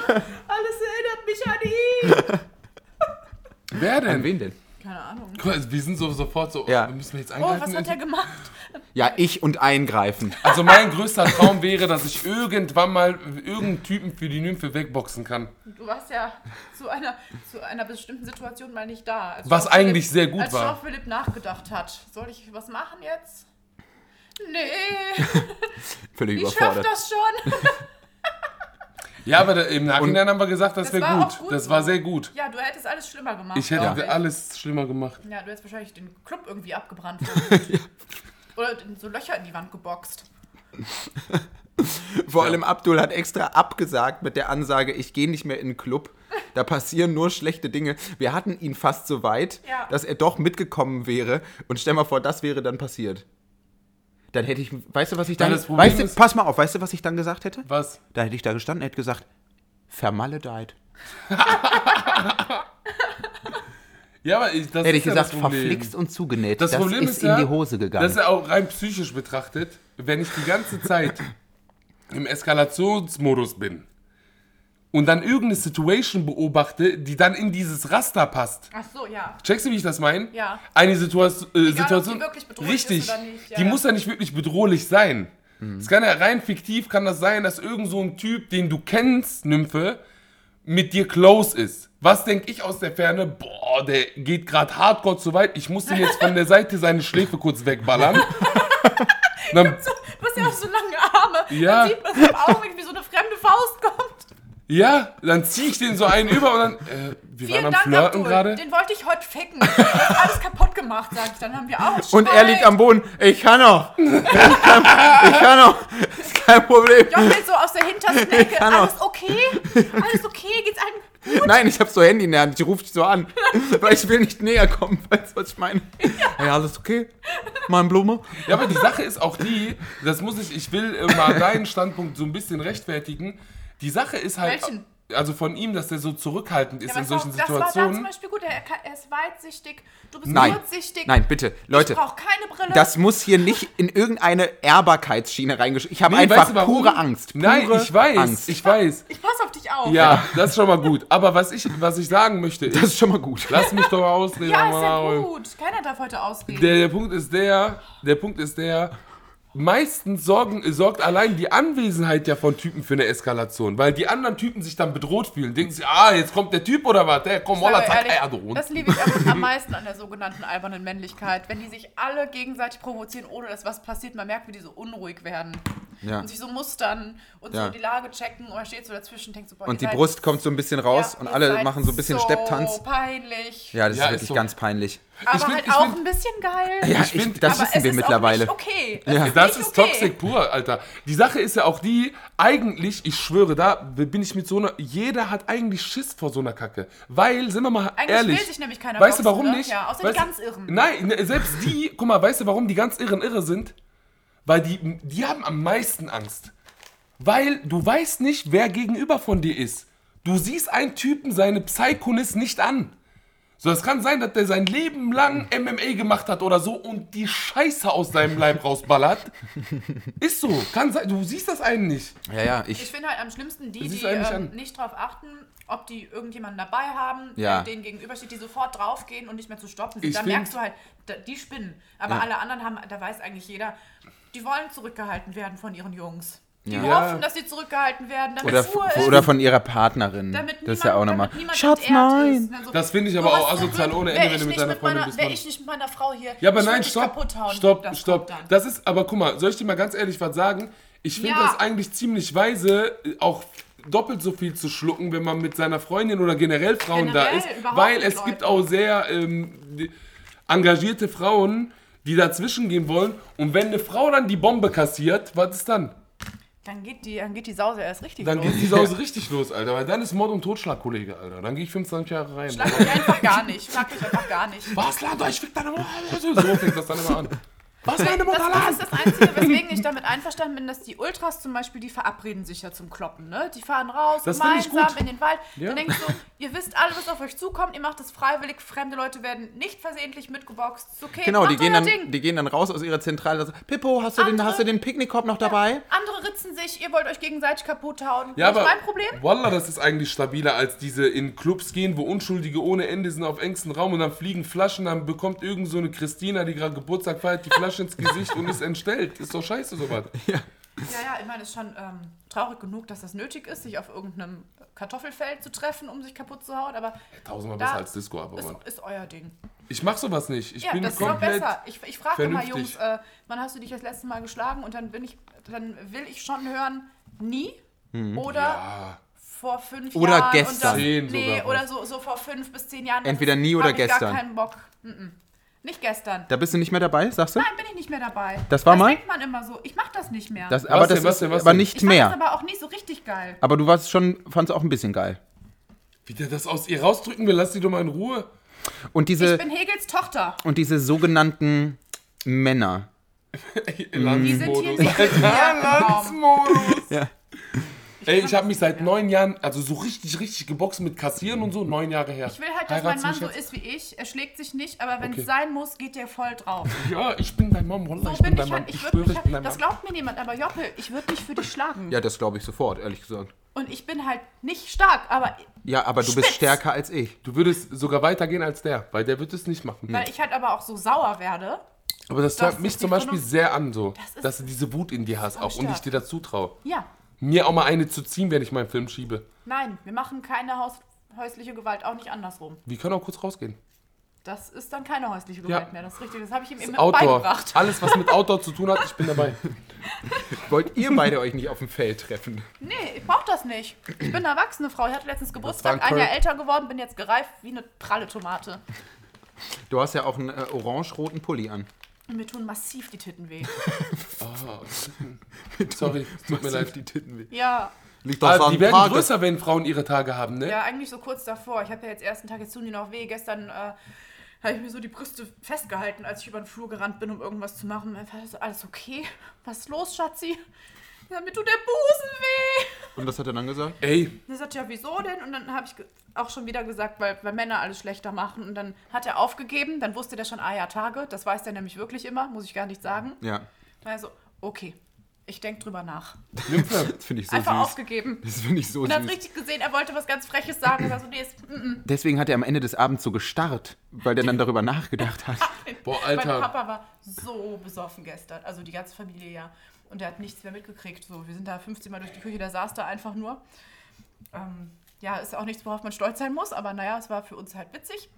[SPEAKER 5] Alles erinnert mich an ihn.
[SPEAKER 3] Wer
[SPEAKER 4] An
[SPEAKER 3] denn?
[SPEAKER 4] wen denn?
[SPEAKER 5] Keine Ahnung.
[SPEAKER 3] Guck mal, Wir sind so, sofort so,
[SPEAKER 4] Ja.
[SPEAKER 3] wir müssen jetzt
[SPEAKER 5] Oh,
[SPEAKER 3] angreifen.
[SPEAKER 5] was hat er gemacht?
[SPEAKER 4] Ja, ich und eingreifen.
[SPEAKER 3] also mein größter Traum wäre, dass ich irgendwann mal irgendeinen Typen für die Nymphe wegboxen kann.
[SPEAKER 5] Du warst ja zu einer, zu einer bestimmten Situation mal nicht da. Also als
[SPEAKER 3] Was
[SPEAKER 5] Jean
[SPEAKER 3] eigentlich
[SPEAKER 5] Philipp-
[SPEAKER 3] sehr gut
[SPEAKER 5] als
[SPEAKER 3] war.
[SPEAKER 5] Jean Philipp nachgedacht hat. Soll ich was machen jetzt? Nee,
[SPEAKER 4] Völlig
[SPEAKER 5] ich schaff
[SPEAKER 4] überfordert.
[SPEAKER 5] das schon.
[SPEAKER 3] Ja, aber da, im Nachhinein haben wir gesagt, das,
[SPEAKER 5] Das
[SPEAKER 3] wäre
[SPEAKER 5] war
[SPEAKER 3] gut.
[SPEAKER 5] auch gut
[SPEAKER 3] Das
[SPEAKER 5] so.
[SPEAKER 3] war sehr gut.
[SPEAKER 5] Ja, du hättest alles schlimmer gemacht.
[SPEAKER 3] Ich hätte
[SPEAKER 5] glaub
[SPEAKER 3] alles schlimmer gemacht.
[SPEAKER 5] Ja, du hättest wahrscheinlich den Club irgendwie abgebrannt. Ja. Oder so Löcher in die Wand geboxt.
[SPEAKER 4] Vor allem Abdul hat extra abgesagt mit der Ansage, ich gehe nicht mehr in den Club. Da passieren nur schlechte Dinge. Wir hatten ihn fast so weit,
[SPEAKER 5] Ja.
[SPEAKER 4] dass er doch mitgekommen wäre. Und stell mal vor, das wäre dann passiert. Dann hätte ich, weißt du, was ich dann,
[SPEAKER 3] das Problem
[SPEAKER 4] weißt du,
[SPEAKER 3] ist-
[SPEAKER 4] pass mal auf, weißt du, was ich dann gesagt hätte?
[SPEAKER 3] Was?
[SPEAKER 4] Da hätte ich da gestanden, hätte gesagt, vermaledeit.
[SPEAKER 3] Ja, aber ich, das ist
[SPEAKER 4] Hätte ich
[SPEAKER 3] ja
[SPEAKER 4] gesagt,
[SPEAKER 3] das Problem.
[SPEAKER 4] verflixt und zugenäht.
[SPEAKER 3] Das, Problem ist,
[SPEAKER 4] ist
[SPEAKER 3] ja,
[SPEAKER 4] in die Hose
[SPEAKER 3] Das
[SPEAKER 4] gegangen.
[SPEAKER 3] ist ja auch rein psychisch betrachtet, wenn ich die ganze Zeit im Eskalationsmodus bin und dann irgendeine Situation beobachte, die dann in dieses Raster passt.
[SPEAKER 5] Ach so, ja.
[SPEAKER 3] Checkst du, wie ich das meine?
[SPEAKER 5] Ja.
[SPEAKER 3] Eine Situation, äh, Situation
[SPEAKER 5] die wirklich bedrohlich
[SPEAKER 3] richtig,
[SPEAKER 5] ist oder nicht, ja,
[SPEAKER 3] die
[SPEAKER 5] ja.
[SPEAKER 3] muss ja nicht wirklich bedrohlich sein. Es kann ja rein fiktiv kann das sein, dass irgend so ein Typ, den du kennst, Nymphe, mit dir close ist. Was denke ich aus der Ferne? Boah, der geht gerade hardcore zu weit. Ich muss ihm jetzt von der Seite seine Schläfe kurz wegballern. Dann,
[SPEAKER 5] Du hast ja auch so lange Arme. Dann
[SPEAKER 3] Ja.
[SPEAKER 5] sieht man so im Augenblick, wie so eine fremde Faust kommt.
[SPEAKER 3] ja, dann ziehe ich den so einen über und dann. Äh, wir
[SPEAKER 5] Vielen
[SPEAKER 3] waren am
[SPEAKER 5] Dank,
[SPEAKER 3] Flirten
[SPEAKER 5] Abdul.
[SPEAKER 3] gerade.
[SPEAKER 5] Den wollte ich heute ficken. Der hat alles kaputt gemacht, sag ich. Dann haben wir auch
[SPEAKER 4] Und er liegt am Boden. Ich kann noch. Ich kann, ich kann noch. Ist kein Problem.
[SPEAKER 5] Jochel so aus der hintersten Ecke.
[SPEAKER 4] kann auch.
[SPEAKER 5] Alles okay? Alles okay? Geht's einem
[SPEAKER 4] Nein, ich habe so Handy in der Hand. Ich rufe dich so an, weil ich will nicht näher kommen. Weißt du, was ich meine? Ja, alles okay. Mein Blume.
[SPEAKER 3] Ja, aber die Sache ist auch die, das muss ich, ich will äh, mal deinen Standpunkt so ein bisschen rechtfertigen. Die Sache ist halt.
[SPEAKER 5] Welchen?
[SPEAKER 3] Also von ihm, dass der so zurückhaltend ist
[SPEAKER 5] Ja,
[SPEAKER 3] in
[SPEAKER 5] aber
[SPEAKER 3] solchen
[SPEAKER 5] das war- Das war da zum
[SPEAKER 3] Situationen.
[SPEAKER 5] Beispiel gut. Er, er ist weitsichtig. Du bist
[SPEAKER 4] Nein.
[SPEAKER 5] kurzsichtig.
[SPEAKER 4] Nein, bitte. Leute,
[SPEAKER 5] Ich brauche keine Brille.
[SPEAKER 4] das muss hier nicht in irgendeine Ehrbarkeitsschiene reingeschrieben. Ich habe
[SPEAKER 3] Nee,
[SPEAKER 4] einfach
[SPEAKER 3] weißt du warum?
[SPEAKER 4] pure Angst. Pure
[SPEAKER 3] Nein, ich weiß,
[SPEAKER 4] Angst.
[SPEAKER 3] ich weiß.
[SPEAKER 5] ich pass auf dich auf.
[SPEAKER 3] Ja, das ist schon mal gut. Aber was ich, was ich sagen möchte ist,
[SPEAKER 4] das ist schon mal gut.
[SPEAKER 3] lass mich doch mal ausreden.
[SPEAKER 5] Ja, ist ja
[SPEAKER 3] Amaro.
[SPEAKER 5] gut. Keiner darf heute ausreden.
[SPEAKER 3] der, der Punkt ist der, der Punkt ist der, meistens sorgen, sorgt allein die Anwesenheit ja von Typen für eine Eskalation, weil die anderen Typen sich dann bedroht fühlen. Denken sich, ah, jetzt kommt der Typ oder was? Der, komm,
[SPEAKER 5] Sag
[SPEAKER 3] holla,
[SPEAKER 5] mal
[SPEAKER 3] zack,
[SPEAKER 5] Äh, ehrlich,
[SPEAKER 4] äh,
[SPEAKER 3] ey, Adon.
[SPEAKER 5] das liebe ich am- am meisten an der sogenannten albernen Männlichkeit, wenn die sich alle gegenseitig provozieren, ohne dass was passiert. Man merkt, wie die so unruhig werden
[SPEAKER 4] Ja.
[SPEAKER 5] und sich so mustern und
[SPEAKER 4] Ja.
[SPEAKER 5] so die Lage checken und man steht so dazwischen und denkt so, boah,
[SPEAKER 4] Und die
[SPEAKER 5] ihr seid-
[SPEAKER 4] Brust kommt so ein bisschen raus
[SPEAKER 5] ja,
[SPEAKER 4] und
[SPEAKER 5] ihr
[SPEAKER 4] alle
[SPEAKER 5] seid
[SPEAKER 4] machen so ein bisschen
[SPEAKER 5] so
[SPEAKER 4] Stepptanz.
[SPEAKER 5] peinlich,
[SPEAKER 4] Ja, das
[SPEAKER 3] Ja,
[SPEAKER 4] ist
[SPEAKER 3] ist
[SPEAKER 4] wirklich
[SPEAKER 3] so.
[SPEAKER 4] ganz peinlich.
[SPEAKER 5] aber
[SPEAKER 3] Ich bin-
[SPEAKER 5] halt
[SPEAKER 3] ich
[SPEAKER 5] auch
[SPEAKER 3] bin-
[SPEAKER 5] ein bisschen geil.
[SPEAKER 4] Ja, ich
[SPEAKER 3] find-
[SPEAKER 4] das
[SPEAKER 5] aber
[SPEAKER 4] wissen wir
[SPEAKER 5] es ist
[SPEAKER 4] mittlerweile.
[SPEAKER 5] Auch nicht okay. Es ist
[SPEAKER 3] Das
[SPEAKER 5] nicht
[SPEAKER 3] ist
[SPEAKER 5] okay.
[SPEAKER 3] Toxic pur, Alter. Die Sache ist ja auch die, eigentlich, ich schwöre, da bin ich mit so einer, jeder hat eigentlich Schiss vor so einer Kacke. Weil, sind wir mal
[SPEAKER 5] Eigentlich
[SPEAKER 3] ehrlich.
[SPEAKER 5] will sich nämlich keiner
[SPEAKER 3] Weißt du,
[SPEAKER 5] boxen,
[SPEAKER 3] warum
[SPEAKER 5] ne?
[SPEAKER 3] nicht?
[SPEAKER 5] Ja, außer die
[SPEAKER 3] weißt, du-
[SPEAKER 5] ganz Irren.
[SPEAKER 3] Nein, ne, selbst die, guck mal, weißt du, warum die ganz Irren irre sind? Weil die, die haben am meisten Angst. Weil du weißt nicht, wer gegenüber von dir ist. Du siehst einen Typen seine Psychonis nicht an. So, es kann sein, dass der sein Leben lang MMA gemacht hat oder so und die Scheiße aus seinem Leib rausballert. Ist so. Kann sein. Du siehst das einen nicht.
[SPEAKER 4] Ja, ja,
[SPEAKER 5] Ich
[SPEAKER 4] ich.
[SPEAKER 5] finde halt am schlimmsten die,
[SPEAKER 3] Das ist
[SPEAKER 5] die
[SPEAKER 3] eigentlich
[SPEAKER 5] ähm,
[SPEAKER 3] an-
[SPEAKER 5] nicht drauf achten, ob die irgendjemanden dabei haben,
[SPEAKER 4] Ja.
[SPEAKER 5] der denen gegenübersteht, die sofort draufgehen und nicht mehr zu stoppen
[SPEAKER 3] Ich
[SPEAKER 5] sind. Da
[SPEAKER 3] find-
[SPEAKER 5] merkst du halt, da, die spinnen. Aber alle anderen haben, da weiß eigentlich jeder, die wollen zurückgehalten werden von ihren Jungs. Die
[SPEAKER 4] Ja.
[SPEAKER 5] hoffen, dass sie zurückgehalten werden, damit
[SPEAKER 4] Oder,
[SPEAKER 5] Ruhe ist.
[SPEAKER 4] oder von ihrer Partnerin.
[SPEAKER 5] damit niemand,
[SPEAKER 4] das ist ja auch nochmal.
[SPEAKER 5] damit niemand
[SPEAKER 4] Schatz,
[SPEAKER 5] entehrt
[SPEAKER 4] nein!
[SPEAKER 5] ist. Also,
[SPEAKER 3] Das finde ich aber
[SPEAKER 5] sowas
[SPEAKER 3] auch
[SPEAKER 5] von
[SPEAKER 3] asozial
[SPEAKER 5] wegen,
[SPEAKER 3] ohne
[SPEAKER 5] wär
[SPEAKER 3] Ende,
[SPEAKER 5] ich
[SPEAKER 3] wenn du mit
[SPEAKER 5] nicht
[SPEAKER 3] deiner Freundin
[SPEAKER 5] meiner-
[SPEAKER 3] bist,
[SPEAKER 5] Wäre
[SPEAKER 3] Mann.
[SPEAKER 5] ich nicht mit meiner Frau hier,
[SPEAKER 3] Ja, aber
[SPEAKER 5] ich würd
[SPEAKER 3] nein,
[SPEAKER 5] dich
[SPEAKER 3] stopp.
[SPEAKER 5] kaputt hauen.
[SPEAKER 3] Stopp,
[SPEAKER 5] Das
[SPEAKER 3] stopp.
[SPEAKER 5] kommt dann.
[SPEAKER 3] Das ist, aber guck mal, soll ich dir mal ganz ehrlich was sagen? Ich finde
[SPEAKER 5] Ja.
[SPEAKER 3] das eigentlich ziemlich weise, äh, auch doppelt so viel zu schlucken, wenn man mit seiner Freundin oder generell Frauen da
[SPEAKER 5] Generell
[SPEAKER 3] ist.
[SPEAKER 5] überhaupt
[SPEAKER 3] Weil
[SPEAKER 5] mit
[SPEAKER 3] es
[SPEAKER 5] Leuten.
[SPEAKER 3] gibt auch sehr ähm, die- engagierte Frauen, die dazwischen gehen wollen. Und wenn eine Frau dann die Bombe kassiert, was ist dann?
[SPEAKER 5] Dann geht die, dann geht die Sause erst richtig
[SPEAKER 3] Dann
[SPEAKER 5] los.
[SPEAKER 3] geht die Sause richtig los, Alter. Weil dann ist Mord und Totschlag, Kollege, Alter. Dann gehe ich 25 Jahre rein.
[SPEAKER 5] Schlag mich einfach gar nicht. Schlag mich einfach gar nicht.
[SPEAKER 3] Was lernt euch? Fick deine Mutter. Also, So fängt das dann immer an. Was lernt
[SPEAKER 5] Das,
[SPEAKER 3] Mutter
[SPEAKER 5] das
[SPEAKER 3] lernt?
[SPEAKER 5] ist das Einzige, weswegen ich damit einverstanden bin, dass die Ultras zum Beispiel, die verabreden sich ja zum Kloppen, ne? Die fahren raus,
[SPEAKER 3] Das find ich
[SPEAKER 5] gemeinsam
[SPEAKER 3] gut.
[SPEAKER 5] in den Wald.
[SPEAKER 3] Ja.
[SPEAKER 5] Dann denkst du, ihr wisst alle, was auf euch zukommt, ihr macht das freiwillig, fremde Leute werden nicht versehentlich mitgeboxt. Ist okay,
[SPEAKER 4] Genau,
[SPEAKER 5] macht
[SPEAKER 4] die gehen,
[SPEAKER 5] euer
[SPEAKER 4] dann,
[SPEAKER 5] Ding.
[SPEAKER 4] die gehen dann raus aus ihrer Zentrale. Also, Pippo, hast du, den,
[SPEAKER 5] Andere-
[SPEAKER 4] hast du den Picknickkorb noch dabei?
[SPEAKER 5] Andere ritzen sich, ihr wollt euch gegenseitig kaputt hauen.
[SPEAKER 3] Ja,
[SPEAKER 5] nicht
[SPEAKER 3] aber
[SPEAKER 5] mein Problem.
[SPEAKER 3] Wallah, das ist eigentlich stabiler als diese in Clubs gehen, wo Unschuldige ohne Ende sind auf engstem Raum und dann fliegen Flaschen, dann bekommt irgend so eine Christina, die gerade Geburtstag feiert, die Flasche ins Gesicht und ist entstellt. Ist doch scheiße sowas.
[SPEAKER 5] Ja, ja, ich meine, es ist schon ähm, traurig genug, dass das nötig ist, sich auf irgendeinem Kartoffelfeld zu treffen, um sich kaputt zu hauen, aber
[SPEAKER 3] Tausendmal
[SPEAKER 5] Da-
[SPEAKER 3] besser als Disco, aber Mann.
[SPEAKER 5] ist, ist euer Ding.
[SPEAKER 3] Ich mach sowas nicht. Ich
[SPEAKER 5] Ja,
[SPEAKER 3] bin
[SPEAKER 5] das ist doch
[SPEAKER 3] komplett.
[SPEAKER 5] besser. Ich, ich frage immer
[SPEAKER 3] vernünftig.
[SPEAKER 5] Jungs, äh, wann hast du dich das letzte Mal geschlagen? Und dann bin ich, dann will ich schon hören, nie oder vor fünf
[SPEAKER 4] Hm. Oder
[SPEAKER 5] Jahren.
[SPEAKER 4] gestern.
[SPEAKER 5] Und
[SPEAKER 3] Zehn
[SPEAKER 5] dann, nee,
[SPEAKER 3] sogar
[SPEAKER 5] oder so, so vor fünf bis zehn Jahren.
[SPEAKER 4] Entweder nie oder
[SPEAKER 5] hab ich
[SPEAKER 4] gestern.
[SPEAKER 5] Gar keinen Bock. Mhm. Nicht gestern.
[SPEAKER 4] Da bist du nicht mehr dabei, sagst du?
[SPEAKER 5] Nein, bin ich nicht mehr dabei.
[SPEAKER 4] Das war
[SPEAKER 5] das
[SPEAKER 4] mal?
[SPEAKER 5] denkt man immer so. Ich mach das nicht mehr.
[SPEAKER 4] Das, aber
[SPEAKER 3] denn,
[SPEAKER 4] das
[SPEAKER 3] was
[SPEAKER 4] ist
[SPEAKER 3] denn, was
[SPEAKER 4] aber
[SPEAKER 3] denn?
[SPEAKER 4] nicht
[SPEAKER 5] ich fand
[SPEAKER 4] mehr.
[SPEAKER 5] das aber auch nie so richtig geil.
[SPEAKER 4] Aber du warst schon, fandst auch ein bisschen geil.
[SPEAKER 3] Wie der das aus ihr rausdrücken will, lass die doch mal in Ruhe.
[SPEAKER 4] Und
[SPEAKER 5] Ich
[SPEAKER 4] diese,
[SPEAKER 5] bin Hegels Tochter.
[SPEAKER 4] und diese sogenannten Männer.
[SPEAKER 5] Die sind hier
[SPEAKER 3] Landsmodus.
[SPEAKER 5] nicht mit mir im Raum.
[SPEAKER 3] Landsmodus.
[SPEAKER 4] Ja.
[SPEAKER 3] Ey, ich habe mich seit neun Jahren, also so richtig, richtig geboxt mit Kassieren und so, neun Jahre her.
[SPEAKER 5] Ich will halt, dass mein Mann so
[SPEAKER 3] jetzt?
[SPEAKER 5] ist wie ich. Er schlägt sich nicht, aber wenn es
[SPEAKER 3] Okay.
[SPEAKER 5] sein muss, geht der voll drauf.
[SPEAKER 3] Ja, ich bin dein Mann, Wallah,
[SPEAKER 5] So
[SPEAKER 3] ich bin
[SPEAKER 5] bin
[SPEAKER 3] dein
[SPEAKER 5] ich
[SPEAKER 3] Mann.
[SPEAKER 5] halt,
[SPEAKER 3] Ich,
[SPEAKER 5] ich würde
[SPEAKER 3] schwöre,
[SPEAKER 5] mich
[SPEAKER 3] ich bin
[SPEAKER 5] halt,
[SPEAKER 3] dein
[SPEAKER 5] das
[SPEAKER 3] Mann.
[SPEAKER 5] glaubt mir niemand, aber Joppel, ich würde mich für dich schlagen.
[SPEAKER 4] Ja, das glaube ich sofort, ehrlich gesagt.
[SPEAKER 5] Und ich bin halt nicht stark, aber
[SPEAKER 4] Ja, aber du bist
[SPEAKER 5] Spitz.
[SPEAKER 4] stärker als ich.
[SPEAKER 3] Du würdest sogar weitergehen als der, weil der wird es nicht machen.
[SPEAKER 5] weil ich halt aber auch so sauer werde.
[SPEAKER 3] Aber das
[SPEAKER 5] Das
[SPEAKER 3] hört
[SPEAKER 5] ist
[SPEAKER 3] mich
[SPEAKER 5] die
[SPEAKER 3] zum Beispiel
[SPEAKER 5] Vernunft.
[SPEAKER 3] sehr an, so,
[SPEAKER 5] Das ist-
[SPEAKER 3] dass du diese Wut in dir hast auch und ich
[SPEAKER 5] stark.
[SPEAKER 3] dir dazu traue.
[SPEAKER 5] Ja,
[SPEAKER 3] Mir auch mal eine zu ziehen, wenn ich meinen Film schiebe.
[SPEAKER 5] nein, wir machen keine Haus häusliche Gewalt, auch nicht andersrum.
[SPEAKER 3] Wir können auch kurz rausgehen.
[SPEAKER 5] Das ist dann keine häusliche Gewalt
[SPEAKER 3] Ja.
[SPEAKER 5] mehr, das ist richtig. Das habe ich ihm eben
[SPEAKER 3] Outdoor.
[SPEAKER 5] beigebracht.
[SPEAKER 3] Alles, was mit Outdoor zu tun hat, ich bin dabei.
[SPEAKER 4] Wollt ihr beide euch nicht auf dem Feld treffen?
[SPEAKER 5] Nee, ich brauche das nicht. Ich bin eine erwachsene Frau, ich hatte letztens Geburtstag,
[SPEAKER 4] war ein
[SPEAKER 5] ein Jahr
[SPEAKER 4] Curry.
[SPEAKER 5] älter geworden, bin jetzt gereift wie eine pralle Tomate.
[SPEAKER 4] Du hast ja auch einen äh, orange-roten Pulli an.
[SPEAKER 5] Und mir tun massiv die Titten weh.
[SPEAKER 3] Oh, Sorry, tut mir leid.
[SPEAKER 4] die Titten weh.
[SPEAKER 5] Ja,
[SPEAKER 4] Liegt doch
[SPEAKER 3] Ah,
[SPEAKER 4] am
[SPEAKER 3] die werden
[SPEAKER 4] Tage.
[SPEAKER 3] größer, wenn Frauen ihre Tage haben, ne?
[SPEAKER 5] Ja, eigentlich so kurz davor. Ich habe ja jetzt ersten Tag, jetzt tun die noch weh. Gestern äh, habe ich mir so die Brüste festgehalten, als ich über den Flur gerannt bin, um irgendwas zu machen. Mein Vater so, alles okay? Was ist los, Schatzi? Ja, mir tut der Busen weh.
[SPEAKER 4] Und was hat er dann gesagt?
[SPEAKER 3] Ey,
[SPEAKER 5] Und er sagt, ja, wieso denn? Und dann habe ich ge- auch schon wieder gesagt, weil, weil Männer alles schlechter machen. Und dann hat er aufgegeben. Dann wusste der schon, ah ja, Tage. Das weiß der nämlich wirklich immer, muss ich gar nicht sagen.
[SPEAKER 4] Ja,
[SPEAKER 5] Dann war er so, okay, ich denke drüber nach.
[SPEAKER 4] das finde ich so
[SPEAKER 5] Einfach
[SPEAKER 4] süß.
[SPEAKER 5] aufgegeben.
[SPEAKER 4] Das finde ich so
[SPEAKER 5] Und hat
[SPEAKER 4] süß.
[SPEAKER 5] richtig gesehen, er wollte was ganz Freches sagen. Er war so, nee, ist, mm, mm.
[SPEAKER 4] Deswegen hat er am Ende des Abends so gestarrt, weil der dann darüber nachgedacht hat.
[SPEAKER 3] boah,
[SPEAKER 5] Mein
[SPEAKER 3] Alter.
[SPEAKER 5] Papa war so besoffen gestern, also die ganze Familie ja. Und der hat nichts mehr mitgekriegt. So, wir sind da 15 Mal durch die Küche, der saß da einfach nur. Ähm, ja, ist auch nichts, worauf man stolz sein muss, aber naja, es war für uns halt witzig.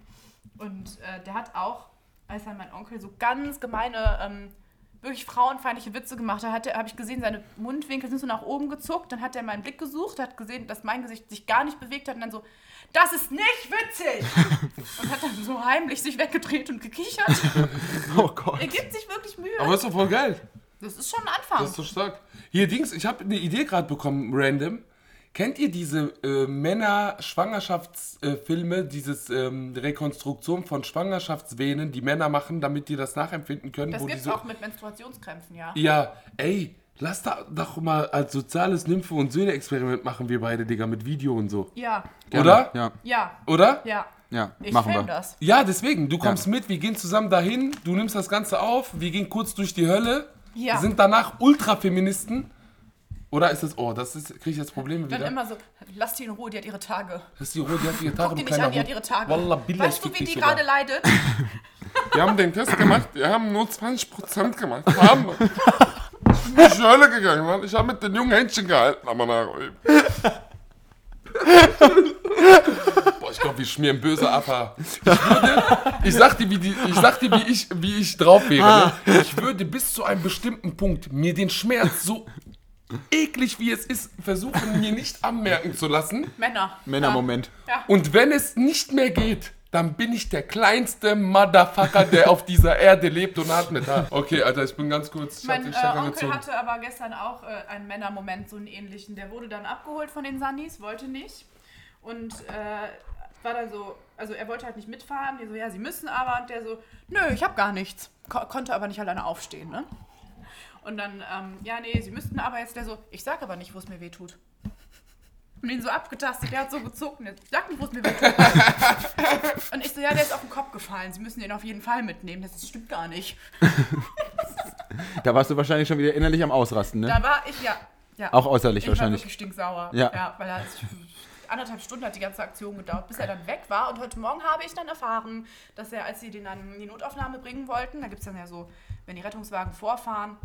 [SPEAKER 5] Und äh, der hat auch, als dann mein Onkel so ganz gemeine, ähm, wirklich frauenfeindliche Witze gemacht hat, habe ich gesehen, seine Mundwinkel sind so nach oben gezuckt. Dann hat er meinen Blick gesucht, hat gesehen, dass mein Gesicht sich gar nicht bewegt hat und dann so, das ist nicht witzig! und hat dann so heimlich sich weggedreht und gekichert.
[SPEAKER 4] Oh Gott.
[SPEAKER 5] Er gibt sich wirklich Mühe.
[SPEAKER 3] Aber ist doch voll geil.
[SPEAKER 5] das ist schon ein Anfang.
[SPEAKER 3] Das ist so stark. Hier, Dings, ich habe eine Idee gerade bekommen, random. Kennt ihr diese äh, Männer-Schwangerschaftsfilme, äh, Filme, dieses ähm, Rekonstruktion von Schwangerschaftsvenen, die Männer machen, damit die das nachempfinden können?
[SPEAKER 5] das
[SPEAKER 3] wo die
[SPEAKER 5] gibt's
[SPEAKER 3] so-
[SPEAKER 5] auch mit Menstruationskrämpfen, ja.
[SPEAKER 3] Ja, ey, lass da doch mal als soziales Nymphe- und Söhne-Experiment machen wir beide, Digga, mit Video und so.
[SPEAKER 5] Ja,
[SPEAKER 3] Oder?
[SPEAKER 4] Ja,
[SPEAKER 5] ja,
[SPEAKER 3] Oder?
[SPEAKER 5] ja.
[SPEAKER 4] ja,
[SPEAKER 5] Ich
[SPEAKER 4] machen
[SPEAKER 5] film
[SPEAKER 4] wir.
[SPEAKER 5] das.
[SPEAKER 3] Ja, deswegen, du kommst mit, wir gehen zusammen dahin, du nimmst das Ganze auf, wir gehen kurz durch die Hölle,
[SPEAKER 5] Ja.
[SPEAKER 3] sind danach Ultrafeministen. Oder ist das, oh, das ist, kriege ich jetzt Probleme
[SPEAKER 5] Dann
[SPEAKER 3] wieder.
[SPEAKER 5] immer so, lass die in Ruhe, die hat ihre Tage.
[SPEAKER 3] Das ist die Ruhe, die hat ihre Tage.
[SPEAKER 5] Guck die nicht
[SPEAKER 3] du kleiner
[SPEAKER 5] an, die hat
[SPEAKER 3] Hund.
[SPEAKER 5] ihre Tage.
[SPEAKER 3] Wallah, Billah, ich
[SPEAKER 5] weißt du,
[SPEAKER 3] fick
[SPEAKER 5] wie
[SPEAKER 3] dich
[SPEAKER 5] die
[SPEAKER 3] sogar.
[SPEAKER 5] gerade leidet?
[SPEAKER 6] Wir haben den Test gemacht, wir haben nur 20% gemacht. Haben wir. Ich bin in die Hölle gegangen, Mann. Ich habe mit den jungen Händchen gehalten, aber nach oben.
[SPEAKER 3] Boah, ich glaube, wir schmieren böse Affa. Ich würde, ich sag dir, wie, die, ich, sag dir, wie, ich, wie ich drauf wäre. Ne? Ich würde bis zu einem bestimmten Punkt mir den Schmerz so eklig wie es ist, versuchen mir nicht anmerken zu lassen.
[SPEAKER 5] Männer.
[SPEAKER 4] Männermoment.
[SPEAKER 3] Und wenn es nicht mehr geht, dann bin ich der kleinste Motherfucker, der auf dieser Erde lebt und atmet. Ah, Okay, Alter, ich bin ganz kurz. Ich hab
[SPEAKER 5] Mein
[SPEAKER 3] den
[SPEAKER 5] äh,
[SPEAKER 3] Stecker
[SPEAKER 5] Onkel
[SPEAKER 3] gezogen.
[SPEAKER 5] hatte aber gestern auch äh, einen Männermoment, so einen ähnlichen. Der wurde dann abgeholt von den Sunnies, wollte nicht. Und äh, war dann so, also er wollte halt nicht mitfahren. Die so, ja, sie müssen aber. Und der so, nö, ich hab gar nichts. Ko konnte aber nicht alleine aufstehen, ne? Und dann, ähm, ja, nee, sie müssten aber jetzt. Der so, ich sag aber nicht, wo es mir weh tut. Und ihn so abgetastet, der hat so gezogen, der sagt nicht, wo es mir weh tut. Und ich so, ja, der ist auf den Kopf gefallen, sie müssen den auf jeden Fall mitnehmen, das stimmt gar nicht.
[SPEAKER 4] Da warst du wahrscheinlich schon wieder innerlich am Ausrasten, ne?
[SPEAKER 5] Da war ich ja. ja.
[SPEAKER 4] Auch äußerlich
[SPEAKER 5] ich
[SPEAKER 4] wahrscheinlich.
[SPEAKER 5] War wirklich stinksauer.
[SPEAKER 4] Ja.
[SPEAKER 5] weil er anderthalb Stunden hat die ganze Aktion gedauert, bis er dann weg war. Und heute Morgen habe ich dann erfahren, dass er, als sie den dann in die Notaufnahme bringen wollten, da gibt es dann ja so, wenn die Rettungswagen vorfahren,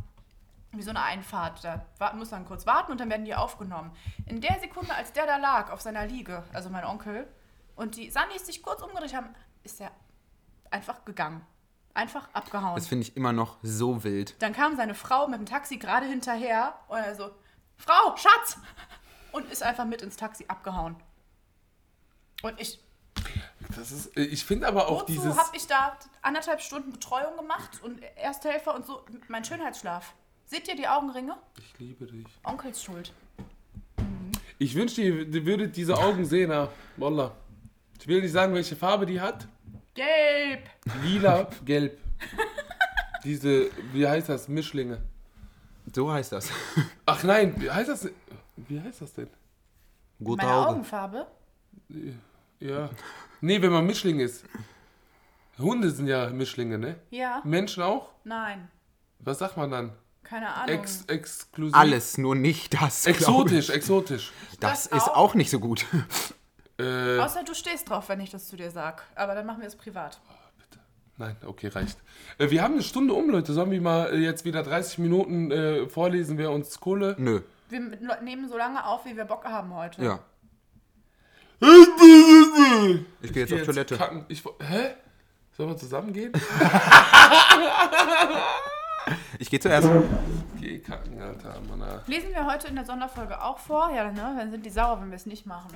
[SPEAKER 5] wie so eine Einfahrt. Da wa- muss dann kurz warten und dann werden die aufgenommen. In der Sekunde, als der da lag auf seiner Liege, also mein Onkel, und die Sandys sich kurz umgedreht haben, ist er einfach gegangen. Einfach abgehauen.
[SPEAKER 4] Das finde ich immer noch so wild.
[SPEAKER 5] Dann kam seine Frau mit dem Taxi gerade hinterher und er so, Frau, Schatz! Und ist einfach mit ins Taxi abgehauen. Und ich,
[SPEAKER 3] Das ist, äh, ich finde aber auch
[SPEAKER 5] wozu
[SPEAKER 3] dieses.
[SPEAKER 5] habe ich da anderthalb Stunden Betreuung gemacht und Ersthelfer und so, mein Schönheitsschlaf. Seht ihr die Augenringe?
[SPEAKER 3] Ich liebe dich.
[SPEAKER 5] Onkels Schuld.
[SPEAKER 3] Ich wünschte, ihr wü- würdet diese Augen sehen, ah, Wallah. Ich will nicht sagen, welche Farbe die hat.
[SPEAKER 5] Gelb!
[SPEAKER 3] Lila, gelb. Diese, wie heißt das? Mischlinge.
[SPEAKER 4] So heißt das.
[SPEAKER 3] Ach nein, wie heißt das? Wie heißt das denn?
[SPEAKER 4] Gute
[SPEAKER 5] Meine Augenfarbe?
[SPEAKER 3] Ja. Nee, wenn man Mischling ist. Hunde sind ja Mischlinge, ne?
[SPEAKER 5] Ja.
[SPEAKER 3] Menschen auch?
[SPEAKER 5] Nein.
[SPEAKER 3] Was sagt man dann?
[SPEAKER 5] Keine Ahnung.
[SPEAKER 3] Ex exklusiv.
[SPEAKER 4] Alles, nur nicht das. glaub
[SPEAKER 3] Exotisch, exotisch.
[SPEAKER 4] Ich. Das,
[SPEAKER 5] Das
[SPEAKER 4] ist
[SPEAKER 5] auch.
[SPEAKER 4] auch nicht so gut.
[SPEAKER 3] Äh,
[SPEAKER 5] Außer du stehst drauf, wenn ich das zu dir sag. Aber dann machen wir es privat.
[SPEAKER 3] nein, okay, reicht. Äh, wir haben eine Stunde um, Leute. Sollen wir mal äh, jetzt wieder 30 Minuten äh, vorlesen, wer uns Kohle.
[SPEAKER 4] Nö.
[SPEAKER 5] Wir nehmen so lange auf, wie wir Bock haben heute.
[SPEAKER 4] Ja. Ich gehe jetzt auf
[SPEAKER 3] Jetzt
[SPEAKER 4] Toilette.
[SPEAKER 3] kacken. Ich, wo- hä? Sollen wir zusammengehen?
[SPEAKER 4] Ich gehe zuerst.
[SPEAKER 3] Geh kacken, Alter, Mann. ah.
[SPEAKER 5] Lesen wir heute in der Sonderfolge auch vor? Ja, ne? Dann sind die sauer, wenn wir es nicht machen.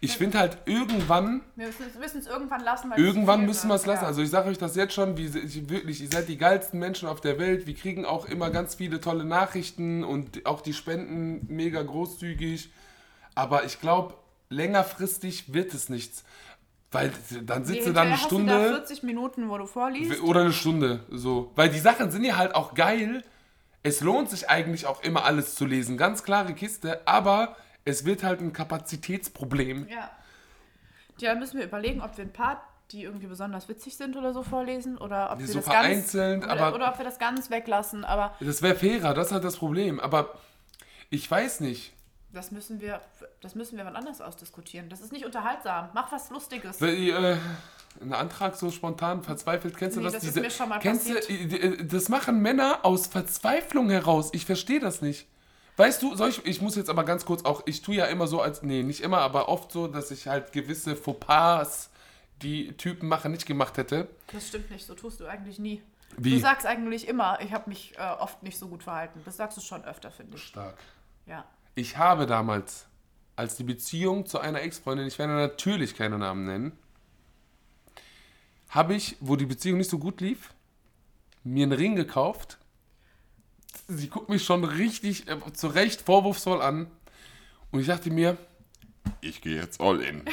[SPEAKER 3] Ich finde halt irgendwann.
[SPEAKER 5] Wir müssen es- müssen es irgendwann lassen. Weil
[SPEAKER 3] Irgendwann
[SPEAKER 5] es zu
[SPEAKER 3] müssen
[SPEAKER 5] viel
[SPEAKER 3] wir
[SPEAKER 5] wird.
[SPEAKER 3] es lassen.
[SPEAKER 5] Ja.
[SPEAKER 3] Also ich sage euch das jetzt schon, wie, se- ich, wirklich, ihr seid die geilsten Menschen auf der Welt. Wir kriegen auch immer ganz viele tolle Nachrichten und auch die Spenden mega großzügig. Aber ich glaube, längerfristig wird es nichts. Weil dann
[SPEAKER 5] Nee,
[SPEAKER 3] sitzt du dann
[SPEAKER 5] hinterher
[SPEAKER 3] eine
[SPEAKER 5] Hast du da
[SPEAKER 3] Stunde
[SPEAKER 5] 40 Minuten, wo du vorliest.
[SPEAKER 3] oder eine Stunde so. Weil die Sachen sind ja halt auch geil. Es lohnt sich eigentlich auch immer alles zu lesen. Ganz klare Kiste, aber es wird halt ein Kapazitätsproblem.
[SPEAKER 5] Ja. Ja, dann müssen wir überlegen, ob wir ein paar, die irgendwie besonders witzig sind oder so, vorlesen. Oder ob
[SPEAKER 3] Die
[SPEAKER 5] wir
[SPEAKER 3] so
[SPEAKER 5] das ganz,
[SPEAKER 3] vereinzelt,
[SPEAKER 5] oder,
[SPEAKER 3] aber-
[SPEAKER 5] oder ob wir das ganz weglassen. Aber
[SPEAKER 3] Das wäre fairer, das ist halt das Problem. Aber ich weiß nicht.
[SPEAKER 5] das müssen wir, das müssen wir wann anders ausdiskutieren. Das ist nicht unterhaltsam. Mach was Lustiges.
[SPEAKER 3] Wenn ihr, äh, einen Antrag so spontan verzweifelt, kennst du
[SPEAKER 5] Nee,
[SPEAKER 3] das?
[SPEAKER 5] das ist
[SPEAKER 3] diese,
[SPEAKER 5] mir schon mal
[SPEAKER 3] kennst du,
[SPEAKER 5] passiert.
[SPEAKER 3] äh, äh, das machen Männer aus Verzweiflung heraus. Ich verstehe das nicht. Weißt du, soll ich, ich muss jetzt aber ganz kurz auch, ich tue ja immer so als, nee, nicht immer, aber oft so, dass ich halt gewisse Fauxpas, die Typen machen, nicht gemacht hätte.
[SPEAKER 5] Das stimmt nicht. So tust du eigentlich nie.
[SPEAKER 3] Wie?
[SPEAKER 5] Du sagst eigentlich immer, ich habe mich äh, oft nicht so gut verhalten. Das sagst du schon öfter, finde ich.
[SPEAKER 3] Stark.
[SPEAKER 5] Ja.
[SPEAKER 3] Ich habe damals, als die Beziehung zu einer Ex-Freundin, ich werde natürlich keine Namen nennen, habe ich, wo die Beziehung nicht so gut lief, mir einen Ring gekauft. Sie guckt mich schon richtig äh, zu Recht vorwurfsvoll an. Und ich dachte mir,
[SPEAKER 6] Ich gehe jetzt all in.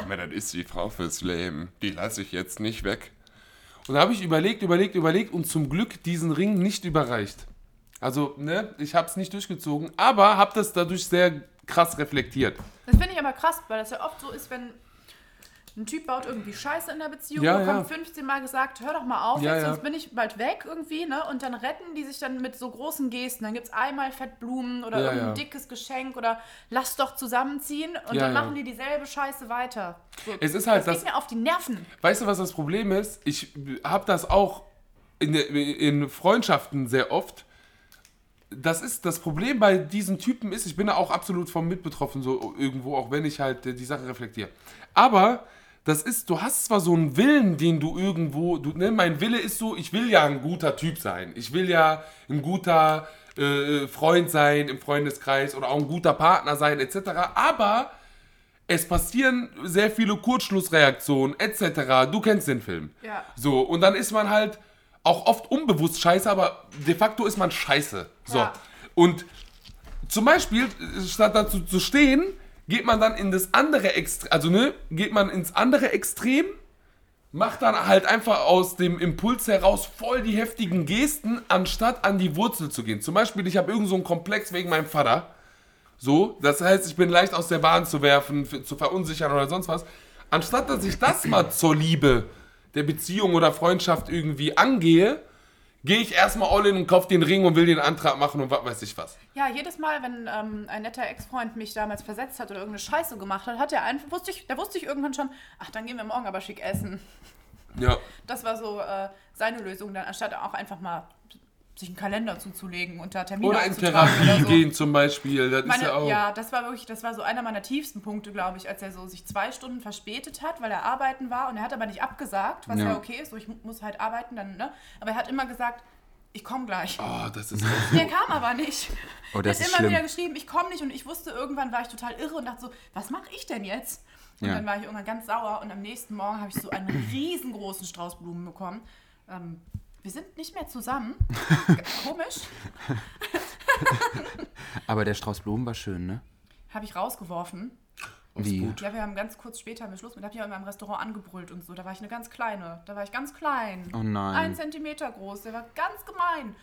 [SPEAKER 6] Aber das ist die Frau fürs Leben. Die lasse ich jetzt nicht weg.
[SPEAKER 3] und da habe ich überlegt, überlegt, überlegt und zum Glück diesen Ring nicht überreicht. Also, ne, ich habe es nicht durchgezogen, aber habe das dadurch sehr krass reflektiert.
[SPEAKER 5] Das finde ich aber krass, weil das ja oft so ist, wenn ein Typ baut irgendwie Scheiße in der Beziehung,
[SPEAKER 3] Ja,
[SPEAKER 5] bekommt
[SPEAKER 3] ja.
[SPEAKER 5] 15 Mal gesagt, hör doch mal auf,
[SPEAKER 3] Ja,
[SPEAKER 5] jetzt,
[SPEAKER 3] ja.
[SPEAKER 5] sonst bin ich bald weg irgendwie, ne? Und dann retten die sich dann mit so großen Gesten. Dann gibt es einmal Fettblumen oder
[SPEAKER 3] Ja,
[SPEAKER 5] irgendein
[SPEAKER 3] ja.
[SPEAKER 5] dickes Geschenk oder lass doch zusammenziehen und
[SPEAKER 3] Ja,
[SPEAKER 5] dann
[SPEAKER 3] ja.
[SPEAKER 5] machen die dieselbe Scheiße weiter. So,
[SPEAKER 3] Es ist halt
[SPEAKER 5] das
[SPEAKER 3] das-
[SPEAKER 5] geht mir auf die Nerven.
[SPEAKER 3] Weißt du, was das Problem ist? Ich habe das auch in, in Freundschaften sehr oft. Das ist das Problem bei diesen Typen ist, ich bin da auch absolut vom mit betroffen, so irgendwo, auch wenn ich halt äh, die Sache reflektiere. Aber das ist, du hast zwar so einen Willen, den du irgendwo, du, ne, mein Wille ist so, ich will ja ein guter Typ sein. Ich will ja ein guter äh, Freund sein im Freundeskreis oder auch ein guter Partner sein etc. Aber es passieren sehr viele Kurzschlussreaktionen etc. Du kennst den Film.
[SPEAKER 5] Ja.
[SPEAKER 3] So, und dann ist man halt auch oft unbewusst scheiße, aber de facto ist man scheiße. So.
[SPEAKER 5] Ja.
[SPEAKER 3] Und zum Beispiel, statt dazu zu stehen, geht man dann in das andere Extrem, also ne, geht man ins andere Extrem, macht dann halt einfach aus dem Impuls heraus voll die heftigen Gesten, anstatt an die Wurzel zu gehen. Zum Beispiel, ich habe irgend so einen Komplex wegen meinem Vater. So, das heißt, ich bin leicht aus der Bahn zu werfen, f- zu verunsichern oder sonst was. Anstatt dass ich das mal zur Liebe der Beziehung oder Freundschaft irgendwie angehe, gehe ich erstmal all in und kaufe den Ring und will den Antrag machen und was weiß ich was.
[SPEAKER 5] Ja, jedes Mal, wenn ähm, ein netter Ex-Freund mich damals versetzt hat oder irgendeine Scheiße gemacht hat, hat er einfach, wusste ich, da wusste ich irgendwann schon, ach, dann gehen wir morgen aber schick essen.
[SPEAKER 3] Ja.
[SPEAKER 5] Das war so äh, seine Lösung dann, anstatt auch einfach mal sich einen Kalender zuzulegen und da Termine
[SPEAKER 3] Oder in
[SPEAKER 5] einzutragen oder
[SPEAKER 3] Therapie
[SPEAKER 5] so.
[SPEAKER 3] gehen zum Beispiel, das
[SPEAKER 5] Meine,
[SPEAKER 3] ist ja
[SPEAKER 5] ja,
[SPEAKER 3] auch.
[SPEAKER 5] das war wirklich, das war so einer meiner tiefsten Punkte, glaube ich, als er so sich zwei Stunden verspätet hat, weil er arbeiten war und er hat aber nicht abgesagt, was ja,
[SPEAKER 4] Ja.
[SPEAKER 5] okay ist, so ich mu- muss halt arbeiten, dann, ne? Aber er hat immer gesagt, ich komme gleich.
[SPEAKER 3] Oh, das ist auch
[SPEAKER 5] Der kam aber nicht.
[SPEAKER 4] Oh, das
[SPEAKER 5] er hat
[SPEAKER 4] ist
[SPEAKER 5] immer
[SPEAKER 4] schlimm.
[SPEAKER 5] wieder geschrieben, ich komme nicht und ich wusste, irgendwann war ich total irre und dachte so, was mache ich denn jetzt? Und
[SPEAKER 4] Ja.
[SPEAKER 5] dann war ich irgendwann ganz sauer und am nächsten Morgen habe ich so einen riesengroßen Strauß Blumen bekommen. Ähm, wir sind nicht mehr zusammen. Komisch.
[SPEAKER 4] Aber der Strauß Blumen war schön, ne?
[SPEAKER 5] Habe ich rausgeworfen.
[SPEAKER 4] Wie?
[SPEAKER 5] Ja, wir haben ganz kurz später mit Schluss mit, habe ich auch in meinem Restaurant angebrüllt und so. Da war ich eine ganz kleine. Da war ich ganz klein.
[SPEAKER 4] Oh nein.
[SPEAKER 5] Ein Zentimeter groß. Der war ganz gemein.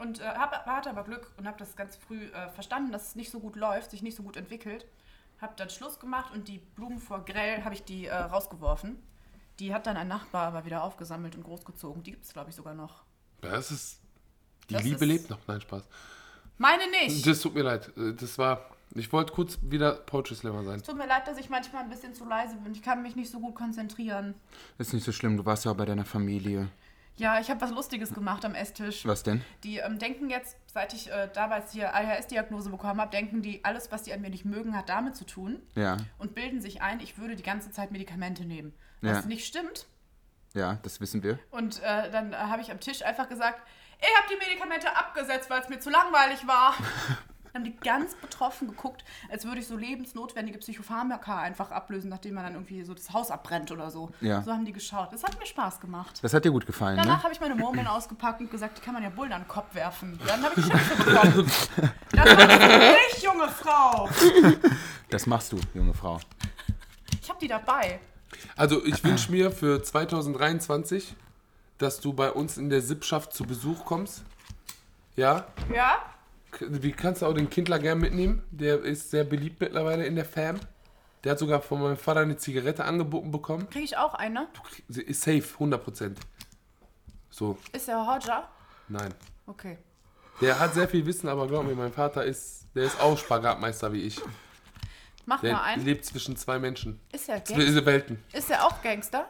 [SPEAKER 5] Und äh, hab, hatte aber Glück und habe das ganz früh äh, verstanden, dass es nicht so gut läuft, sich nicht so gut entwickelt. Habe dann Schluss gemacht und die Blumen vor Grell habe ich die äh, rausgeworfen. Die hat dann ein Nachbar aber wieder aufgesammelt und großgezogen. Die gibt es, glaube ich, sogar noch.
[SPEAKER 6] Das ist.
[SPEAKER 3] Die
[SPEAKER 5] Das
[SPEAKER 3] Liebe
[SPEAKER 5] ist-
[SPEAKER 3] lebt noch. Nein, Spaß.
[SPEAKER 5] Meine nicht!
[SPEAKER 6] Das tut mir leid. Äh, Das war. Ich wollte kurz wieder Poetry Slammer sein.
[SPEAKER 5] Tut mir leid, dass ich manchmal ein bisschen zu leise bin. Ich kann mich nicht so gut konzentrieren.
[SPEAKER 4] Ist nicht so schlimm, du warst ja auch bei deiner Familie.
[SPEAKER 5] Ja, ich habe was Lustiges gemacht am Esstisch.
[SPEAKER 4] Was denn?
[SPEAKER 5] Die ähm, denken jetzt, seit ich äh, damals hier ADHS-Diagnose bekommen habe, denken die, alles, was die an mir nicht mögen, hat damit zu tun
[SPEAKER 4] Ja,
[SPEAKER 5] und bilden sich ein, ich würde die ganze Zeit Medikamente nehmen.
[SPEAKER 4] Ja.
[SPEAKER 5] Was nicht stimmt.
[SPEAKER 4] ja, das wissen wir.
[SPEAKER 5] Und äh, dann äh, habe ich am Tisch einfach gesagt, ich habe die Medikamente abgesetzt, weil es mir zu langweilig war. Dann haben die ganz betroffen geguckt, als würde ich so lebensnotwendige Psychopharmaka einfach ablösen, nachdem man dann irgendwie so das Haus abbrennt oder so.
[SPEAKER 4] Ja.
[SPEAKER 5] So haben die geschaut. Das hat mir Spaß gemacht.
[SPEAKER 4] Das hat dir gut gefallen,
[SPEAKER 5] Danach
[SPEAKER 4] ne?
[SPEAKER 5] habe ich meine Murmeln ausgepackt und gesagt, die kann man ja Bullen an den Kopf werfen. Dann habe ich Schimpfe bekommen. Das war ich, junge Frau.
[SPEAKER 4] Das machst du, junge Frau.
[SPEAKER 5] Ich habe die dabei.
[SPEAKER 3] Also ich wünsche mir für 2023, dass du bei uns in der Sippschaft zu Besuch kommst. Ja?
[SPEAKER 5] Ja?
[SPEAKER 3] K- Wie kannst du auch den Kindler gern mitnehmen? Der ist sehr beliebt mittlerweile in der Fam. Der hat sogar von meinem Vater eine Zigarette angeboten bekommen.
[SPEAKER 5] Kriege ich auch eine?
[SPEAKER 3] Sie Ist safe, 100%. So,
[SPEAKER 5] Ist der Hodja?
[SPEAKER 3] nein.
[SPEAKER 5] Okay.
[SPEAKER 3] Der hat sehr viel Wissen, aber glaub mir, mein Vater ist, der ist auch Spagatmeister wie ich.
[SPEAKER 5] Mach mal
[SPEAKER 3] Der
[SPEAKER 5] einen.
[SPEAKER 3] lebt zwischen zwei Menschen.
[SPEAKER 5] Ist er Gangster?
[SPEAKER 3] Diese Welten.
[SPEAKER 5] Ist er auch Gangster?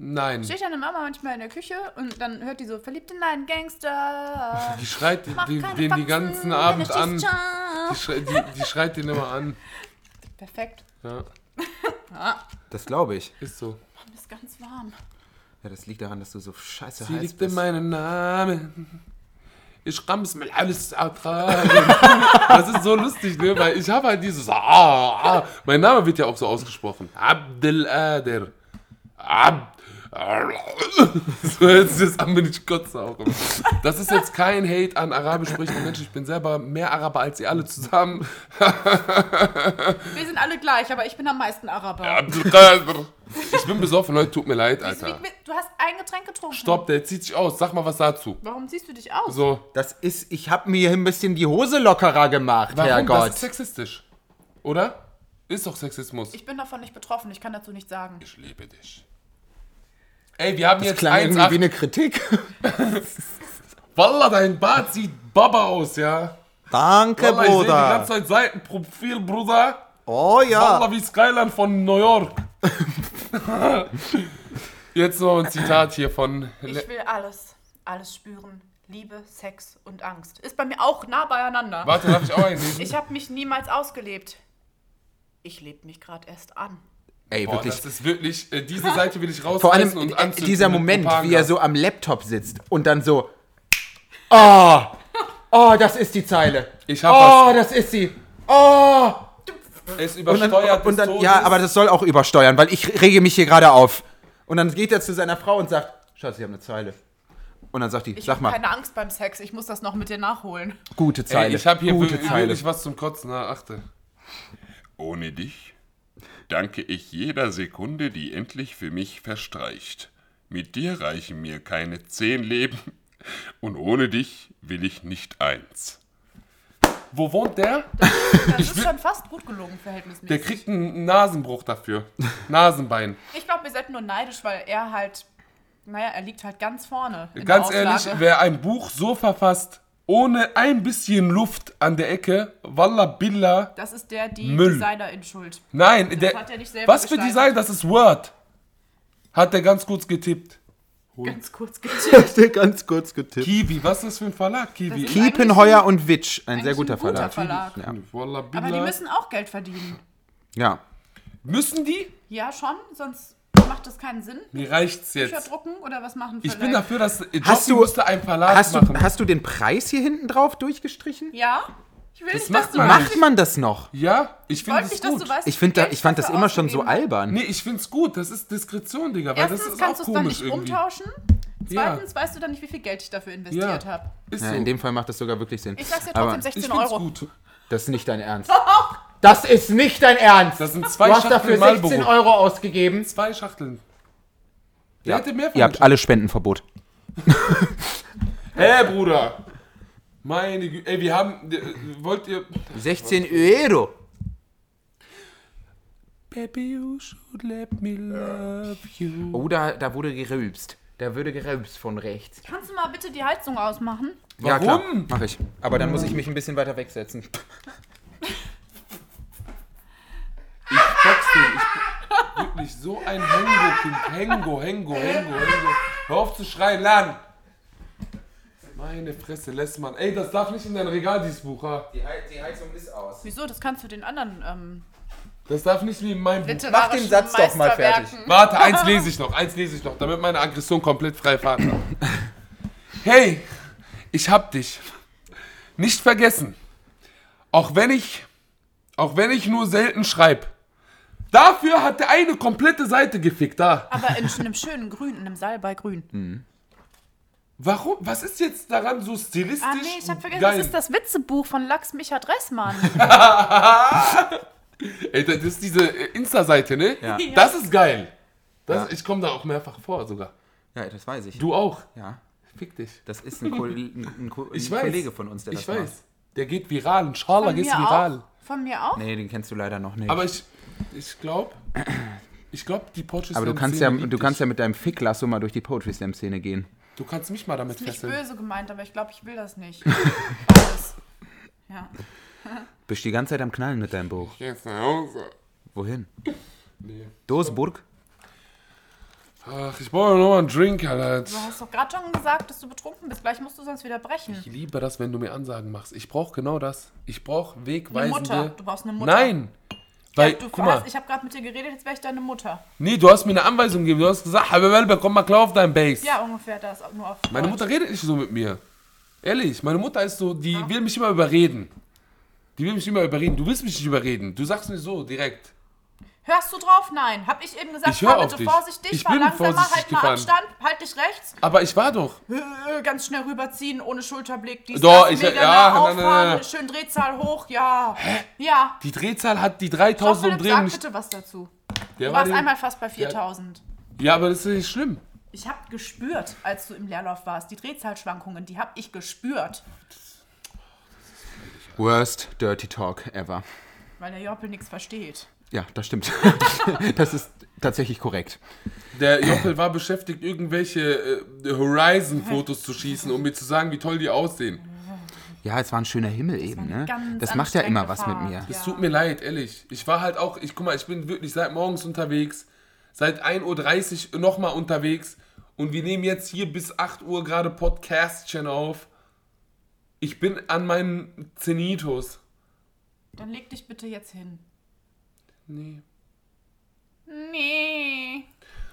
[SPEAKER 3] Nein.
[SPEAKER 5] Steht deine Mama manchmal in der Küche und dann hört die so, verliebt in einen Gangster.
[SPEAKER 3] Die schreit den,
[SPEAKER 5] Mach
[SPEAKER 3] den,
[SPEAKER 5] keine
[SPEAKER 3] den
[SPEAKER 5] Faxen,
[SPEAKER 3] die ganzen
[SPEAKER 5] wenn er
[SPEAKER 3] Abend
[SPEAKER 5] schießt,
[SPEAKER 3] an. Die,
[SPEAKER 5] ciao.
[SPEAKER 3] schrei, die, die schreit den immer an.
[SPEAKER 5] Perfekt.
[SPEAKER 3] Ja,
[SPEAKER 4] Das glaube ich.
[SPEAKER 3] ist so.
[SPEAKER 5] Mir ist ganz warm.
[SPEAKER 4] Ja, das liegt daran, dass du so scheiße
[SPEAKER 3] Sie
[SPEAKER 4] heiß
[SPEAKER 3] liegt in
[SPEAKER 4] bist.
[SPEAKER 3] meinem Namen. Ich ramm's mit alles ertragen. Das ist so lustig, ne? Weil ich habe halt dieses. Ah, ah. Mein Name wird ja auch so ausgesprochen. Abdelader. Ab. So hört sich das an, wenn ich kotze auch. immer. Das ist jetzt kein Hate an arabisch sprechende Menschen. Ich bin selber mehr Araber als ihr alle zusammen.
[SPEAKER 5] Wir sind alle gleich, aber ich bin am meisten Araber.
[SPEAKER 3] Abdelkader. Ich bin besoffen, Leute, tut mir leid, Alter.
[SPEAKER 5] Du hast ein Getränk getrunken.
[SPEAKER 3] Stopp, der zieht sich aus. Sag mal was dazu.
[SPEAKER 5] Warum siehst du dich aus?
[SPEAKER 3] So.
[SPEAKER 4] Das ist, ich habe mir ein bisschen die Hose lockerer gemacht,
[SPEAKER 3] Warum? Das ist
[SPEAKER 4] Herrgott.
[SPEAKER 3] sexistisch. Oder? Ist doch Sexismus.
[SPEAKER 5] Ich bin davon nicht betroffen, ich kann dazu nichts sagen.
[SPEAKER 3] Ich liebe dich. Ey, wir haben
[SPEAKER 4] Das
[SPEAKER 3] jetzt
[SPEAKER 4] klang irgendwie wie
[SPEAKER 3] 1,8.
[SPEAKER 4] eine Kritik.
[SPEAKER 3] Wallah, dein Bart sieht Baba aus, ja?
[SPEAKER 4] Danke,
[SPEAKER 3] Wallah, ich sehe die ganze Zeit Seitenprofil, Bruder.
[SPEAKER 4] Oh
[SPEAKER 3] Wallah, wie Skyline von New York. jetzt noch ein Zitat hier von... Le-
[SPEAKER 5] Ich will alles, alles spüren. Liebe, Sex und Angst. Ist bei mir auch nah beieinander.
[SPEAKER 3] Warte, darf ich auch einlesen?
[SPEAKER 5] Ich habe mich niemals ausgelebt. Ich lebe mich gerade erst an.
[SPEAKER 4] Ey,
[SPEAKER 3] Boah,
[SPEAKER 4] wirklich.
[SPEAKER 3] das ist wirklich... Äh, diese Seite will ich rausreißen
[SPEAKER 4] Vor allem
[SPEAKER 3] und
[SPEAKER 4] äh,
[SPEAKER 3] anzünden
[SPEAKER 4] dieser
[SPEAKER 3] mit
[SPEAKER 4] Moment, wie
[SPEAKER 3] Propaganda.
[SPEAKER 4] er so am Laptop sitzt und dann so. Oh, oh, das ist die Zeile.
[SPEAKER 3] Ich hab
[SPEAKER 4] oh, das ist sie. Oh.
[SPEAKER 3] was. Es
[SPEAKER 4] Und dann,
[SPEAKER 3] übersteuert
[SPEAKER 4] und
[SPEAKER 3] des
[SPEAKER 4] dann,
[SPEAKER 3] Todes.
[SPEAKER 4] ja, aber das soll auch übersteuern, weil ich rege mich hier gerade auf. Und dann geht er zu seiner Frau und sagt, Schatz, ich habe eine Zeile. Und dann sagt die,
[SPEAKER 5] Ich
[SPEAKER 4] sag
[SPEAKER 5] habe
[SPEAKER 4] mal,
[SPEAKER 5] keine Angst beim Sex, ich muss das noch mit dir nachholen.
[SPEAKER 4] gute Zeile.
[SPEAKER 3] Ey, ich habe hier
[SPEAKER 4] gute
[SPEAKER 3] wirklich,
[SPEAKER 4] Zeile.
[SPEAKER 3] wirklich was zum Kotzen, na, achte.
[SPEAKER 6] Ohne dich danke ich jeder Sekunde, die endlich für mich verstreicht. Mit dir reichen mir keine zehn Leben und ohne dich will ich nicht eins.
[SPEAKER 3] Wo wohnt der?
[SPEAKER 5] Das ist schon fast gut gelungen,
[SPEAKER 3] Der
[SPEAKER 5] verhältnismäßig.
[SPEAKER 3] kriegt einen Nasenbruch dafür. Nasenbein.
[SPEAKER 5] Ich glaube, wir sind nur neidisch, weil er halt, naja, er liegt halt ganz vorne. in
[SPEAKER 3] Ganz
[SPEAKER 5] der
[SPEAKER 3] ehrlich,
[SPEAKER 5] Auflage.
[SPEAKER 3] wer ein Buch so verfasst, ohne ein bisschen Luft an der Ecke, Walla Billa.
[SPEAKER 5] das ist der, die
[SPEAKER 3] Müll.
[SPEAKER 5] Designer in Schuld.
[SPEAKER 3] Nein, der,
[SPEAKER 5] Also hat er nicht selber
[SPEAKER 3] was für
[SPEAKER 5] gestaltet.
[SPEAKER 3] Design, das ist Word. Hat der ganz kurz getippt.
[SPEAKER 5] Ganz kurz getippt.
[SPEAKER 4] Der ganz kurz getippt.
[SPEAKER 3] Kiwi, was ist das für ein Verlag, Kiwi?
[SPEAKER 5] Das ist-
[SPEAKER 4] Kiepenheuer und Witsch, ein sehr
[SPEAKER 5] ein
[SPEAKER 4] guter,
[SPEAKER 5] guter
[SPEAKER 4] Verlag.
[SPEAKER 5] Verlag.
[SPEAKER 4] Ja.
[SPEAKER 3] Walla
[SPEAKER 5] Aber die
[SPEAKER 3] Billa.
[SPEAKER 5] müssen auch Geld verdienen.
[SPEAKER 4] ja.
[SPEAKER 3] Müssen die?
[SPEAKER 5] Ja, schon, sonst macht das keinen Sinn.
[SPEAKER 3] Mir reicht's
[SPEAKER 5] Bücher
[SPEAKER 3] jetzt.
[SPEAKER 5] drucken oder was machen
[SPEAKER 3] Ich
[SPEAKER 5] Verlage?
[SPEAKER 3] bin dafür, dass
[SPEAKER 4] Hast
[SPEAKER 3] Jossi
[SPEAKER 4] du-
[SPEAKER 3] müsste ein Verlag
[SPEAKER 4] Hast du,
[SPEAKER 3] machen.
[SPEAKER 4] hast du den Preis hier hinten drauf durchgestrichen?
[SPEAKER 5] Ja, ich will nicht, dass
[SPEAKER 3] macht
[SPEAKER 5] du
[SPEAKER 3] man
[SPEAKER 5] weißt.
[SPEAKER 4] Macht man das noch?
[SPEAKER 3] ja, ich
[SPEAKER 5] Ich
[SPEAKER 3] finde
[SPEAKER 5] wollte
[SPEAKER 3] es
[SPEAKER 5] nicht, dass
[SPEAKER 3] gut.
[SPEAKER 5] du weißt.
[SPEAKER 4] Ich,
[SPEAKER 5] wie
[SPEAKER 4] find da,
[SPEAKER 5] Geld
[SPEAKER 4] ich fand das
[SPEAKER 5] dafür
[SPEAKER 4] immer schon so
[SPEAKER 5] ausgegeben wird.
[SPEAKER 4] albern.
[SPEAKER 3] Nee, ich find's gut. Das ist Diskretion, Digga. Weil das
[SPEAKER 5] Erstens
[SPEAKER 3] ist
[SPEAKER 5] kannst
[SPEAKER 3] auch
[SPEAKER 5] du es dann
[SPEAKER 3] komisch
[SPEAKER 5] nicht
[SPEAKER 3] irgendwie.
[SPEAKER 5] umtauschen. Zweitens weißt du dann nicht, wie viel Geld ich dafür investiert
[SPEAKER 3] Ja.
[SPEAKER 5] habe.
[SPEAKER 3] Ist
[SPEAKER 4] Ja,
[SPEAKER 3] so.
[SPEAKER 4] in dem Fall macht das sogar wirklich Sinn.
[SPEAKER 5] Ich sag's dir
[SPEAKER 4] Aber
[SPEAKER 5] trotzdem, 16
[SPEAKER 3] ich find's
[SPEAKER 5] Euro.
[SPEAKER 3] gut.
[SPEAKER 4] das ist nicht dein Ernst. Das ist nicht dein Ernst.
[SPEAKER 3] Das sind zwei
[SPEAKER 4] du hast dafür
[SPEAKER 3] Schachteln
[SPEAKER 4] 16
[SPEAKER 3] Marlboro.
[SPEAKER 4] Euro ausgegeben.
[SPEAKER 3] Zwei Schachteln. Der
[SPEAKER 4] Ja.
[SPEAKER 3] hätte mehr von
[SPEAKER 4] Ihr
[SPEAKER 3] den
[SPEAKER 4] habt alle Spendenverbot.
[SPEAKER 3] Hey, Bruder! Meine Güte, ey, wir haben. äh, Wollt ihr.
[SPEAKER 4] 16 Euro.
[SPEAKER 3] Baby, you should let me love you.
[SPEAKER 4] Oh, da, da wurde gerülpst. Da würde gerülpst von rechts.
[SPEAKER 5] Kannst du mal bitte die Heizung ausmachen?
[SPEAKER 4] Ja, klar.
[SPEAKER 3] Warum?
[SPEAKER 4] Mach ich. Aber dann muss ich mich ein bisschen weiter wegsetzen.
[SPEAKER 3] Box den. Ich, wirklich so ein Hengo-Kind. Hengo, Hengo, Hengo, Hengo. Hör auf zu schreien, Lan! Meine Fresse, Lessmann. Ey, das darf nicht in dein Regal, dieses Buch, ha?
[SPEAKER 4] Die, Heizung ist aus.
[SPEAKER 5] Wieso? Das kannst du den anderen ähm,
[SPEAKER 3] Das darf nicht wie in meinem Buch.
[SPEAKER 5] literarischen
[SPEAKER 4] den Satz doch mal
[SPEAKER 5] Meisterwerken.
[SPEAKER 4] fertig.
[SPEAKER 3] Warte, eins lese ich noch, eins lese ich noch, damit meine Aggression komplett frei Fahrt hat. Hey, ich hab dich nicht vergessen. Auch wenn ich, auch wenn ich nur selten schreib. Dafür hat der eine komplette Seite gefickt, da.
[SPEAKER 5] Aber in einem schönen Grün, in einem Salbeigrün.
[SPEAKER 4] Hm.
[SPEAKER 3] Warum, was ist jetzt daran so stilistisch
[SPEAKER 5] Ah nee, ich hab vergessen,
[SPEAKER 3] geil?
[SPEAKER 5] das ist das Witzebuch von Lachs Micha Dressmann.
[SPEAKER 3] Ey, das ist diese Insta-Seite, ne?
[SPEAKER 4] Ja.
[SPEAKER 3] Das ist geil. Das,
[SPEAKER 4] Ja.
[SPEAKER 3] Ich komme da auch mehrfach vor sogar.
[SPEAKER 4] Ja, das weiß ich.
[SPEAKER 3] Du auch.
[SPEAKER 4] Ja,
[SPEAKER 3] Fick dich.
[SPEAKER 4] das ist ein, Ko ein, ein, Ko
[SPEAKER 3] Ich
[SPEAKER 4] ein
[SPEAKER 3] weiß.
[SPEAKER 4] Kollege von uns, der
[SPEAKER 3] Ich
[SPEAKER 4] das
[SPEAKER 3] weiß.
[SPEAKER 4] macht.
[SPEAKER 3] Der geht viral. Ein Scharler geht viral.
[SPEAKER 5] auch? Von mir auch?
[SPEAKER 4] Nee, den kennst du leider noch nicht.
[SPEAKER 3] Aber ich, ich glaube, ich glaube, die Poetry
[SPEAKER 4] Aber du
[SPEAKER 3] Slam
[SPEAKER 4] kannst ja,
[SPEAKER 3] Szene liebt
[SPEAKER 4] du
[SPEAKER 3] dich.
[SPEAKER 4] kannst ja mit deinem Ficklasso mal durch die Poetry Slam Szene gehen.
[SPEAKER 3] Du kannst mich mal damit
[SPEAKER 5] Nicht
[SPEAKER 3] fesseln.
[SPEAKER 5] böse gemeint, aber ich glaube, ich will das nicht. Beides. ja.
[SPEAKER 4] Bist die ganze Zeit am Knallen mit deinem Buch.
[SPEAKER 6] Ich geh jetzt nach Hause.
[SPEAKER 4] Wohin? Doosburg?
[SPEAKER 3] Ach, ich brauche noch mal einen Drink, Alter.
[SPEAKER 5] Du hast doch gerade schon gesagt, dass du betrunken bist. Gleich musst du sonst wieder brechen.
[SPEAKER 3] Ich liebe das, wenn du mir Ansagen machst. Ich brauche genau das. Ich brauche
[SPEAKER 5] Eine
[SPEAKER 3] wegweisende...
[SPEAKER 5] Mutter. Du brauchst eine Mutter.
[SPEAKER 3] Nein! Weil,
[SPEAKER 5] Du
[SPEAKER 3] guck mal,
[SPEAKER 5] hast, ich habe gerade mit dir geredet, jetzt wäre ich deine Mutter.
[SPEAKER 3] nee, du hast mir eine Anweisung gegeben. Du hast gesagt, Habibalbe, komm mal klar auf dein Base.
[SPEAKER 5] Ja, ungefähr das. Nur auf
[SPEAKER 3] Meine
[SPEAKER 5] Deutsch.
[SPEAKER 3] Mutter redet nicht so mit mir. Ehrlich, meine Mutter ist so, die will mich immer überreden. Die will mich immer überreden. Du willst mich nicht überreden. Du sagst mir so direkt.
[SPEAKER 5] Hörst du drauf? Nein. Hab ich eben gesagt,
[SPEAKER 3] Ich hör
[SPEAKER 5] fahr
[SPEAKER 3] auf
[SPEAKER 5] bitte
[SPEAKER 3] dich.
[SPEAKER 5] vorsichtig,
[SPEAKER 3] Ich
[SPEAKER 5] fahr
[SPEAKER 3] bin
[SPEAKER 5] langsamer,
[SPEAKER 3] vorsichtig
[SPEAKER 5] halt mal
[SPEAKER 3] gefahren.
[SPEAKER 5] Abstand, halt dich rechts.
[SPEAKER 3] Aber ich war doch.
[SPEAKER 5] Äh, Ganz schnell rüberziehen, ohne Schulterblick. Dies,
[SPEAKER 3] Doch,
[SPEAKER 5] das,
[SPEAKER 3] ich-
[SPEAKER 5] mega
[SPEAKER 3] ja,
[SPEAKER 5] nah
[SPEAKER 3] nein,
[SPEAKER 5] auffahren,
[SPEAKER 3] nein, nein, nein.
[SPEAKER 5] schön Drehzahl hoch, ja. Ja.
[SPEAKER 3] Die Drehzahl hat die 3000
[SPEAKER 5] Jean-Philipp, sag
[SPEAKER 3] Umdrehungen.
[SPEAKER 5] bitte was dazu.
[SPEAKER 3] Der
[SPEAKER 5] Du
[SPEAKER 3] war
[SPEAKER 5] warst
[SPEAKER 3] den-
[SPEAKER 5] einmal fast bei 4000.
[SPEAKER 3] Ja, aber das ist nicht schlimm.
[SPEAKER 5] Ich habe gespürt, als du im Leerlauf warst, die Drehzahlschwankungen, die habe ich gespürt,
[SPEAKER 4] Worst Dirty Talk ever.
[SPEAKER 5] weil der Joppel nichts versteht.
[SPEAKER 4] Ja, das stimmt. das ist tatsächlich korrekt.
[SPEAKER 3] Der Jochel war beschäftigt, irgendwelche äh, Horizon-Fotos zu schießen, um mir zu sagen, wie toll die aussehen.
[SPEAKER 4] Ja, es war ein schöner Himmel eben,
[SPEAKER 5] eine
[SPEAKER 4] ne?
[SPEAKER 5] ganz
[SPEAKER 4] Das macht ja immer was mit
[SPEAKER 5] anstrengende
[SPEAKER 4] mir.
[SPEAKER 5] Fahrt.
[SPEAKER 3] Es
[SPEAKER 5] Ja.
[SPEAKER 3] tut mir leid, ehrlich. Ich war halt auch, ich guck mal, ich bin wirklich seit morgens unterwegs, seit 1.30 Uhr nochmal unterwegs und wir nehmen jetzt hier bis 8 Uhr gerade Podcastchen auf. Ich bin an meinem Zenitus.
[SPEAKER 5] Dann leg dich bitte jetzt hin.
[SPEAKER 3] Nee.
[SPEAKER 5] Nee.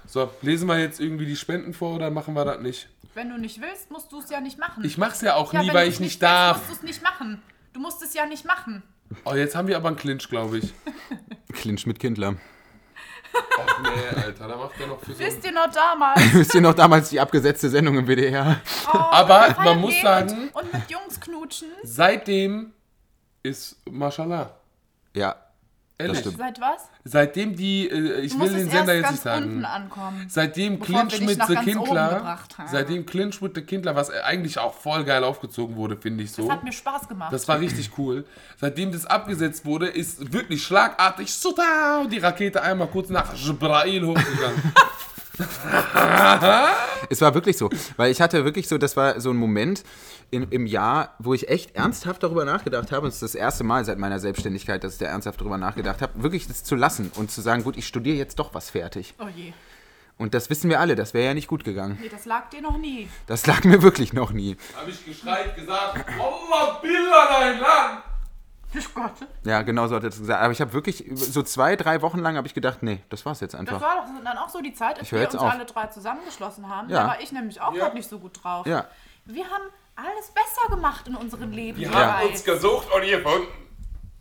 [SPEAKER 3] So, lesen wir jetzt irgendwie die Spenden vor oder machen wir das nicht?
[SPEAKER 5] Wenn du nicht willst, musst du es ja nicht machen.
[SPEAKER 3] Ich mach's ja auch
[SPEAKER 5] ja,
[SPEAKER 3] nie,
[SPEAKER 5] wenn
[SPEAKER 3] weil
[SPEAKER 5] du's
[SPEAKER 3] ich nicht
[SPEAKER 5] willst,
[SPEAKER 3] darf.
[SPEAKER 5] musst du es nicht machen. Du musst es ja nicht machen.
[SPEAKER 3] Oh, jetzt haben wir aber einen Clinch, glaube ich.
[SPEAKER 4] Clinch mit Kindler.
[SPEAKER 3] Ach nee, Alter, da macht er noch für so.
[SPEAKER 5] Wisst ihr noch damals? Oh,
[SPEAKER 4] Wisst ihr noch damals die abgesetzte Sendung im WDR?
[SPEAKER 3] Aber man
[SPEAKER 5] Feiern
[SPEAKER 3] muss
[SPEAKER 5] gehen
[SPEAKER 3] sagen,
[SPEAKER 5] Und, und mit Jungs knutschen.
[SPEAKER 3] seitdem ist Mashallah.
[SPEAKER 4] Ja,
[SPEAKER 3] Ehrlich.
[SPEAKER 4] stimmt.
[SPEAKER 5] Seit was?
[SPEAKER 3] Seitdem die, äh, ich
[SPEAKER 5] Du
[SPEAKER 3] will
[SPEAKER 5] musst
[SPEAKER 3] den
[SPEAKER 5] es erst
[SPEAKER 3] Sender jetzt
[SPEAKER 5] ganz
[SPEAKER 3] nicht sagen.
[SPEAKER 5] unten ankommen.
[SPEAKER 3] Seitdem
[SPEAKER 5] Bevor wir
[SPEAKER 3] Clinch
[SPEAKER 5] dich
[SPEAKER 3] mit
[SPEAKER 5] noch
[SPEAKER 3] The
[SPEAKER 5] ganz oben
[SPEAKER 3] Kindler,
[SPEAKER 5] gebracht haben.
[SPEAKER 3] seitdem Clinch with The Kindler, was eigentlich auch voll geil aufgezogen wurde, finde ich so.
[SPEAKER 5] Das hat mir Spaß gemacht.
[SPEAKER 3] Das war richtig cool. Seitdem das abgesetzt wurde, ist wirklich schlagartig Sudau, die Rakete einmal kurz nach Jibrail hochgegangen.
[SPEAKER 4] Es war wirklich so, weil ich hatte wirklich so, das war so ein Moment in, im Jahr, wo ich echt ernsthaft darüber nachgedacht habe. Und es ist das erste Mal seit meiner Selbstständigkeit, dass ich da ernsthaft darüber nachgedacht habe, wirklich das zu lassen und zu sagen, gut, ich studiere jetzt doch was fertig.
[SPEAKER 5] oh je.
[SPEAKER 4] Und das wissen wir alle, das wäre ja nicht gut gegangen.
[SPEAKER 5] Nee, das lag dir noch nie.
[SPEAKER 4] Das lag mir wirklich noch nie.
[SPEAKER 3] Habe ich geschreit, gesagt, Allah Billah, dein Land!
[SPEAKER 5] Ich Gott.
[SPEAKER 4] Ja, genau so hat er das gesagt. Aber ich habe wirklich über- so zwei, drei Wochen lang habe ich gedacht, nee, das war's jetzt
[SPEAKER 5] Das
[SPEAKER 4] einfach.
[SPEAKER 5] war doch dann auch so die Zeit, als
[SPEAKER 4] hör
[SPEAKER 5] wir
[SPEAKER 4] jetzt
[SPEAKER 5] uns
[SPEAKER 4] auf.
[SPEAKER 5] alle drei zusammengeschlossen haben.
[SPEAKER 4] Ja.
[SPEAKER 5] Da war ich nämlich auch gerade nicht so gut drauf.
[SPEAKER 4] Ja.
[SPEAKER 5] Wir haben alles besser gemacht in unserem Leben.
[SPEAKER 3] Wir
[SPEAKER 5] wir
[SPEAKER 3] haben
[SPEAKER 5] drei.
[SPEAKER 3] uns gesucht und gefunden.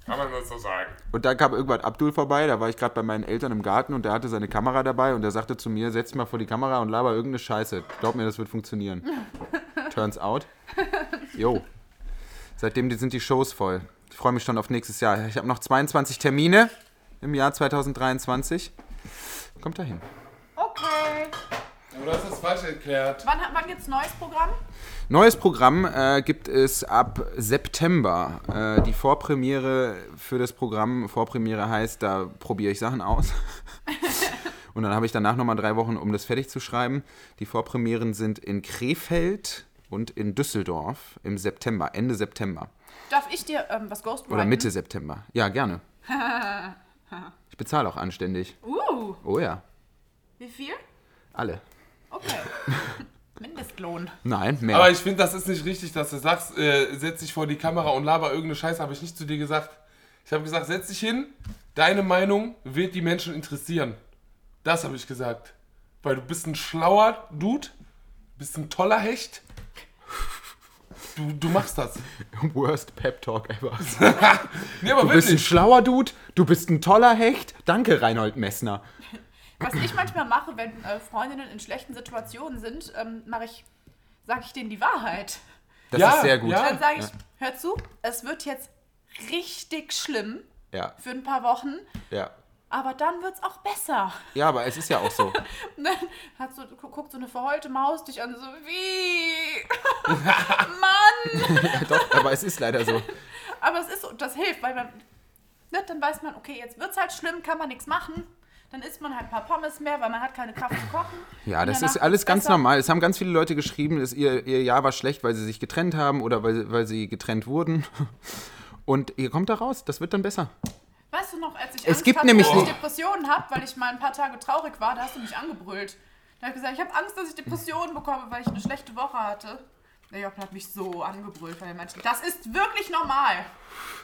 [SPEAKER 3] Kann man das so sagen?
[SPEAKER 4] Und da kam irgendwann Abdul vorbei, da war ich gerade bei meinen Eltern im Garten und der hatte seine Kamera dabei und der sagte zu mir, setz dich mal vor die Kamera und laber irgendeine Scheiße. Glaub mir, das wird funktionieren. Turns out. Jo. Seitdem die- sind die Shows voll. Ich freue mich schon auf nächstes Jahr. Ich habe noch 22 Termine im Jahr 2023. Kommt dahin.
[SPEAKER 5] Okay.
[SPEAKER 3] Du hast das falsch erklärt.
[SPEAKER 5] Wann, hat- wann gibt's neues Programm?
[SPEAKER 4] Neues Programm äh, gibt es ab September. Äh, die Vorpremiere für das Programm, Vorpremiere heißt, da probiere ich Sachen aus. Und dann habe ich danach nochmal drei Wochen, um das fertig zu schreiben. Die Vorpremieren sind in Krefeld und in Düsseldorf im September, Ende September.
[SPEAKER 5] Darf ich dir ähm, was Ghost
[SPEAKER 4] Oder Mitte September. Ja, gerne. Ich bezahle auch anständig.
[SPEAKER 5] Uh,
[SPEAKER 4] Oh ja,
[SPEAKER 5] wie viel?
[SPEAKER 4] alle.
[SPEAKER 5] Okay. Mindestlohn.
[SPEAKER 4] Nein, mehr.
[SPEAKER 3] Aber ich finde, das ist nicht richtig, dass du sagst, äh, setz dich vor die Kamera und laber irgendeine Scheiße, habe ich nicht zu dir gesagt. Ich habe gesagt, setz dich hin, deine Meinung wird die Menschen interessieren. Das habe ich gesagt. Weil du bist ein schlauer Dude, bist ein toller Hecht. Du, du machst das.
[SPEAKER 4] Worst Pep Talk ever.
[SPEAKER 3] Nee, aber
[SPEAKER 4] Du bist ein schlauer Dude, du bist ein toller Hecht. Danke, Reinhold Messner.
[SPEAKER 5] Was ich manchmal mache, wenn äh, Freundinnen in schlechten Situationen sind, ähm, mache ich, sage ich denen die Wahrheit.
[SPEAKER 4] Das
[SPEAKER 3] Ja,
[SPEAKER 4] ist sehr gut.
[SPEAKER 3] ja.
[SPEAKER 5] Dann sage ich, hör zu, es wird jetzt richtig schlimm
[SPEAKER 4] Ja,
[SPEAKER 5] für ein paar Wochen,
[SPEAKER 4] ja.
[SPEAKER 5] aber dann wird's auch besser.
[SPEAKER 4] Ja, aber es ist ja auch so.
[SPEAKER 5] Und dann hat so, gu- guckt so eine verheulte Maus dich an, so wie. Mann!
[SPEAKER 4] Doch, aber es ist leider so.
[SPEAKER 5] Aber es ist so, das hilft, weil man, ne, dann weiß man, okay, jetzt wird's halt schlimm, kann man nichts machen. Dann isst man halt ein paar Pommes mehr, weil man hat keine Kraft zu kochen.
[SPEAKER 4] Ja,
[SPEAKER 5] Und
[SPEAKER 4] das
[SPEAKER 5] danach
[SPEAKER 4] ist alles ganz
[SPEAKER 5] besser.
[SPEAKER 4] normal. Es haben ganz viele Leute geschrieben, dass ihr, ihr Jahr war schlecht, weil sie sich getrennt haben oder weil, weil sie getrennt wurden. Und ihr kommt da raus, das wird dann besser.
[SPEAKER 5] Weißt du noch, als ich
[SPEAKER 4] Es
[SPEAKER 5] Angst
[SPEAKER 4] gibt
[SPEAKER 5] hatte,
[SPEAKER 4] nämlich
[SPEAKER 5] dass ich
[SPEAKER 4] nicht-
[SPEAKER 5] Depressionen habe, weil ich mal ein paar Tage traurig war, da hast du mich angebrüllt. Da habe ich gesagt, ich habe Angst, dass ich Depressionen bekomme, weil ich eine schlechte Woche hatte. Der Jochen hat mich so angebrüllt, weil er meinte, das ist wirklich normal.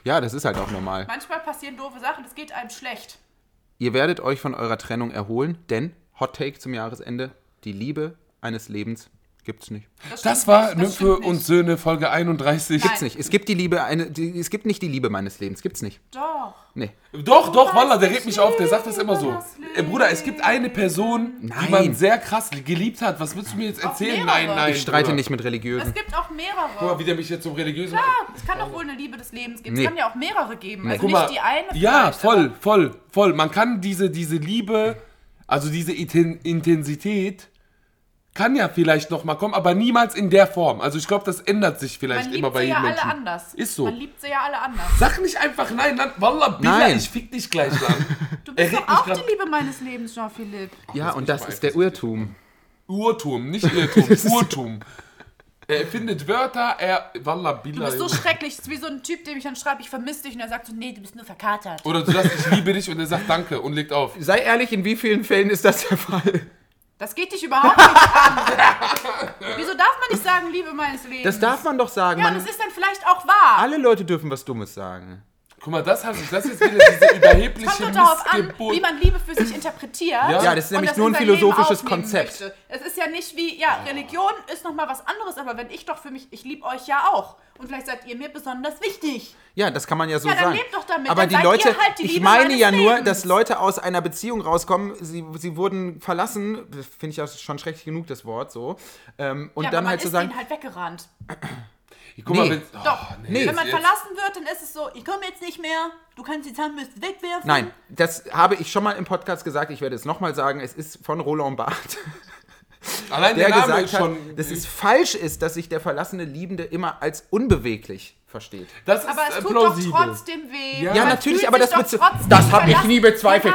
[SPEAKER 4] Ja, das ist halt auch normal.
[SPEAKER 5] Manchmal passieren doofe Sachen, es geht einem schlecht.
[SPEAKER 4] Ihr werdet euch von eurer Trennung erholen, denn Hot Take zum Jahresende, die Liebe eines Lebens gibt's nicht.
[SPEAKER 3] Das
[SPEAKER 5] stimmt
[SPEAKER 3] war
[SPEAKER 5] nicht, das
[SPEAKER 3] Nymphe
[SPEAKER 5] stimmt
[SPEAKER 3] und
[SPEAKER 5] nicht.
[SPEAKER 3] Söhne Folge 31.
[SPEAKER 4] Gibt's nicht. Es gibt die Liebe, eine, die, es gibt nicht die Liebe meines Lebens, gibt's nicht.
[SPEAKER 5] Doch.
[SPEAKER 4] Nee.
[SPEAKER 3] Doch, doch, Walla, der
[SPEAKER 5] nicht
[SPEAKER 3] regt mich auf, der sagt das immer so.
[SPEAKER 5] das Leben.
[SPEAKER 3] Ey, Bruder, es gibt eine Person, die
[SPEAKER 4] Nein.
[SPEAKER 3] man sehr krass geliebt hat. Was willst du mir jetzt erzählen?
[SPEAKER 5] mehrere.
[SPEAKER 3] Nein, nein.
[SPEAKER 4] Ich streite
[SPEAKER 3] Bruder.
[SPEAKER 4] nicht mit
[SPEAKER 5] Es
[SPEAKER 4] religiösen.
[SPEAKER 5] gibt auch mehrere.
[SPEAKER 3] Guck mal, wie der mich jetzt zum religiösen.
[SPEAKER 5] Ja, es kann doch wohl eine Liebe des Lebens geben.
[SPEAKER 4] Nee.
[SPEAKER 5] Es kann ja auch mehrere geben. Also
[SPEAKER 3] Guck
[SPEAKER 5] nicht
[SPEAKER 3] mal,
[SPEAKER 5] die eine.
[SPEAKER 3] Ja,
[SPEAKER 5] vielleicht,
[SPEAKER 3] voll, voll, voll. Man kann diese, diese Liebe, also diese Iten- Intensität, kann ja vielleicht nochmal kommen, aber niemals in der Form. Also ich glaube, das ändert sich
[SPEAKER 5] aber
[SPEAKER 3] vielleicht
[SPEAKER 5] Man
[SPEAKER 3] immer
[SPEAKER 5] liebt
[SPEAKER 3] bei
[SPEAKER 5] sie ja
[SPEAKER 3] jedem
[SPEAKER 5] alle
[SPEAKER 3] Menschen.
[SPEAKER 5] anders.
[SPEAKER 3] Ist so.
[SPEAKER 5] Man liebt sie ja alle anders.
[SPEAKER 3] Sag nicht einfach nein, dann, Wallah, Billah,
[SPEAKER 4] Nein.
[SPEAKER 3] ich fick dich gleich an.
[SPEAKER 5] Du
[SPEAKER 3] Er
[SPEAKER 5] bist
[SPEAKER 3] regt
[SPEAKER 5] doch
[SPEAKER 3] mich
[SPEAKER 5] auch
[SPEAKER 3] grad-
[SPEAKER 5] die Liebe meines Lebens, Jean-Philippe.
[SPEAKER 4] Ja, und das ist der Irrtum.
[SPEAKER 3] Urtum, nicht Irrtum, Urtum. Er findet Wörter, er. Wallah,
[SPEAKER 5] Du
[SPEAKER 3] Billah.
[SPEAKER 5] bist so
[SPEAKER 3] Junge.
[SPEAKER 5] schrecklich. Das ist wie so ein Typ, dem ich dann schreibe, ich vermisse dich. Und er sagt so, nee, du bist nur verkatert.
[SPEAKER 3] Oder du sagst, ich liebe dich und er sagt Danke und legt auf.
[SPEAKER 4] Sei ehrlich, in wie vielen Fällen ist das der Fall?
[SPEAKER 5] Das geht dich überhaupt nicht an. Wieso darf man nicht sagen, Liebe meines Lebens?
[SPEAKER 4] Das darf man doch sagen.
[SPEAKER 5] ja,
[SPEAKER 4] man,
[SPEAKER 5] das ist dann vielleicht auch wahr.
[SPEAKER 4] alle Leute dürfen was Dummes sagen.
[SPEAKER 3] Guck mal, das, hast, das ist wieder diese überhebliche
[SPEAKER 5] Kommt doch darauf an,
[SPEAKER 3] Missgeburt.
[SPEAKER 5] wie man Liebe für sich interpretiert.
[SPEAKER 4] Ja, das ist
[SPEAKER 5] und
[SPEAKER 4] nämlich
[SPEAKER 5] das
[SPEAKER 4] nur
[SPEAKER 5] in
[SPEAKER 4] ein
[SPEAKER 5] sein Leben
[SPEAKER 4] philosophisches
[SPEAKER 5] aufnehmen
[SPEAKER 4] Konzept.
[SPEAKER 5] möchte. Es ist ja nicht wie, ja, Religion ist nochmal was anderes, aber wenn ich doch für mich, ich liebe euch ja auch. Und vielleicht seid ihr mir besonders wichtig.
[SPEAKER 4] Ja, das kann man ja so
[SPEAKER 5] Ja, dann
[SPEAKER 4] sagen.
[SPEAKER 5] lebt doch damit,
[SPEAKER 4] Aber
[SPEAKER 5] dann
[SPEAKER 4] die
[SPEAKER 5] seid
[SPEAKER 4] Leute,
[SPEAKER 5] ihr halt die
[SPEAKER 4] ich
[SPEAKER 5] Liebe
[SPEAKER 4] meine
[SPEAKER 5] meines
[SPEAKER 4] ja nur,
[SPEAKER 5] Lebens.
[SPEAKER 4] dass Leute aus einer Beziehung rauskommen, sie, sie wurden verlassen, das finde ich ja schon schrecklich genug, das Wort so. Ähm, und
[SPEAKER 5] Ja, aber
[SPEAKER 4] dann
[SPEAKER 5] man
[SPEAKER 4] halt
[SPEAKER 5] ist
[SPEAKER 4] zu sagen,
[SPEAKER 5] denen halt weggerannt.
[SPEAKER 3] Guck mal,
[SPEAKER 4] Nee.
[SPEAKER 3] wenn, oh,
[SPEAKER 5] Doch,
[SPEAKER 4] nee.
[SPEAKER 5] wenn man
[SPEAKER 3] jetzt-
[SPEAKER 5] verlassen wird, dann ist es so, ich komme jetzt nicht mehr, du kannst die Zahnbürste wegwerfen.
[SPEAKER 4] Nein, das habe ich schon mal im Podcast gesagt, ich werde es nochmal sagen, es ist von Roland Barth,
[SPEAKER 3] allein der,
[SPEAKER 4] der
[SPEAKER 3] Name ist
[SPEAKER 4] gesagt hat,
[SPEAKER 3] schon.
[SPEAKER 4] dass es falsch ist, dass sich der verlassene Liebende immer als unbeweglich versteht.
[SPEAKER 3] das
[SPEAKER 5] Aber es
[SPEAKER 3] ist äh,
[SPEAKER 5] tut
[SPEAKER 3] plausibel.
[SPEAKER 5] doch trotzdem weh.
[SPEAKER 3] Ja,
[SPEAKER 5] Man
[SPEAKER 4] natürlich,
[SPEAKER 5] fühlt
[SPEAKER 4] aber
[SPEAKER 5] sich
[SPEAKER 4] das
[SPEAKER 5] doch
[SPEAKER 4] bezwe-
[SPEAKER 5] trotzdem
[SPEAKER 4] das hab ich
[SPEAKER 5] verlassen.
[SPEAKER 4] nie bezweifelt.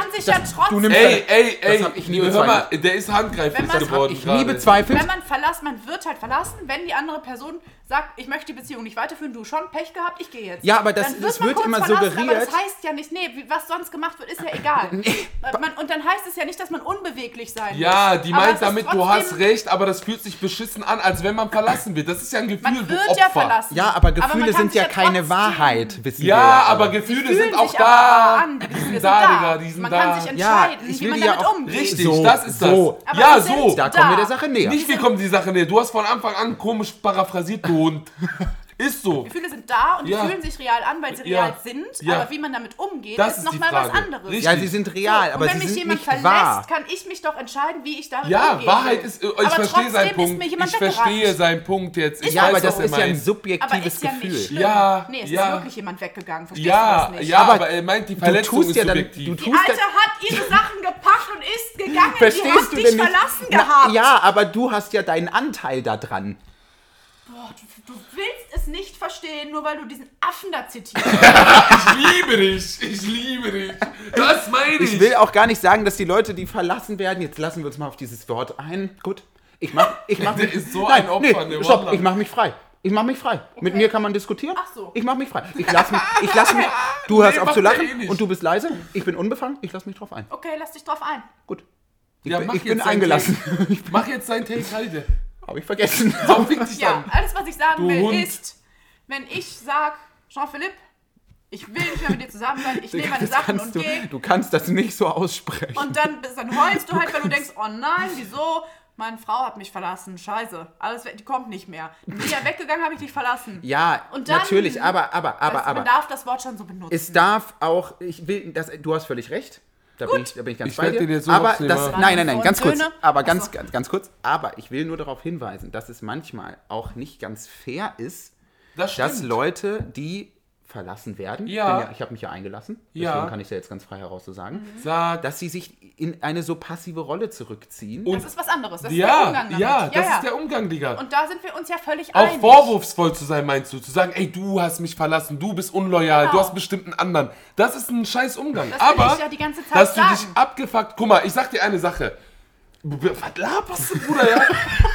[SPEAKER 5] Man kann sich
[SPEAKER 4] Das-
[SPEAKER 5] ja trotzdem,
[SPEAKER 4] du nimmst-
[SPEAKER 3] Ey, ey, ey,
[SPEAKER 4] hab ich nie
[SPEAKER 3] hör mal,
[SPEAKER 4] bezweifelt.
[SPEAKER 3] der ist handgreiflich
[SPEAKER 5] Wenn man's-
[SPEAKER 3] geworden.
[SPEAKER 4] Ich
[SPEAKER 3] gerade.
[SPEAKER 4] nie bezweifelt,
[SPEAKER 5] wenn man verlasst, man wird halt verlassen, wenn die andere Person sagt, ich möchte die Beziehung nicht weiterführen, du schon Pech gehabt, ich gehe jetzt.
[SPEAKER 4] Ja, aber das-
[SPEAKER 5] Dann
[SPEAKER 4] das
[SPEAKER 5] man
[SPEAKER 4] wird
[SPEAKER 5] kurz
[SPEAKER 4] immer
[SPEAKER 5] verlassen, Aber
[SPEAKER 4] suggeriert.
[SPEAKER 5] das heißt ja nicht, nee, wie- was sonst gemacht wird, ist ja egal. Äh, man, und dann heißt es ja nicht, dass man unbeweglich sein
[SPEAKER 3] Ja,
[SPEAKER 5] muss.
[SPEAKER 3] die
[SPEAKER 5] Aber es
[SPEAKER 3] meint
[SPEAKER 5] ist
[SPEAKER 3] damit, du
[SPEAKER 5] trotzdem-
[SPEAKER 3] hast recht, aber das fühlt sich beschissen an, als wenn man verlassen wird. Das ist ja ein Gefühl,
[SPEAKER 5] Man
[SPEAKER 3] du
[SPEAKER 5] wird
[SPEAKER 3] Opfer.
[SPEAKER 5] ja verlassen.
[SPEAKER 4] ja, aber Gefühle
[SPEAKER 5] man kann
[SPEAKER 4] sind
[SPEAKER 5] sich
[SPEAKER 4] ja keine
[SPEAKER 5] trotzdem-
[SPEAKER 4] Wahrheit, wissen wir
[SPEAKER 3] Ja, aber
[SPEAKER 4] alle.
[SPEAKER 3] Gefühle
[SPEAKER 5] fühlen
[SPEAKER 3] sind auch
[SPEAKER 5] sich
[SPEAKER 3] da.
[SPEAKER 5] aber an, die Gefühle
[SPEAKER 3] die
[SPEAKER 5] sind
[SPEAKER 3] sind
[SPEAKER 5] da.
[SPEAKER 3] da, Digga, die sind
[SPEAKER 5] man
[SPEAKER 3] da.
[SPEAKER 5] kann sich
[SPEAKER 4] Ja,
[SPEAKER 5] entscheiden,
[SPEAKER 4] ich
[SPEAKER 5] wie
[SPEAKER 4] will
[SPEAKER 5] man
[SPEAKER 4] die ja
[SPEAKER 5] damit
[SPEAKER 4] auch-
[SPEAKER 5] umgeht.
[SPEAKER 3] Richtig,
[SPEAKER 4] So,
[SPEAKER 3] das ist das.
[SPEAKER 4] so.
[SPEAKER 5] Aber
[SPEAKER 3] Ja,
[SPEAKER 5] die sind
[SPEAKER 3] so.
[SPEAKER 4] Da
[SPEAKER 5] da.
[SPEAKER 4] kommen wir der Sache näher.
[SPEAKER 3] Nicht, wir kommen die Sache näher. Du hast von Anfang an komisch paraphrasiert, du Hund. Ist so.
[SPEAKER 5] Gefühle sind da und die
[SPEAKER 3] Ja.
[SPEAKER 5] fühlen sich real an, weil sie
[SPEAKER 3] Ja.
[SPEAKER 5] real sind.
[SPEAKER 3] Ja.
[SPEAKER 5] Aber wie man damit umgeht,
[SPEAKER 3] Das
[SPEAKER 5] ist
[SPEAKER 3] ist die
[SPEAKER 5] nochmal was
[SPEAKER 3] Frage.
[SPEAKER 5] anderes.
[SPEAKER 3] Richtig.
[SPEAKER 4] Ja, sie sind real,
[SPEAKER 5] So,
[SPEAKER 4] aber
[SPEAKER 5] und wenn
[SPEAKER 4] sie
[SPEAKER 5] mich
[SPEAKER 4] sind
[SPEAKER 5] jemand
[SPEAKER 4] nicht
[SPEAKER 5] verlässt,
[SPEAKER 4] wahr.
[SPEAKER 5] kann ich mich doch entscheiden, wie ich damit
[SPEAKER 3] Ja,
[SPEAKER 5] umgehe.
[SPEAKER 3] Wahrheit ist. äh, Ich
[SPEAKER 5] aber
[SPEAKER 3] verstehe seinen
[SPEAKER 5] trotzdem
[SPEAKER 3] Punkt.
[SPEAKER 5] Ist mir
[SPEAKER 3] Ich
[SPEAKER 5] jemand
[SPEAKER 3] verstehe
[SPEAKER 5] weggerannt.
[SPEAKER 3] seinen Punkt jetzt. Ich
[SPEAKER 4] Ja,
[SPEAKER 3] weiß,
[SPEAKER 4] aber das
[SPEAKER 3] was er
[SPEAKER 4] ist ja ein
[SPEAKER 3] meint.
[SPEAKER 5] Aber
[SPEAKER 4] subjektives
[SPEAKER 5] ist ja
[SPEAKER 4] Gefühl.
[SPEAKER 5] nicht schlimm.
[SPEAKER 3] Ja,
[SPEAKER 5] nee, es
[SPEAKER 3] ja.
[SPEAKER 5] ist wirklich jemand weggegangen. Verstehst
[SPEAKER 3] Ja,
[SPEAKER 5] du das nicht?
[SPEAKER 3] ja,
[SPEAKER 4] Aber
[SPEAKER 3] aber er meint, die
[SPEAKER 4] Du
[SPEAKER 3] Verletzung
[SPEAKER 4] tust
[SPEAKER 3] ist
[SPEAKER 4] ja dann,
[SPEAKER 3] subjektiv.
[SPEAKER 4] du
[SPEAKER 5] Die
[SPEAKER 4] tust
[SPEAKER 5] Alte
[SPEAKER 4] dann,
[SPEAKER 5] hat ihre Sachen gepackt und ist gegangen. die
[SPEAKER 4] verstehst
[SPEAKER 5] hat
[SPEAKER 4] du
[SPEAKER 5] dich
[SPEAKER 4] denn nicht?
[SPEAKER 5] verlassen
[SPEAKER 4] Na,
[SPEAKER 5] gehabt.
[SPEAKER 4] Ja, aber du hast ja deinen Anteil da dran.
[SPEAKER 5] Boah, du, du willst es nicht verstehen, nur weil du diesen Affen da zitierst.
[SPEAKER 3] Ich liebe dich. Ich liebe dich. Das meine ich.
[SPEAKER 4] Ich will auch gar nicht sagen, dass die Leute, die verlassen werden, jetzt lassen wir uns mal auf dieses Wort ein. Gut. Ich mach, ich mach
[SPEAKER 3] Der
[SPEAKER 4] mich,
[SPEAKER 3] ist so ein Opfer, ne,
[SPEAKER 4] nee, stopp,
[SPEAKER 3] Wandler.
[SPEAKER 4] ich mach mich frei. Ich mach mich frei. Mit mir kann man diskutieren.
[SPEAKER 5] Ach so.
[SPEAKER 4] Ich mach mich frei. Ich lass mich, ich lass mich, du hörst auf
[SPEAKER 3] macht
[SPEAKER 4] zu
[SPEAKER 3] er
[SPEAKER 4] lachen
[SPEAKER 3] eh nicht.
[SPEAKER 4] und du bist leise. Ich bin unbefangen. Ich lass mich drauf ein.
[SPEAKER 5] Okay, lass dich drauf ein.
[SPEAKER 4] Gut. Ich,
[SPEAKER 3] Ja,
[SPEAKER 4] bin,
[SPEAKER 3] mach
[SPEAKER 4] ich
[SPEAKER 3] jetzt
[SPEAKER 4] bin
[SPEAKER 3] dein
[SPEAKER 4] eingelassen.
[SPEAKER 3] Mach jetzt deinen Take, halte.
[SPEAKER 4] Habe ich vergessen.
[SPEAKER 3] So, fick dich
[SPEAKER 5] Ja,
[SPEAKER 3] dann.
[SPEAKER 5] alles, was ich sagen
[SPEAKER 3] Du
[SPEAKER 5] will,
[SPEAKER 3] Hund.
[SPEAKER 5] ist, wenn ich sag, Jean-Philippe, ich will nicht mehr mit dir zusammen sein, ich nehme meine
[SPEAKER 4] Das
[SPEAKER 5] Sachen und
[SPEAKER 4] kannst du,
[SPEAKER 5] gehe.
[SPEAKER 4] du kannst das nicht so aussprechen.
[SPEAKER 5] Und dann, bist- dann heulst du halt, weil du denkst, oh nein, wieso? Meine Frau hat mich verlassen, scheiße. Alles, we- die kommt nicht mehr. Bin ja weggegangen, habe ich dich verlassen.
[SPEAKER 4] ja,
[SPEAKER 5] Und dann-
[SPEAKER 4] natürlich, aber, aber, aber,
[SPEAKER 5] Weißt du,
[SPEAKER 4] aber.
[SPEAKER 5] Man darf das Wort schon so benutzen.
[SPEAKER 4] Es darf auch, ich will, das, du hast völlig recht. Da, bin ich, da bin ich ganz
[SPEAKER 3] Ich
[SPEAKER 4] bei
[SPEAKER 3] werd
[SPEAKER 4] dir.
[SPEAKER 3] den jetzt so
[SPEAKER 4] aber
[SPEAKER 3] aufnehmen,
[SPEAKER 4] das,
[SPEAKER 3] ja.
[SPEAKER 4] nein, nein, nein,
[SPEAKER 5] Und
[SPEAKER 4] ganz kurz.
[SPEAKER 5] Söhne?
[SPEAKER 4] Aber ganz,
[SPEAKER 5] Ach so.
[SPEAKER 4] ganz, ganz kurz. Aber ich will nur darauf hinweisen, dass es manchmal auch nicht ganz fair ist,
[SPEAKER 3] Das
[SPEAKER 4] dass
[SPEAKER 3] stimmt.
[SPEAKER 4] Leute, die verlassen werden,
[SPEAKER 3] Ja.
[SPEAKER 4] ich, bin ja, ich habe mich ja eingelassen,
[SPEAKER 3] Ja.
[SPEAKER 4] deswegen kann ich es ja jetzt ganz frei heraus so sagen,
[SPEAKER 5] Mhm.
[SPEAKER 3] Sag.
[SPEAKER 4] dass sie sich in eine so passive Rolle zurückziehen.
[SPEAKER 5] das ist was anderes. Das ist der
[SPEAKER 3] Ja,
[SPEAKER 5] Umgang damit.
[SPEAKER 3] ja, das ist der Umgang, Digga.
[SPEAKER 5] Und da sind wir uns ja völlig
[SPEAKER 3] Auch
[SPEAKER 5] einig.
[SPEAKER 3] vorwurfsvoll zu sein, meinst du? Zu sagen, ey, du hast mich verlassen, du bist unloyal,
[SPEAKER 5] Genau.
[SPEAKER 3] du hast bestimmt einen anderen. Das ist ein scheiß Umgang.
[SPEAKER 5] Das will
[SPEAKER 3] Aber,
[SPEAKER 5] ich ja die ganze Zeit
[SPEAKER 3] dass du dich
[SPEAKER 5] sagen.
[SPEAKER 3] abgefuckt... Guck mal, ich sag dir eine Sache. B- b- Was laberst du, Bruder, ja?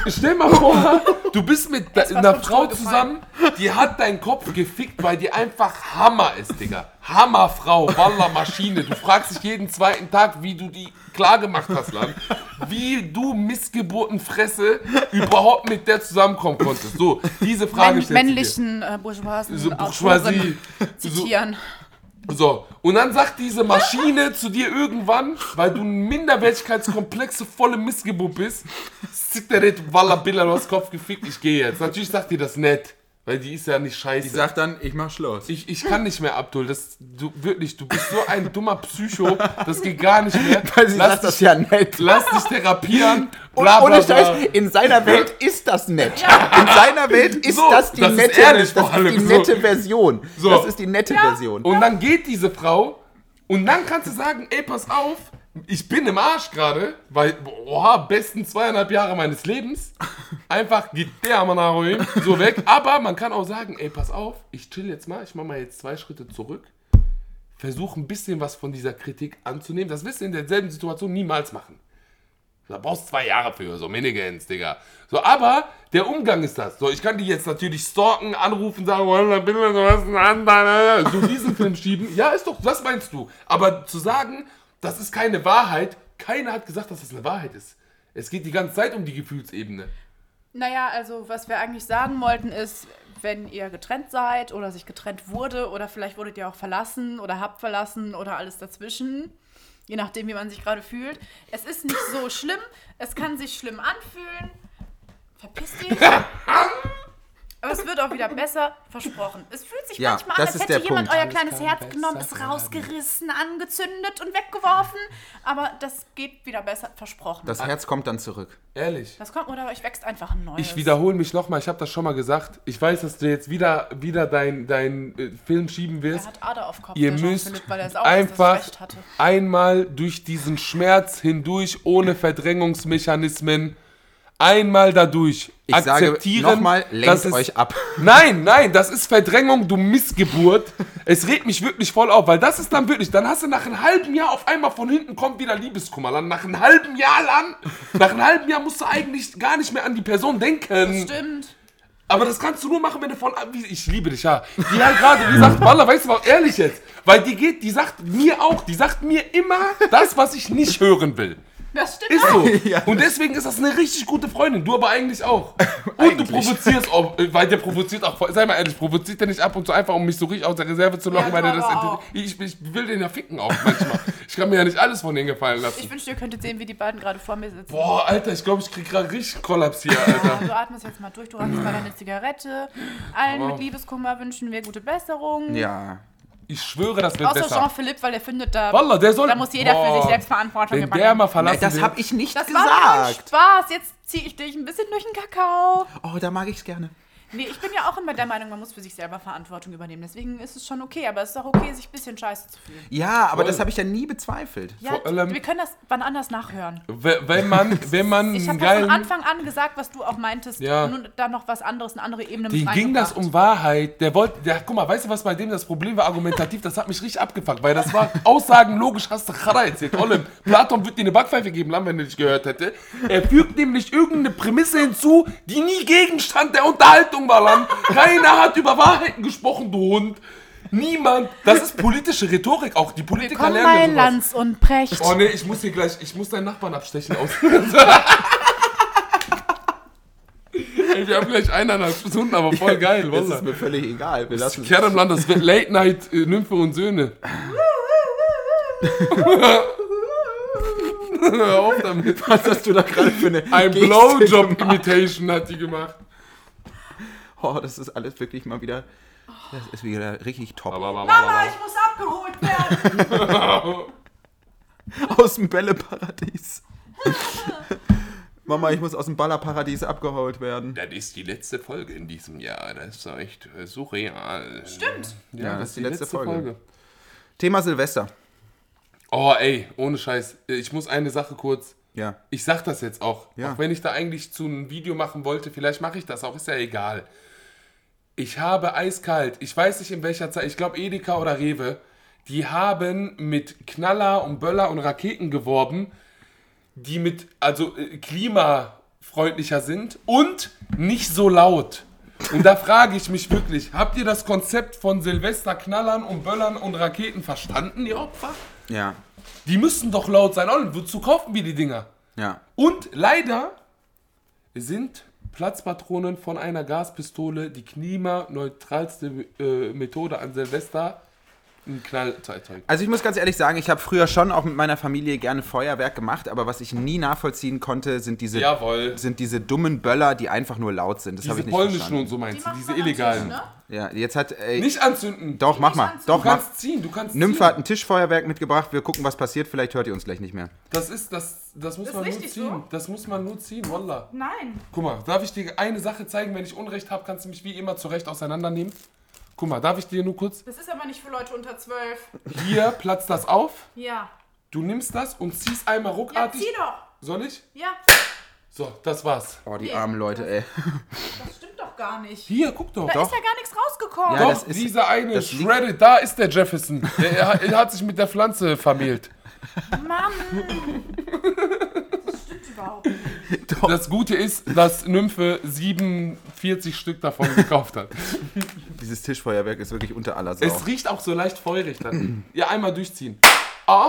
[SPEAKER 3] Stell mal vor, du bist mit de-
[SPEAKER 5] Ist was
[SPEAKER 3] einer
[SPEAKER 5] vom
[SPEAKER 3] Frau
[SPEAKER 5] Stuhl
[SPEAKER 3] zusammen, die hat deinen Kopf gefickt, weil die einfach Hammer ist, Digga. Hammerfrau, Walla Maschine. Du fragst dich jeden zweiten Tag, wie du die klar gemacht hast, Land. Wie du Missgeburtenfresse überhaupt mit der zusammenkommen konntest. So, diese Frage
[SPEAKER 5] Männ-
[SPEAKER 3] stellst du dir.
[SPEAKER 5] männlichen äh, Bourgeoisen
[SPEAKER 3] So Bourgeoisie.
[SPEAKER 5] Autoren
[SPEAKER 3] So,
[SPEAKER 5] zitieren.
[SPEAKER 3] so, und dann sagt diese Maschine zu dir irgendwann, weil du ein minderwertigkeitskomplexe volle Missgeburt bist, Zigarette, Walla, Billa, du hast Kopf gefickt, ich gehe jetzt. Natürlich sagt dir das nett, weil die ist ja nicht scheiße.
[SPEAKER 4] dann, ich mach Schluss.
[SPEAKER 3] ich, ich kann nicht mehr, Abdul. Das, du, wirklich, du bist so ein dummer Psycho, das geht gar nicht mehr.
[SPEAKER 4] Weil sie
[SPEAKER 3] lass,
[SPEAKER 4] sagt das
[SPEAKER 3] dich,
[SPEAKER 4] ja nett.
[SPEAKER 3] lass dich therapieren.
[SPEAKER 4] Und
[SPEAKER 3] Bla, bla,
[SPEAKER 4] ohne
[SPEAKER 3] bla.
[SPEAKER 4] Scheiß, in seiner Welt ist das nett.
[SPEAKER 5] Ja.
[SPEAKER 4] In seiner Welt ist
[SPEAKER 3] So,
[SPEAKER 4] das die
[SPEAKER 3] das ist
[SPEAKER 4] nette,
[SPEAKER 3] ehrlich
[SPEAKER 4] das
[SPEAKER 3] vor allem,
[SPEAKER 4] ist die
[SPEAKER 3] so.
[SPEAKER 4] nette Version.
[SPEAKER 3] So.
[SPEAKER 4] Das ist die nette Version.
[SPEAKER 3] Und dann geht diese Frau und dann kannst du sagen, ey, pass auf, ich bin im Arsch gerade, weil, boah, besten zweieinhalb Jahre meines Lebens, einfach geht der Manaro hin, so weg. Aber man kann auch sagen, ey, pass auf, ich chill jetzt mal, ich mache mal jetzt zwei Schritte zurück, versuche ein bisschen was von dieser Kritik anzunehmen. Das wirst du in derselben Situation niemals machen. Da brauchst du zwei Jahre für, so Minigans, Digga. So, aber der Umgang ist das. So, ich kann die jetzt natürlich stalken, anrufen, sagen, Walla, bin ich so was ein anderer. So diesen Film schieben. Ja, ist doch, was meinst du? Aber zu sagen, das ist keine Wahrheit, keiner hat gesagt, dass das eine Wahrheit ist. Es geht die ganze Zeit um die Gefühlsebene.
[SPEAKER 5] Naja, also was wir eigentlich sagen wollten ist, wenn ihr getrennt seid oder sich getrennt wurde oder vielleicht wurdet ihr auch verlassen oder habt verlassen oder alles dazwischen. Je nachdem, wie man sich gerade fühlt. Es ist nicht so schlimm. Es kann sich schlimm anfühlen. Verpiss dich. Aber es wird auch wieder besser, versprochen. Es fühlt sich
[SPEAKER 4] Ja,
[SPEAKER 5] manchmal an,
[SPEAKER 4] das
[SPEAKER 5] als
[SPEAKER 4] ist
[SPEAKER 5] hätte
[SPEAKER 4] der
[SPEAKER 5] jemand
[SPEAKER 4] Punkt.
[SPEAKER 5] euer kleines Herz genommen, es rausgerissen, angezündet und weggeworfen. Aber das geht wieder besser, versprochen.
[SPEAKER 4] Das Herz kommt dann zurück.
[SPEAKER 3] Ehrlich.
[SPEAKER 5] Das kommt oder euch wächst einfach ein neues.
[SPEAKER 3] Ich wiederhole mich nochmal, ich habe das schon mal gesagt. Ich weiß, dass du jetzt wieder, wieder deinen dein, äh, Film schieben
[SPEAKER 5] Er
[SPEAKER 3] wirst.
[SPEAKER 5] hat Ader auf Kopf.
[SPEAKER 3] Ihr
[SPEAKER 5] der
[SPEAKER 3] müsst
[SPEAKER 5] Jean-Philippe, weil er sauer ist, dass ich
[SPEAKER 3] einfach
[SPEAKER 5] recht hatte.
[SPEAKER 3] einmal durch diesen Schmerz hindurch, ohne Verdrängungsmechanismen, einmal dadurch
[SPEAKER 4] Ich sage nochmal, lenkt
[SPEAKER 3] dass es-
[SPEAKER 4] euch ab.
[SPEAKER 3] Nein, nein, das ist Verdrängung, du Missgeburt. Es regt mich wirklich voll auf, weil das ist dann wirklich, dann hast du nach einem halben Jahr auf einmal von hinten kommt wieder Liebeskummer. Dann nach einem halben Jahr lang, nach einem halben Jahr musst du eigentlich gar nicht mehr an die Person denken.
[SPEAKER 5] Stimmt.
[SPEAKER 3] Aber das kannst du nur machen, wenn du von. wie- Ich liebe dich, ja. Die hat gerade gesagt, Walla, weißt du mal, ehrlich jetzt. Weil die geht, die sagt mir auch, die sagt mir immer das, was ich nicht hören will.
[SPEAKER 5] Das stimmt.
[SPEAKER 3] Ist so.
[SPEAKER 4] Ja.
[SPEAKER 3] Und deswegen ist das eine richtig gute Freundin. Du aber eigentlich auch. Und du provozierst auch, äh, weil der provoziert auch. Sei mal ehrlich, provoziert der nicht ab und zu einfach, um mich so richtig aus der Reserve zu locken,
[SPEAKER 5] Ja,
[SPEAKER 3] weil der
[SPEAKER 5] du
[SPEAKER 3] das.
[SPEAKER 5] aber auch.
[SPEAKER 3] Ich, ich will den ja ficken auch manchmal. Ich kann mir ja nicht alles von denen gefallen lassen.
[SPEAKER 5] Ich wünschte, ihr könntet sehen, wie die beiden gerade vor mir sitzen. Also,
[SPEAKER 3] Boah, Alter, ich glaube, ich krieg gerade richtig Kollaps hier, Alter.
[SPEAKER 5] Du atmest jetzt mal durch, du rauchst mal deine Zigarette. Allen mit Liebeskummer wünschen wir gute Besserung.
[SPEAKER 4] Ja.
[SPEAKER 3] Ich schwöre, das wird
[SPEAKER 5] Außer
[SPEAKER 3] besser.
[SPEAKER 5] Jean-Philippe, weil er findet, da,
[SPEAKER 3] Wallah, der soll-
[SPEAKER 5] da muss jeder für sich
[SPEAKER 3] Boah.
[SPEAKER 5] selbst Verantwortung
[SPEAKER 3] Wenn der mal verlassen
[SPEAKER 4] Äh, Das
[SPEAKER 3] wird-
[SPEAKER 4] habe ich nicht
[SPEAKER 5] Das war nur ein
[SPEAKER 4] gesagt.
[SPEAKER 5] Spaß. Jetzt ziehe ich dich ein bisschen durch den Kakao.
[SPEAKER 4] Oh, da mag ich's gerne.
[SPEAKER 5] Nee, ich bin ja auch immer der Meinung, man muss für sich selber Verantwortung übernehmen. Deswegen ist es schon okay, aber es ist auch okay, sich ein bisschen scheiße zu fühlen.
[SPEAKER 4] Ja, aber
[SPEAKER 3] Voll.
[SPEAKER 4] das habe ich ja nie bezweifelt.
[SPEAKER 5] Ja,
[SPEAKER 3] Vor allem-
[SPEAKER 5] wir können das wann anders nachhören.
[SPEAKER 3] We- Wenn man, wenn man
[SPEAKER 5] Ich
[SPEAKER 3] einen
[SPEAKER 5] habe von
[SPEAKER 3] geilen.
[SPEAKER 5] Anfang an gesagt, was du auch meintest.
[SPEAKER 3] Hm, Ja.
[SPEAKER 5] Nun da noch was anderes, eine andere Ebene
[SPEAKER 3] Den
[SPEAKER 5] mit
[SPEAKER 3] ging das um
[SPEAKER 5] reingebracht.
[SPEAKER 3] Wahrheit. Der wollte, der, guck mal, weißt du, was bei dem das Problem war? Argumentativ, das hat mich richtig abgefuckt, weil das war Aussagen logisch, hast du gerade erzählt. Olem, Platon wird dir eine Backpfeife geben, Lamm, wenn du dich gehört hätte. Er fügt nämlich irgendeine Prämisse hinzu, die nie Gegenstand der Unterhaltung war, Lamm. Keiner hat über Wahrheiten gesprochen, du Hund. Niemand. Das ist politische Rhetorik auch. Die Politiker
[SPEAKER 5] Willkommen
[SPEAKER 3] lernen ja
[SPEAKER 5] bei Lanz
[SPEAKER 3] sowas.
[SPEAKER 5] und Precht.
[SPEAKER 3] Oh ne, ich muss hier gleich, ich muss deinen Nachbarn abstechen aus. Ey, wir haben gleich eineinhalb Stunden, aber voll geil,
[SPEAKER 4] Das ist
[SPEAKER 3] was?
[SPEAKER 4] mir völlig egal. Wir lassen
[SPEAKER 3] Kerl im Land, das wird Late Night äh, Nymphe und Söhne. Hör auf damit.
[SPEAKER 4] Was hast du da gerade für eine
[SPEAKER 3] Ein
[SPEAKER 4] Geste
[SPEAKER 3] Blowjob
[SPEAKER 4] gemacht?
[SPEAKER 3] Imitation hat die gemacht.
[SPEAKER 4] Oh, das ist alles wirklich mal wieder. Das ist wieder richtig top.
[SPEAKER 5] Mama, ich muss abgeholt werden.
[SPEAKER 4] Aus dem Bälleparadies. Mama, ich muss aus dem Ballerparadies abgeholt werden.
[SPEAKER 6] Das ist die letzte Folge in diesem Jahr. Das ist doch echt äh, surreal.
[SPEAKER 5] Stimmt.
[SPEAKER 3] Ja,
[SPEAKER 4] das ist die letzte Folge. Thema Silvester.
[SPEAKER 3] Oh ey, ohne Scheiß. Ich muss eine Sache kurz.
[SPEAKER 4] Ja.
[SPEAKER 3] Ich sag das jetzt auch.
[SPEAKER 4] Ja.
[SPEAKER 3] Auch wenn ich da eigentlich zu einem Video machen wollte, vielleicht mache ich das auch, ist ja egal. Ich habe eiskalt, ich weiß nicht in welcher Zeit, ich glaube Edeka oder Rewe, die haben mit Knaller und Böller und Raketen geworben, die mit, also äh, klimafreundlicher sind und nicht so laut. Und da frage ich mich wirklich, habt ihr das Konzept von Silvester Knallern und Böllern und Raketen verstanden, ihr Opfer?
[SPEAKER 4] Ja.
[SPEAKER 3] Die müssen doch laut sein. Olli, wozu kaufen wir die Dinger?
[SPEAKER 4] Ja.
[SPEAKER 3] Und leider sind Platzpatronen von einer Gaspistole die klimaneutralste äh, Methode an Silvester ein Knallzeitzeug.
[SPEAKER 4] Also ich muss ganz ehrlich sagen, ich habe früher schon auch mit meiner Familie gerne Feuerwerk gemacht, aber was ich nie nachvollziehen konnte, sind diese,
[SPEAKER 3] Jawohl.
[SPEAKER 4] sind diese dummen Böller, die einfach nur laut sind. Das habe
[SPEAKER 3] Diese
[SPEAKER 4] ich nicht
[SPEAKER 3] polnischen
[SPEAKER 4] verstanden.
[SPEAKER 3] und so meinst du,
[SPEAKER 5] macht
[SPEAKER 3] diese
[SPEAKER 5] man am Tisch,
[SPEAKER 3] illegalen.
[SPEAKER 5] ne?
[SPEAKER 4] Ja, jetzt hat ey,
[SPEAKER 3] Nicht anzünden.
[SPEAKER 4] doch mach mal,
[SPEAKER 5] anzünden.
[SPEAKER 3] Du
[SPEAKER 4] doch mach.
[SPEAKER 3] kannst ziehen, du kannst
[SPEAKER 4] Nymphe hat
[SPEAKER 3] ziehen.
[SPEAKER 4] ein Tischfeuerwerk mitgebracht. Wir gucken, was passiert. Vielleicht hört ihr uns gleich nicht mehr.
[SPEAKER 3] Das ist, das, das muss
[SPEAKER 5] Das ist
[SPEAKER 3] man nur
[SPEAKER 5] richtig
[SPEAKER 3] ziehen.
[SPEAKER 5] so?
[SPEAKER 3] Das muss man nur ziehen, wallah.
[SPEAKER 5] Nein.
[SPEAKER 3] Guck mal, darf ich dir eine Sache zeigen? Wenn ich Unrecht habe, kannst du mich wie immer zurecht auseinandernehmen. Guck mal, darf ich dir nur kurz...
[SPEAKER 5] Das ist aber nicht für Leute unter zwölf.
[SPEAKER 3] Hier platzt das auf.
[SPEAKER 5] Ja.
[SPEAKER 3] Du nimmst das und ziehst einmal
[SPEAKER 5] Ja,
[SPEAKER 3] ruckartig.
[SPEAKER 5] zieh doch.
[SPEAKER 3] Soll ich?
[SPEAKER 5] Ja,
[SPEAKER 3] So, das war's.
[SPEAKER 4] Oh, die armen Leute, ey.
[SPEAKER 5] das stimmt doch gar nicht.
[SPEAKER 3] Hier, guck doch.
[SPEAKER 5] Da
[SPEAKER 4] Doch.
[SPEAKER 5] ist ja gar nichts rausgekommen.
[SPEAKER 4] Ja,
[SPEAKER 3] Doch,
[SPEAKER 4] das ist-
[SPEAKER 3] dieser eine
[SPEAKER 4] das liegt-
[SPEAKER 3] Shredded, da ist der Jefferson. Der, er, hat- er hat sich mit der Pflanze vermählt.
[SPEAKER 5] Mann. Das stimmt überhaupt nicht.
[SPEAKER 3] Das Gute ist, dass Nymphe 47 Stück davon gekauft hat.
[SPEAKER 4] Dieses Tischfeuerwerk ist wirklich unter aller Sau.
[SPEAKER 3] Es riecht auch so leicht feurig dann. Ja, einmal durchziehen. Ah!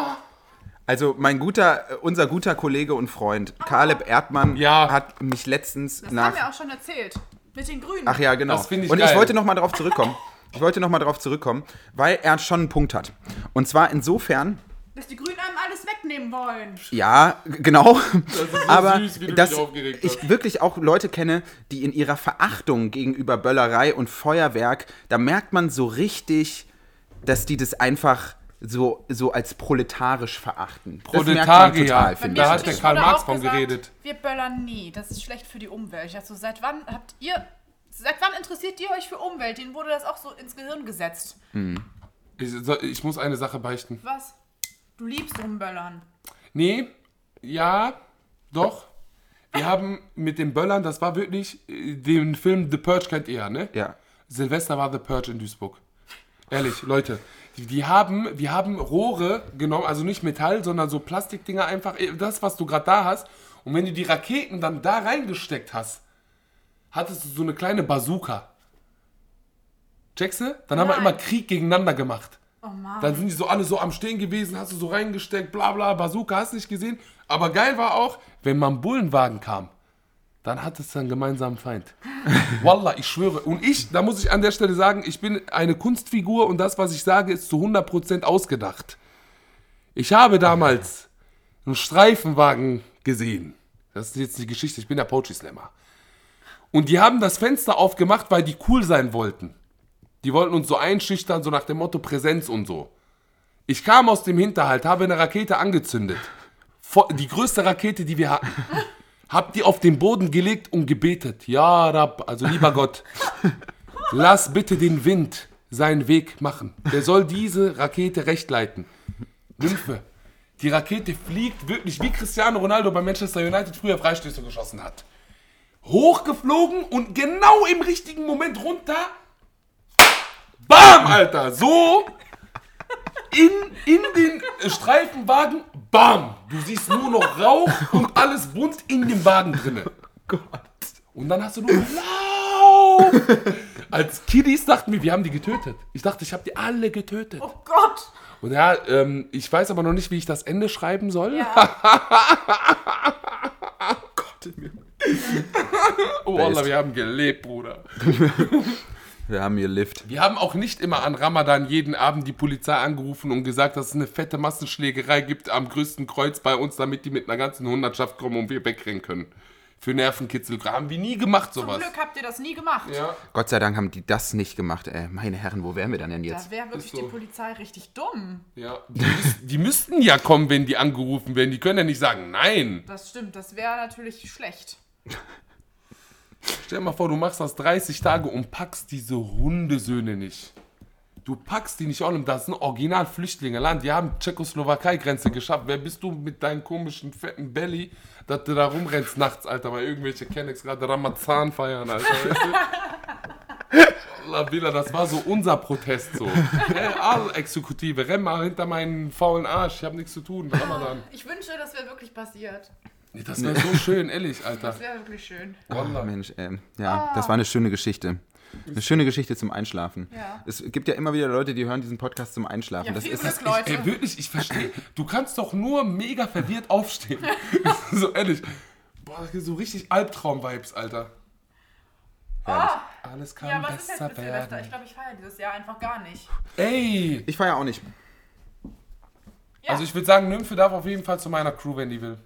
[SPEAKER 4] Also mein guter, äh, unser guter Kollege und Freund Caleb Erdmann
[SPEAKER 3] Ja.
[SPEAKER 4] hat mich letztens
[SPEAKER 5] Das haben wir
[SPEAKER 4] nach
[SPEAKER 5] auch schon erzählt. Mit den Grünen.
[SPEAKER 4] Ach ja, genau.
[SPEAKER 3] Das finde ich
[SPEAKER 4] und
[SPEAKER 3] geil.
[SPEAKER 4] ich wollte nochmal darauf zurückkommen. Ich wollte nochmal darauf zurückkommen, weil er schon einen Punkt hat. Und zwar insofern,
[SPEAKER 5] Dass die Grünen einem alles wegnehmen wollen.
[SPEAKER 4] ja, g- genau.
[SPEAKER 3] ist so
[SPEAKER 4] aber
[SPEAKER 3] süß, wie du dich
[SPEAKER 4] dass
[SPEAKER 3] aufgeregt hast.
[SPEAKER 4] ich wirklich auch Leute kenne, die in ihrer Verachtung gegenüber Böllerei und Feuerwerk, da merkt man so richtig, dass die das einfach so, so als proletarisch verachten. Das merkt man
[SPEAKER 3] Proletarier.
[SPEAKER 4] total,
[SPEAKER 5] Bei
[SPEAKER 4] finde
[SPEAKER 5] mir
[SPEAKER 3] Da
[SPEAKER 4] ich.
[SPEAKER 3] hat
[SPEAKER 5] schon,
[SPEAKER 3] der
[SPEAKER 5] ich
[SPEAKER 3] Karl
[SPEAKER 5] wurde
[SPEAKER 3] Marx
[SPEAKER 5] auch
[SPEAKER 3] von
[SPEAKER 5] gesagt,
[SPEAKER 3] geredet.
[SPEAKER 5] Wir böllern nie, das ist schlecht für die Umwelt. Ich dachte so, seit wann habt ihr, seit wann interessiert ihr euch für Umwelt? Denen wurde das auch so ins Gehirn gesetzt.
[SPEAKER 3] Ich, so, ich muss eine Sache beichten.
[SPEAKER 5] Was? Du liebst rumböllern.
[SPEAKER 3] Nee, ja, doch. Wir haben mit den Böllern, das war wirklich, äh, den Film The Purge kennt ihr ja, ne?
[SPEAKER 4] Ja.
[SPEAKER 3] Silvester war The Purge in Duisburg. Ehrlich, Leute. Die, die haben, wir haben Rohre genommen, also nicht Metall, sondern so Plastikdinger einfach, eh, das, was du gerade da hast. Und wenn du die Raketen dann da reingesteckt hast, hattest du so eine kleine Bazooka. Checkst du? Dann haben wir
[SPEAKER 5] Nein.
[SPEAKER 3] immer Krieg gegeneinander gemacht.
[SPEAKER 5] Oh Mann.
[SPEAKER 3] Dann sind die so alle so am Stehen gewesen, hast du so reingesteckt, bla bla, Bazooka, hast nicht gesehen. Aber geil war auch, wenn man Bullenwagen kam, dann hattest du einen gemeinsamen Feind. Wallah, ich schwöre. Und ich, da muss ich an der Stelle sagen, ich bin eine Kunstfigur und das, was ich sage, ist zu 100% ausgedacht. Ich habe damals einen Streifenwagen gesehen. Das ist jetzt die Geschichte, ich bin der Poetry Slammer. Und die haben das Fenster aufgemacht, weil die cool sein wollten. Die wollten uns so einschüchtern, so nach dem Motto Präsenz und so. Ich kam aus dem Hinterhalt, habe eine Rakete angezündet. Vo- Die größte Rakete, die wir hatten. Hab die auf den Boden gelegt und gebetet. Ja, Rab, also lieber Gott, lass bitte den Wind seinen Weg machen. Der soll diese Rakete recht leiten. Nymphe, die Rakete fliegt wirklich wie Cristiano Ronaldo bei Manchester United früher Freistöße geschossen hat. Hochgeflogen und genau im richtigen Moment runter Bam, Alter! So in, in den Streifenwagen, bam! Du siehst nur noch Rauch und alles bunt in dem Wagen drinne. Und dann hast du nur Lauf! Als Kiddies dachten wir, wir haben die getötet. Ich dachte, ich habe die alle getötet.
[SPEAKER 5] Oh Gott!
[SPEAKER 3] Und ja, ähm, ich weiß aber noch nicht, wie ich das Ende schreiben soll.
[SPEAKER 5] Ja,
[SPEAKER 3] Oh Allah, wir haben gelebt, Bruder.
[SPEAKER 4] Wir haben hier Lift.
[SPEAKER 3] Wir haben auch nicht immer an Ramadan jeden Abend die Polizei angerufen und gesagt, dass es eine fette Massenschlägerei gibt am größten Kreuz bei uns, damit die mit einer ganzen Hundertschaft kommen und wir wegrennen können. Für Nervenkitzel. Haben wir nie gemacht
[SPEAKER 5] zum
[SPEAKER 3] sowas.
[SPEAKER 5] Glück habt ihr das nie gemacht.
[SPEAKER 3] Ja.
[SPEAKER 4] Gott sei Dank haben die das nicht gemacht. Ey, meine Herren, wo wären wir dann denn jetzt?
[SPEAKER 5] Da wäre wirklich
[SPEAKER 3] so.
[SPEAKER 5] die Polizei richtig dumm.
[SPEAKER 3] Ja. Die, müß, die müssten ja kommen, wenn die angerufen werden. Die können ja nicht sagen, nein.
[SPEAKER 5] Das stimmt, das wäre natürlich schlecht.
[SPEAKER 3] Stell dir mal vor, du machst das 30 Tage und packst diese Hundesöhne nicht. Du packst die nicht an, das ist ein Original-Flüchtlinge-Land. Die haben Tschechoslowakei-Grenze geschafft. Wer bist du mit deinem komischen, fetten Belly, dass du da rumrennst nachts, Alter, weil irgendwelche Kennex gerade Ramazan feiern, Alter, weißt du? Allah, Billa, das war so unser Protest so. Hey, Al-Exekutive, renn mal hinter meinen faulen Arsch, ich hab nichts zu tun, Ramadan.
[SPEAKER 5] Ich wünsche, das wäre wirklich passiert.
[SPEAKER 3] Nee, das wäre so schön, ehrlich, Alter.
[SPEAKER 5] Das wäre wirklich schön.
[SPEAKER 3] Wallah.
[SPEAKER 4] Mensch, ey. Ja,
[SPEAKER 5] Ah.
[SPEAKER 4] das war eine schöne Geschichte. Eine schöne Geschichte zum Einschlafen.
[SPEAKER 5] Ja.
[SPEAKER 4] Es gibt ja immer wieder Leute, die hören diesen Podcast zum Einschlafen.
[SPEAKER 5] Ja,
[SPEAKER 4] das
[SPEAKER 5] viel
[SPEAKER 4] ist
[SPEAKER 5] Glück, Leute.
[SPEAKER 3] Ey, wirklich, ich verstehe. Du kannst doch nur mega verwirrt aufstehen. so ehrlich. Boah, das ist so richtig Albtraum-Vibes, Alter. Alles kann
[SPEAKER 5] Ah, Ja, was ist jetzt
[SPEAKER 3] besser
[SPEAKER 5] mit Silvester? Ich
[SPEAKER 3] Um werden.
[SPEAKER 5] glaube, ich feiere dieses Jahr einfach gar nicht.
[SPEAKER 3] Ey!
[SPEAKER 4] Ich feiere auch nicht.
[SPEAKER 5] Ja.
[SPEAKER 3] Also ich würde sagen, Nymphe darf auf jeden Fall zu meiner Crew, wenn die will.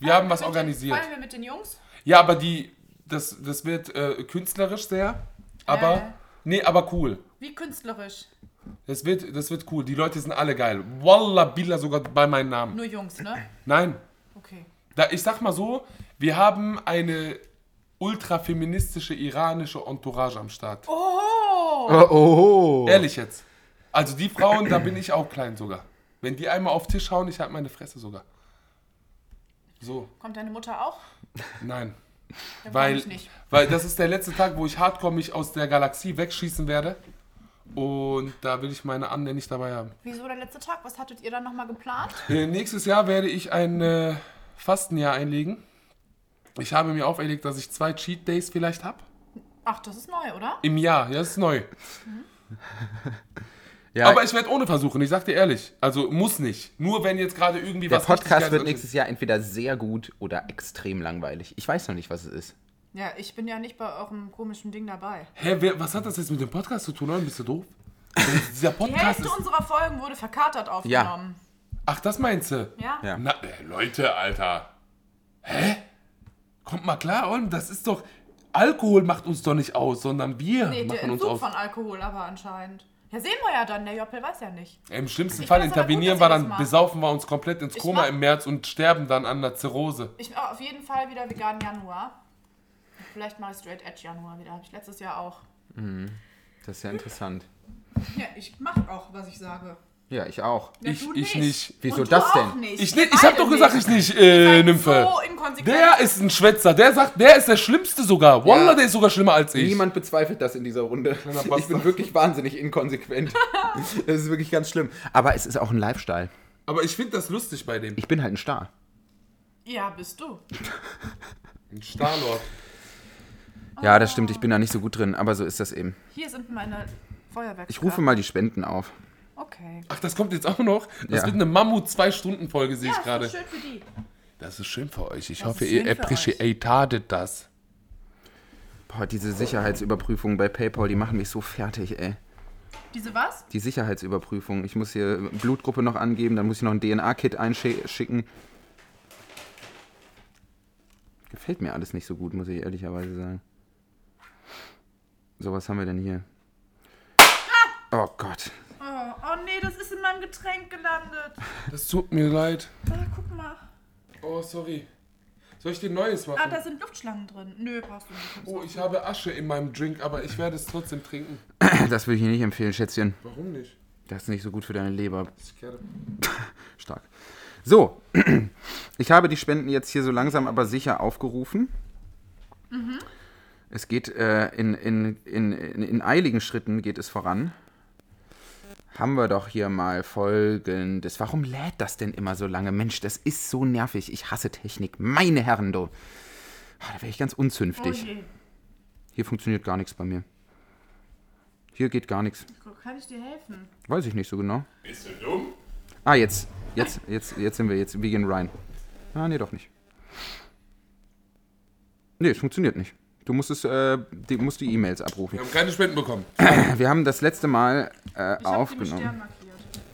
[SPEAKER 3] Wir haben was
[SPEAKER 5] Mit den-
[SPEAKER 3] organisiert.
[SPEAKER 5] Feiern wir mit den Jungs?
[SPEAKER 3] Ja, aber die, das, das wird äh, künstlerisch sehr, aber,
[SPEAKER 5] Ja.
[SPEAKER 3] nee, aber cool.
[SPEAKER 5] Wie künstlerisch.
[SPEAKER 3] Das wird, das wird cool. Die Leute sind alle geil. Wallah, Billah sogar bei meinem Namen.
[SPEAKER 5] Nur Jungs, ne?
[SPEAKER 3] Nein,
[SPEAKER 5] Okay.
[SPEAKER 3] Da, ich sag mal so, wir haben eine ultrafeministische iranische Entourage am Start.
[SPEAKER 5] Oh!
[SPEAKER 4] Oh, oh, oh.
[SPEAKER 3] Ehrlich jetzt. Also die Frauen, da bin ich auch klein sogar. Wenn die einmal auf den Tisch hauen, ich halt meine Fresse sogar. So,
[SPEAKER 5] Kommt deine Mutter auch?
[SPEAKER 3] nein.
[SPEAKER 5] Dann komm
[SPEAKER 3] Weil,
[SPEAKER 5] ich nicht.
[SPEAKER 3] weil das ist der letzte Tag, wo ich hardcore mich aus der Galaxie wegschießen werde. Und da will ich meine Anne nicht dabei haben.
[SPEAKER 5] Wieso der letzte Tag? Was hattet ihr dann nochmal geplant?
[SPEAKER 3] Äh, Nächstes Jahr werde ich ein äh, Fastenjahr einlegen. Ich habe mir auferlegt, dass ich zwei Cheat Days vielleicht habe.
[SPEAKER 5] Ach, das ist neu, oder?
[SPEAKER 3] Im Jahr, ja, das ist neu.
[SPEAKER 4] Ja,
[SPEAKER 3] Aber ich werde ohne versuchen, ich sag dir ehrlich. Also muss nicht. Nur wenn jetzt gerade irgendwie
[SPEAKER 4] der
[SPEAKER 3] was. richtig
[SPEAKER 4] Podcast
[SPEAKER 3] Geiles
[SPEAKER 4] wird
[SPEAKER 3] drin ist.
[SPEAKER 4] nächstes Jahr entweder sehr gut oder extrem langweilig. Ich weiß noch nicht, was es ist.
[SPEAKER 5] Ja, ich bin ja nicht bei eurem komischen Ding dabei.
[SPEAKER 3] Hä, wer, was hat das jetzt mit dem Podcast zu tun, Leute? Bist du doof? Dieser
[SPEAKER 5] Die
[SPEAKER 3] Podcast
[SPEAKER 5] Hälfte
[SPEAKER 3] ist.
[SPEAKER 5] unserer Folgen wurde verkatert aufgenommen.
[SPEAKER 3] Ach, das meinst du?
[SPEAKER 5] Ja.
[SPEAKER 4] Ja.
[SPEAKER 3] Na, äh, Leute, Alter. Hä? Kommt mal klar, Olm, das ist doch. Alkohol macht uns doch nicht aus, sondern wir
[SPEAKER 5] Nee, der
[SPEAKER 3] machen uns
[SPEAKER 5] Entzug
[SPEAKER 3] aus.
[SPEAKER 5] von Alkohol aber anscheinend. Ja, sehen wir ja dann. Der Joppel weiß ja nicht.
[SPEAKER 3] Im schlimmsten
[SPEAKER 5] Ich
[SPEAKER 3] Fall
[SPEAKER 5] find's aber
[SPEAKER 3] intervenieren
[SPEAKER 5] gut, dass
[SPEAKER 3] wir
[SPEAKER 5] ihr
[SPEAKER 3] dann,
[SPEAKER 5] das macht.
[SPEAKER 3] besaufen wir uns komplett ins Koma
[SPEAKER 5] mach-
[SPEAKER 3] im März und sterben dann an der Zirrhose.
[SPEAKER 5] Ich mache auf jeden Fall wieder vegan Januar. Vielleicht mache ich Straight Edge Januar wieder. Habe ich letztes Jahr auch.
[SPEAKER 4] Das ist ja interessant.
[SPEAKER 5] Ja, ich mache auch, was ich sage.
[SPEAKER 4] Ja, ich auch.
[SPEAKER 5] Ja,
[SPEAKER 3] Ich-
[SPEAKER 5] du
[SPEAKER 3] ich nicht.
[SPEAKER 4] Wieso
[SPEAKER 5] Und du
[SPEAKER 4] das denn?
[SPEAKER 5] Auch nicht.
[SPEAKER 3] Ich, ne,
[SPEAKER 5] Ihr
[SPEAKER 3] ich
[SPEAKER 5] beide
[SPEAKER 3] hab doch gesagt,
[SPEAKER 5] nicht.
[SPEAKER 3] ich nicht, äh,
[SPEAKER 5] Seid
[SPEAKER 3] Nymphe.
[SPEAKER 5] So inkonsequent.
[SPEAKER 3] Der ist ein Schwätzer, der sagt, der ist der Schlimmste sogar. Wallah,
[SPEAKER 4] Ja.
[SPEAKER 3] der ist sogar schlimmer als ich.
[SPEAKER 4] Niemand bezweifelt das in dieser Runde. Ich bin
[SPEAKER 3] Bastard.
[SPEAKER 4] wirklich wahnsinnig inkonsequent. Das ist wirklich ganz schlimm. Aber es ist auch ein Lifestyle.
[SPEAKER 3] Aber ich finde das lustig bei dem.
[SPEAKER 4] Ich bin halt ein Star.
[SPEAKER 5] Ja, bist du.
[SPEAKER 3] Ein Starlord.
[SPEAKER 5] Ah.
[SPEAKER 4] Ja, das stimmt. Ich bin da nicht so gut drin. Aber so ist das eben.
[SPEAKER 5] Hier sind meine Feuerwerke.
[SPEAKER 4] Ich rufe mal die Spenden auf.
[SPEAKER 5] Okay.
[SPEAKER 3] Ach, das kommt jetzt auch noch. Das
[SPEAKER 4] Ja.
[SPEAKER 3] wird eine Mammut-Zwei-Stunden-Folge, sehe
[SPEAKER 5] Ja,
[SPEAKER 3] ich gerade.
[SPEAKER 5] ist doch schön für die.
[SPEAKER 3] Das ist schön für euch. Ich
[SPEAKER 5] Das
[SPEAKER 3] hoffe,
[SPEAKER 5] ist
[SPEAKER 3] ihr
[SPEAKER 5] schön für
[SPEAKER 3] appreciated das.
[SPEAKER 4] Boah, diese Sicherheitsüberprüfungen bei PayPal, die machen mich so fertig, ey.
[SPEAKER 5] Diese was?
[SPEAKER 4] Die Sicherheitsüberprüfung. Ich muss hier Blutgruppe noch angeben, dann muss ich noch ein DNA-Kit einschicken. Gefällt mir alles nicht so gut, muss ich ehrlicherweise sagen. So, was haben wir denn hier? Oh Gott.
[SPEAKER 5] Oh, oh nee, das ist in meinem Getränk gelandet.
[SPEAKER 3] Das tut mir leid.
[SPEAKER 5] Ah, guck mal.
[SPEAKER 3] Oh, sorry. Soll ich dir Neues machen?
[SPEAKER 5] Ah, da sind Luftschlangen drin. Nö, brauchst du nicht.
[SPEAKER 3] oh, ich habe Asche in meinem Drink, aber ich werde es trotzdem trinken.
[SPEAKER 4] Das würde ich dir nicht empfehlen, Schätzchen.
[SPEAKER 3] Warum nicht?
[SPEAKER 4] Das ist nicht so gut für deine Leber.
[SPEAKER 3] Ich gerne.
[SPEAKER 4] Stark. So, ich habe die Spenden jetzt hier so langsam aber sicher aufgerufen. Es geht äh, in, in, in, in, in eiligen Schritten geht es voran. Haben wir doch hier mal folgendes. Warum lädt das denn immer so lange? Mensch, das ist so nervig. Ich hasse Technik. Meine Herren, du. Ah, da wäre ich ganz
[SPEAKER 5] Oh
[SPEAKER 4] unzünftig.
[SPEAKER 5] je.
[SPEAKER 4] Hier funktioniert gar nichts bei mir. Hier geht gar nichts.
[SPEAKER 5] Guck, Kann ich dir helfen?
[SPEAKER 4] Weiß ich nicht so genau.
[SPEAKER 6] Bist du dumm?
[SPEAKER 4] Ah, jetzt. Jetzt, jetzt, jetzt sind wir. Jetzt wir gehen rein. Ah, nee, doch nicht. Nee, es funktioniert nicht. Du musst, es, äh, die, musst die E-Mails abrufen.
[SPEAKER 3] Wir haben keine Spenden bekommen.
[SPEAKER 4] Wir haben das letzte Mal äh,
[SPEAKER 5] Ich hab die mit Stern
[SPEAKER 4] aufgenommen.
[SPEAKER 5] markiert.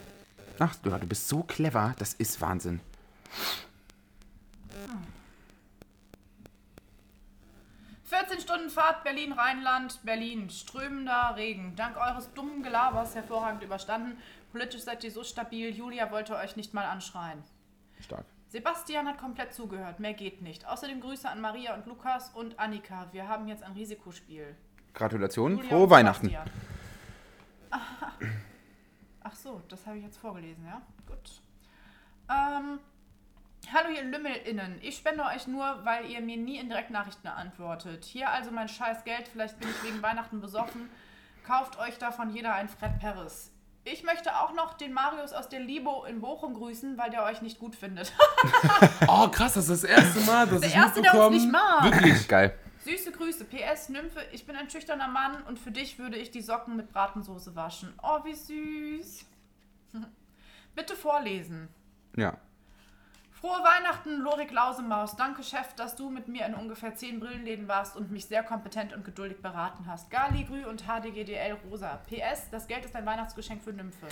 [SPEAKER 4] Ach, du, du bist so clever. Das ist Wahnsinn.
[SPEAKER 5] Hm. 14 Stunden Fahrt Berlin-Rheinland, Berlin. Strömender Regen. Dank eures dummen Gelabers hervorragend überstanden. Politisch seid ihr so stabil. Julia wollte euch nicht mal anschreien.
[SPEAKER 4] Stark.
[SPEAKER 5] Sebastian hat komplett zugehört. Mehr geht nicht. Außerdem Grüße an Maria und Lukas und Annika. Wir haben jetzt ein Risikospiel.
[SPEAKER 4] Gratulation.
[SPEAKER 5] Julia
[SPEAKER 4] Frohe
[SPEAKER 5] und
[SPEAKER 4] Weihnachten.
[SPEAKER 5] Sebastian. Aha. Ach so, das habe ich jetzt vorgelesen, ja? Gut. Ähm, hallo ihr LümmelInnen. Ich spende euch nur, weil ihr mir nie in Direktnachrichten antwortet. Hier also mein scheiß Geld. Vielleicht bin ich wegen Weihnachten besoffen. Kauft euch davon jeder ein Fred Perris. Ich möchte auch noch den Marius aus der Libo in Bochum grüßen, weil der euch nicht gut findet.
[SPEAKER 3] Oh, krass, das ist das erste Mal, dass ich
[SPEAKER 5] erste, der uns
[SPEAKER 3] mitbekommen.
[SPEAKER 5] nicht mag.
[SPEAKER 3] Wirklich.
[SPEAKER 4] Geil.
[SPEAKER 5] Süße Grüße. PS, Nymphe, ich bin ein schüchterner Mann und für dich würde ich die Socken mit Bratensoße waschen. Oh, wie süß. Bitte vorlesen.
[SPEAKER 4] Ja.
[SPEAKER 5] Frohe Weihnachten, Lorik Lausemaus. Danke, Chef, dass du mit mir in ungefähr zehn Brillenläden warst und mich sehr kompetent und geduldig beraten hast. Gali, Grü und HDGDL Rosa. PS, das Geld ist ein Weihnachtsgeschenk für Nymphe.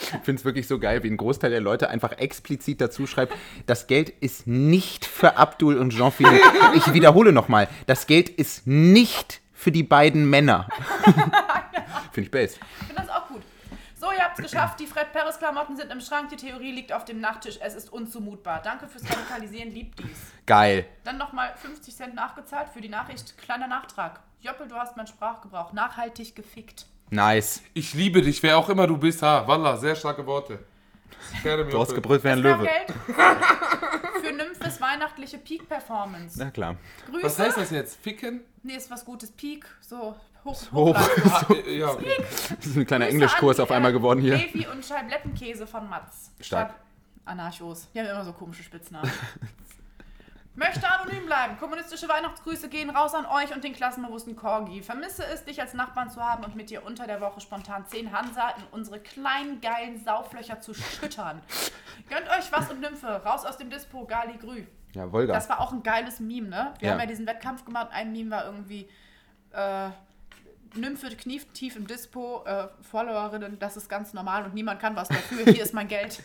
[SPEAKER 4] Ich finde es wirklich so geil, wie ein Großteil der Leute einfach explizit dazu schreibt, das Geld ist nicht für Abdul und Jean-Philippe. Ich wiederhole nochmal, das Geld ist nicht für die beiden Männer. finde ich best.
[SPEAKER 5] Ich finde das auch gut. So, ihr habt's geschafft. Die Fred Perris-Klamotten sind im Schrank. Die Theorie liegt auf dem Nachttisch. Es ist unzumutbar. Danke fürs Radikalisieren. Lieb dies.
[SPEAKER 4] Geil.
[SPEAKER 5] Dann nochmal 50 Cent nachgezahlt für die Nachricht. Kleiner Nachtrag. Joppel, du hast meinen Sprachgebrauch nachhaltig gefickt.
[SPEAKER 4] Nice.
[SPEAKER 3] Ich liebe dich, wer auch immer du bist. Ha, Wallah, sehr starke Worte. Ich werde mir
[SPEAKER 4] Du hast
[SPEAKER 3] auch-
[SPEAKER 4] gebrüllt wie ein
[SPEAKER 5] Kam
[SPEAKER 4] Löwe.
[SPEAKER 5] Geld für Nymphes weihnachtliche Peak-Performance.
[SPEAKER 4] Na klar.
[SPEAKER 5] Grüße.
[SPEAKER 3] Was heißt das jetzt? Ficken?
[SPEAKER 5] nee, ist was Gutes. Peak, so hoch.
[SPEAKER 4] Hoch.
[SPEAKER 5] hoch.
[SPEAKER 3] Ah, äh, ja, okay.
[SPEAKER 4] Das ist ein kleiner Englischkurs auf einmal geworden hier.
[SPEAKER 5] Levi und Scheiblettenkäse von Matz.
[SPEAKER 4] Stark.
[SPEAKER 5] Statt Anarchos. Die haben immer so komische Spitznamen. Möchte anonym bleiben. Kommunistische Weihnachtsgrüße gehen raus an euch und den klassenbewussten Corgi. Vermisse es, dich als Nachbarn zu haben und mit dir unter der Woche spontan 10 Hansa in unsere kleinen, geilen Sauflöcher zu schüttern. Gönnt euch was und Nymphe. Raus aus dem Dispo, Gali Grü.
[SPEAKER 4] Ja, Wolga.
[SPEAKER 5] Das war auch ein geiles Meme, ne? Wir
[SPEAKER 4] Ja.
[SPEAKER 5] haben ja diesen Wettkampf gemacht. Ein Meme war irgendwie äh, Nymphe knieft tief im Dispo, äh, Followerinnen, das ist ganz normal und niemand kann was dafür. Hier ist mein Geld.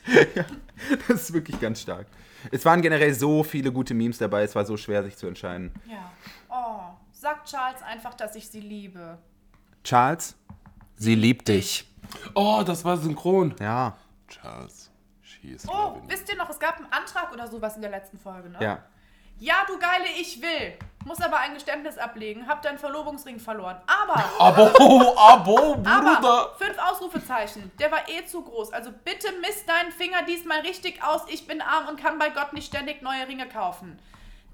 [SPEAKER 4] Das ist wirklich ganz stark. Es waren generell so viele gute Memes dabei, es war so schwer, sich zu entscheiden.
[SPEAKER 5] Ja. Oh, sagt Charles einfach, dass ich sie liebe.
[SPEAKER 4] Charles, sie liebt dich.
[SPEAKER 3] Oh, das war synchron.
[SPEAKER 4] Ja,
[SPEAKER 6] Charles, she is
[SPEAKER 5] Oh,
[SPEAKER 6] loving you.
[SPEAKER 5] wisst ihr noch, es gab einen Antrag oder sowas in der letzten Folge, ne?
[SPEAKER 4] genau. ja.
[SPEAKER 5] Ja, du Geile, ich will. Muss aber ein Geständnis ablegen, hab deinen Verlobungsring verloren. Aber
[SPEAKER 3] Abo, Abo,
[SPEAKER 5] Aber
[SPEAKER 3] Bruder.
[SPEAKER 5] fünf Ausrufezeichen. Der war eh zu groß. Also bitte misst deinen Finger diesmal richtig aus. Ich bin arm und kann bei Gott nicht ständig neue Ringe kaufen.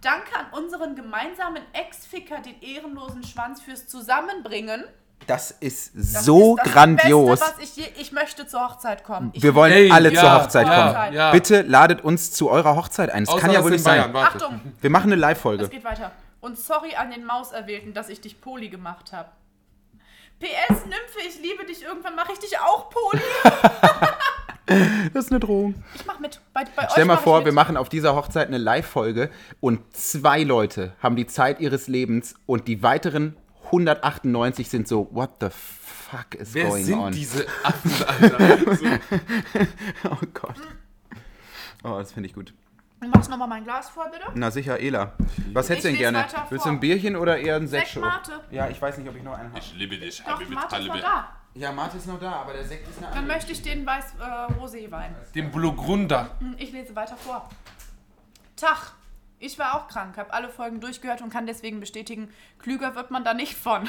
[SPEAKER 5] Danke an unseren gemeinsamen Ex-Ficker, den ehrenlosen Schwanz, fürs Zusammenbringen.
[SPEAKER 4] Das ist
[SPEAKER 5] Das
[SPEAKER 4] so
[SPEAKER 5] ist das
[SPEAKER 4] grandios.
[SPEAKER 5] Beste, was ich, je, ich möchte zur Hochzeit kommen. Ich,
[SPEAKER 4] Wir wollen
[SPEAKER 3] Ey,
[SPEAKER 4] alle
[SPEAKER 3] ja,
[SPEAKER 4] zur Hochzeit
[SPEAKER 3] ja,
[SPEAKER 4] kommen.
[SPEAKER 3] ja.
[SPEAKER 4] Bitte ladet uns zu eurer Hochzeit ein. Das
[SPEAKER 3] Außer
[SPEAKER 4] kann ja
[SPEAKER 3] das
[SPEAKER 4] wohl
[SPEAKER 3] in
[SPEAKER 4] nicht sein.
[SPEAKER 3] Bayern, warte.
[SPEAKER 5] Achtung,
[SPEAKER 4] Wir machen eine
[SPEAKER 5] es
[SPEAKER 4] Live-Folge.
[SPEAKER 5] geht weiter. Und sorry an den Mauserwählten, dass ich dich Poli gemacht habe. PS, Nymphe, ich liebe dich. Irgendwann mache ich dich auch Poli.
[SPEAKER 4] Das ist eine Drohung.
[SPEAKER 5] Ich mach mit. Bei, bei
[SPEAKER 4] Stell
[SPEAKER 5] euch
[SPEAKER 4] mal
[SPEAKER 5] mach Oh, ich
[SPEAKER 4] vor,
[SPEAKER 5] mit.
[SPEAKER 4] wir machen auf dieser Hochzeit eine Live-Folge und zwei Leute haben die Zeit ihres Lebens und die weiteren 198 sind so, what the fuck is
[SPEAKER 3] Wer
[SPEAKER 4] going
[SPEAKER 3] sind
[SPEAKER 4] on?
[SPEAKER 3] diese Affen, Alter? So.
[SPEAKER 4] Oh Gott. Oh, das finde ich gut.
[SPEAKER 5] Machst nochmal mein Glas vor, bitte?
[SPEAKER 4] Na sicher, Ela. Was hättest du denn
[SPEAKER 5] lese
[SPEAKER 4] gerne?
[SPEAKER 5] weiter vor.
[SPEAKER 4] Willst du ein Bierchen oder eher ein
[SPEAKER 5] Sekt,
[SPEAKER 4] Sekt?
[SPEAKER 5] Mate.
[SPEAKER 4] Ja, ich weiß nicht, ob ich noch einen habe.
[SPEAKER 6] Ich liebe dich,
[SPEAKER 5] Doch,
[SPEAKER 6] Habibi,
[SPEAKER 5] Mate ist noch
[SPEAKER 6] Talibe.
[SPEAKER 5] da.
[SPEAKER 4] Ja, Mate ist noch da, aber der Sekt ist eine
[SPEAKER 5] Dann
[SPEAKER 4] andere.
[SPEAKER 5] möchte ich den äh, weiß-rosé-Wein.
[SPEAKER 3] Den Blogrunder.
[SPEAKER 5] Hm, ich lese weiter vor. Tag. Ich war auch krank, habe alle Folgen durchgehört und kann deswegen bestätigen, klüger wird man da nicht von.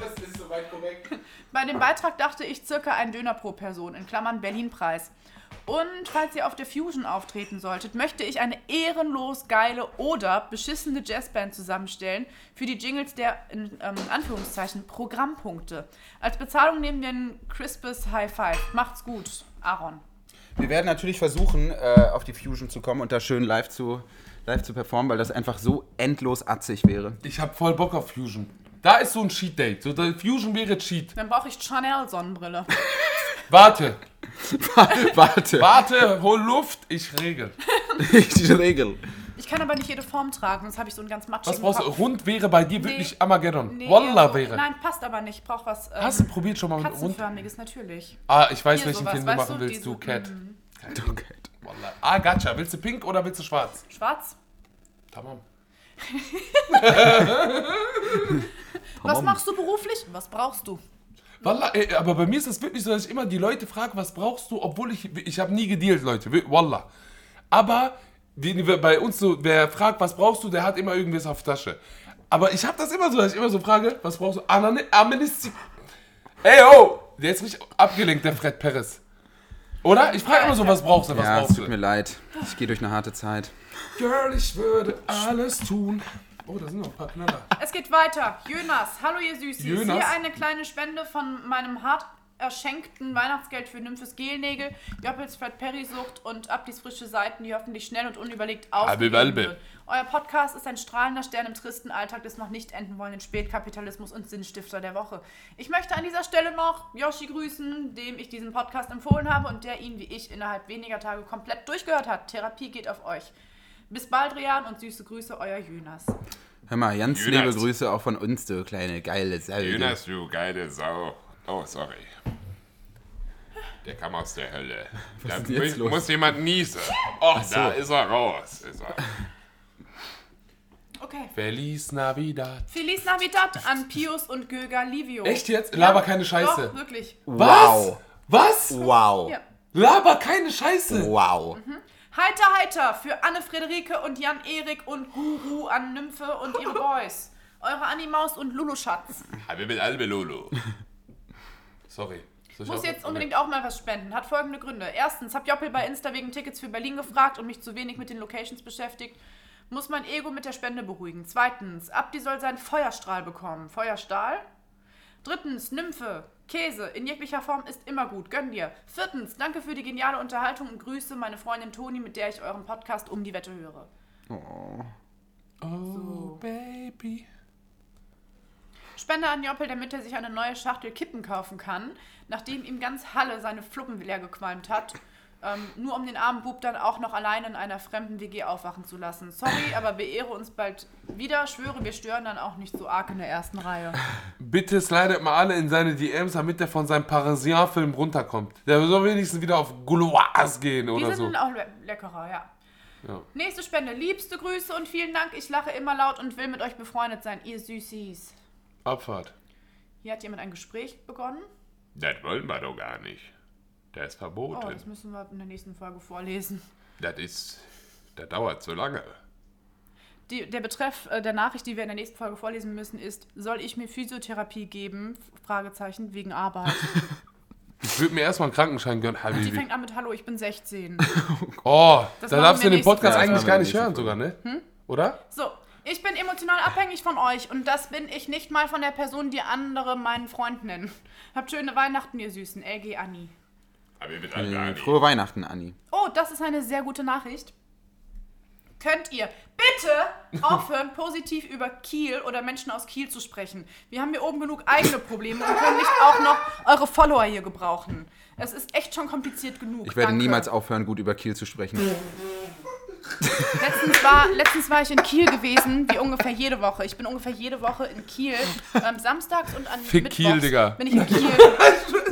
[SPEAKER 4] Das ist soweit korrekt.
[SPEAKER 5] Bei dem Beitrag dachte ich circa ein Döner pro Person, in Klammern Berlin-Preis. Und falls ihr auf der Fusion auftreten solltet, möchte ich eine ehrenlos geile oder beschissene Jazzband zusammenstellen für die Jingles der, in ähm, Anführungszeichen, Programmpunkte. Als Bezahlung nehmen wir einen Crispus High Five. Macht's gut, Aaron.
[SPEAKER 4] Wir werden natürlich versuchen, äh, auf die Fusion zu kommen und da schön live zu, live zu performen, weil das einfach so endlos atzig wäre.
[SPEAKER 3] Ich hab voll Bock auf Fusion. Da ist so ein Cheat-Date. So, der Fusion wäre Cheat.
[SPEAKER 5] Dann brauche ich Chanel-Sonnenbrille.
[SPEAKER 3] Warte,
[SPEAKER 4] Warte,
[SPEAKER 3] warte, hol Luft, ich regel.
[SPEAKER 4] die Regel.
[SPEAKER 5] Ich kann aber nicht jede Form tragen, sonst habe ich so einen ganz matschigen
[SPEAKER 3] Was brauchst du?
[SPEAKER 5] Kopf.
[SPEAKER 3] Rund wäre bei dir wirklich Armageddon.
[SPEAKER 5] Nee,
[SPEAKER 3] Wallah
[SPEAKER 5] so-
[SPEAKER 3] wäre.
[SPEAKER 5] Nein, passt aber nicht. Ich brauche was ähm,
[SPEAKER 3] Hast du probiert schon mal mit rund?
[SPEAKER 5] katzenförmiges, natürlich.
[SPEAKER 3] Ah, ich weiß,
[SPEAKER 5] Hier
[SPEAKER 3] welchen
[SPEAKER 5] sowas,
[SPEAKER 3] Film du
[SPEAKER 5] weißt
[SPEAKER 3] machen
[SPEAKER 5] du,
[SPEAKER 3] willst,
[SPEAKER 5] diese- Hm.
[SPEAKER 3] du, Cat.
[SPEAKER 4] Okay.
[SPEAKER 3] Wallah. Ah, gotcha. Willst du pink oder willst du schwarz?
[SPEAKER 5] Schwarz.
[SPEAKER 3] Tamam.
[SPEAKER 5] Was machst du beruflich? Was brauchst du?
[SPEAKER 3] Wallah, ey, äh, aber bei mir ist es wirklich so, dass ich immer die Leute frage, was brauchst du, obwohl ich, ich habe nie gedealt, Leute, wi- Wallah. Aber die, die- bei uns so, wer fragt, was brauchst du, der hat immer irgendwas auf der Tasche. Aber ich habe das immer so, dass ich immer so frage, was brauchst du? Anani- Amnesty. Ey, oh, der ist richtig abgelenkt, der Fred Perez. Oder? Ich frage immer so, was brauchst du, was
[SPEAKER 4] Ja, es
[SPEAKER 3] brauchst
[SPEAKER 4] tut
[SPEAKER 3] du?
[SPEAKER 4] mir leid. Ich gehe durch eine harte Zeit.
[SPEAKER 3] Girl, ich würde alles tun. Oh, da sind noch ein paar Knaller.
[SPEAKER 5] Es geht weiter. Jonas, hallo ihr Süßis.
[SPEAKER 3] Jonas?
[SPEAKER 5] Hier eine kleine Spende von meinem hart erschenkten Weihnachtsgeld für Nymphes Gelnägel, Joppels Fred Perry Sucht und Abdis frische Seiten, die hoffentlich schnell und unüberlegt ausgegeben
[SPEAKER 6] Albe, albe.
[SPEAKER 5] wird. Euer Podcast ist ein strahlender Stern im tristen Alltag des noch nicht enden wollenden Spätkapitalismus und Sinnstifter der Woche. Ich möchte an dieser Stelle noch Yoshi grüßen, dem ich diesen Podcast empfohlen habe und der ihn wie ich innerhalb weniger Tage komplett durchgehört hat. Therapie geht auf euch. Bis bald, Rian, und süße Grüße, euer Jonas.
[SPEAKER 4] Hör mal, ganz
[SPEAKER 6] Jonas.
[SPEAKER 4] liebe Grüße auch von uns, du kleine geile Sau. du.
[SPEAKER 6] Jonas, du geile Sau. Oh, sorry. Der kam aus der Hölle. da
[SPEAKER 4] ist denn jetzt
[SPEAKER 6] mu-
[SPEAKER 4] los?
[SPEAKER 6] muss jemand niesen. Oh, da ist er raus. Ist er.
[SPEAKER 5] Okay.
[SPEAKER 3] Feliz Navidad.
[SPEAKER 5] Feliz Navidad an Pius und Göger Livio.
[SPEAKER 3] Echt jetzt? Laber keine Scheiße. Oh.
[SPEAKER 5] Doch, wirklich.
[SPEAKER 3] Was?
[SPEAKER 4] Wow.
[SPEAKER 3] Was?
[SPEAKER 4] Wow.
[SPEAKER 5] Ja.
[SPEAKER 3] Laber keine Scheiße.
[SPEAKER 4] Wow.
[SPEAKER 3] Mhm.
[SPEAKER 5] Heiter, heiter für Anne Friederike und Jan Erik und Guru an Nymphe und ihre Boys. Eure Animaus und Luluschatz.
[SPEAKER 6] Habibi Albe Lolo.
[SPEAKER 3] Sorry. Soll ich
[SPEAKER 5] Muss
[SPEAKER 3] auch-
[SPEAKER 5] jetzt unbedingt auch mal was spenden. Hat folgende Gründe. Erstens, hab Joppel bei Insta wegen Tickets für Berlin gefragt und mich zu wenig mit den Locations beschäftigt. Muss mein Ego mit der Spende beruhigen. Zweitens, Abdi soll seinen Feuerstrahl bekommen. Feuerstahl? Drittens, Nymphe. Käse in jeglicher Form ist immer gut. Gönn dir. Viertens, danke für die geniale Unterhaltung und Grüße meine Freundin Toni, mit der ich euren Podcast um die Wette höre.
[SPEAKER 3] Oh, Baby.
[SPEAKER 5] Spende an Joppel, damit er sich eine neue Schachtel Kippen kaufen kann, nachdem ihm ganz Halle seine Fluppen leer gequalmt hat. Ähm, nur um den armen Bub dann auch noch allein in einer fremden WG aufwachen zu lassen. Sorry, aber beehre uns bald wieder. Schwöre, wir stören dann auch nicht so arg in der ersten Reihe.
[SPEAKER 3] Bitte slidet mal alle in seine DMs, damit der von seinem Parisien-Film runterkommt. Der soll wenigstens wieder auf Gouloirs gehen
[SPEAKER 5] Die
[SPEAKER 3] oder
[SPEAKER 5] sind
[SPEAKER 3] so.
[SPEAKER 5] dann auch le leckerer, ja.
[SPEAKER 3] Ja.
[SPEAKER 5] Nächste Spende. Liebste Grüße und vielen Dank. Ich lache immer laut und will mit euch befreundet sein, ihr Süßis.
[SPEAKER 3] Abfahrt.
[SPEAKER 5] Hier hat jemand ein Gespräch begonnen.
[SPEAKER 6] Das wollen wir doch gar nicht. Das ist
[SPEAKER 5] Oh,
[SPEAKER 6] verboten.
[SPEAKER 5] das müssen wir in der nächsten Folge vorlesen.
[SPEAKER 6] das ist. Das dauert zu lange.
[SPEAKER 5] Die, der Betreff äh, der Nachricht, die wir in der nächsten Folge vorlesen müssen, ist: Soll ich mir Physiotherapie geben? Fragezeichen wegen Arbeit.
[SPEAKER 3] Ich würde mir erstmal einen Krankenschein gönnen,
[SPEAKER 5] Die
[SPEAKER 3] Habibi.
[SPEAKER 5] fängt an mit Hallo, ich bin 16.
[SPEAKER 3] Oh,
[SPEAKER 5] Das
[SPEAKER 3] da
[SPEAKER 5] machen
[SPEAKER 3] darfst du
[SPEAKER 5] wir Hm?
[SPEAKER 3] den
[SPEAKER 5] nächste
[SPEAKER 3] Podcast
[SPEAKER 5] Folge.
[SPEAKER 3] eigentlich gar
[SPEAKER 4] Das machen wir
[SPEAKER 3] nicht hören,
[SPEAKER 4] nächste
[SPEAKER 3] sogar, ne? Oder?
[SPEAKER 5] So, ich bin emotional abhängig von euch und das bin ich nicht mal von der Person, die andere meinen Freund nennen. Habt schöne Weihnachten, ihr Süßen. LG Anni.
[SPEAKER 6] Aber wir werden gar nicht.
[SPEAKER 4] Ähm, Frohe Weihnachten, Anni.
[SPEAKER 5] Oh, das ist eine sehr gute Nachricht. Könnt ihr bitte aufhören, positiv über Kiel oder Menschen aus Kiel zu sprechen? Wir haben hier oben genug eigene Probleme und können nicht auch noch eure Follower hier gebrauchen. Es ist echt schon kompliziert genug.
[SPEAKER 4] Ich werde
[SPEAKER 5] Danke.
[SPEAKER 4] niemals aufhören, gut über Kiel zu sprechen.
[SPEAKER 5] Letztens war, letztens war ich in Kiel gewesen, wie ungefähr jede Woche. Ich bin ungefähr jede Woche in Kiel. Ähm, samstags und an
[SPEAKER 3] Fick
[SPEAKER 5] Mittwochs
[SPEAKER 3] Kiel, Digga.
[SPEAKER 5] bin ich in Kiel.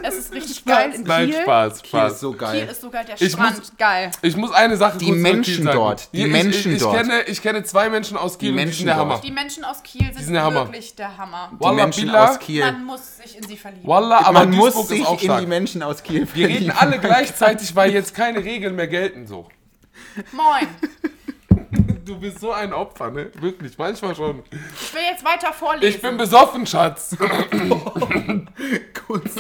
[SPEAKER 5] es ist richtig geil in
[SPEAKER 3] Nein,
[SPEAKER 5] Kiel.
[SPEAKER 3] Spaß,
[SPEAKER 4] Kiel
[SPEAKER 3] Spaß.
[SPEAKER 4] ist so
[SPEAKER 5] Kiel
[SPEAKER 4] geil.
[SPEAKER 5] ist sogar der
[SPEAKER 3] Ich
[SPEAKER 5] Strand.
[SPEAKER 3] muss-
[SPEAKER 5] geil.
[SPEAKER 3] Ich muss eine Sache
[SPEAKER 4] Die
[SPEAKER 3] kurz über Kiel
[SPEAKER 4] Menschen
[SPEAKER 3] sagen.
[SPEAKER 4] dort, die
[SPEAKER 3] ich,
[SPEAKER 4] Menschen
[SPEAKER 3] ich, ich
[SPEAKER 4] dort.
[SPEAKER 3] Kenne, ich kenne zwei Menschen aus Kiel
[SPEAKER 4] Die
[SPEAKER 3] und die
[SPEAKER 4] Menschen
[SPEAKER 3] sind der
[SPEAKER 4] dort.
[SPEAKER 3] Hammer.
[SPEAKER 5] Die Menschen aus Kiel sind,
[SPEAKER 3] sind der Hammer.
[SPEAKER 5] wirklich der Hammer.
[SPEAKER 4] Die
[SPEAKER 3] Wallah,
[SPEAKER 4] Menschen
[SPEAKER 3] Billah.
[SPEAKER 4] aus Kiel.
[SPEAKER 5] Man muss sich in sie verlieben.
[SPEAKER 3] Wallah, aber
[SPEAKER 4] Man muss
[SPEAKER 3] Duisburg
[SPEAKER 4] sich
[SPEAKER 3] ist auch
[SPEAKER 4] in
[SPEAKER 3] stark.
[SPEAKER 4] die Menschen aus Kiel
[SPEAKER 3] Wir reden alle gleichzeitig, weil jetzt keine Regeln mehr gelten. So.
[SPEAKER 5] Moin.
[SPEAKER 3] Du bist so ein Opfer, ne? Wirklich, manchmal schon.
[SPEAKER 5] Ich will jetzt weiter vorlesen.
[SPEAKER 3] Ich bin besoffen, Schatz.
[SPEAKER 4] kurz,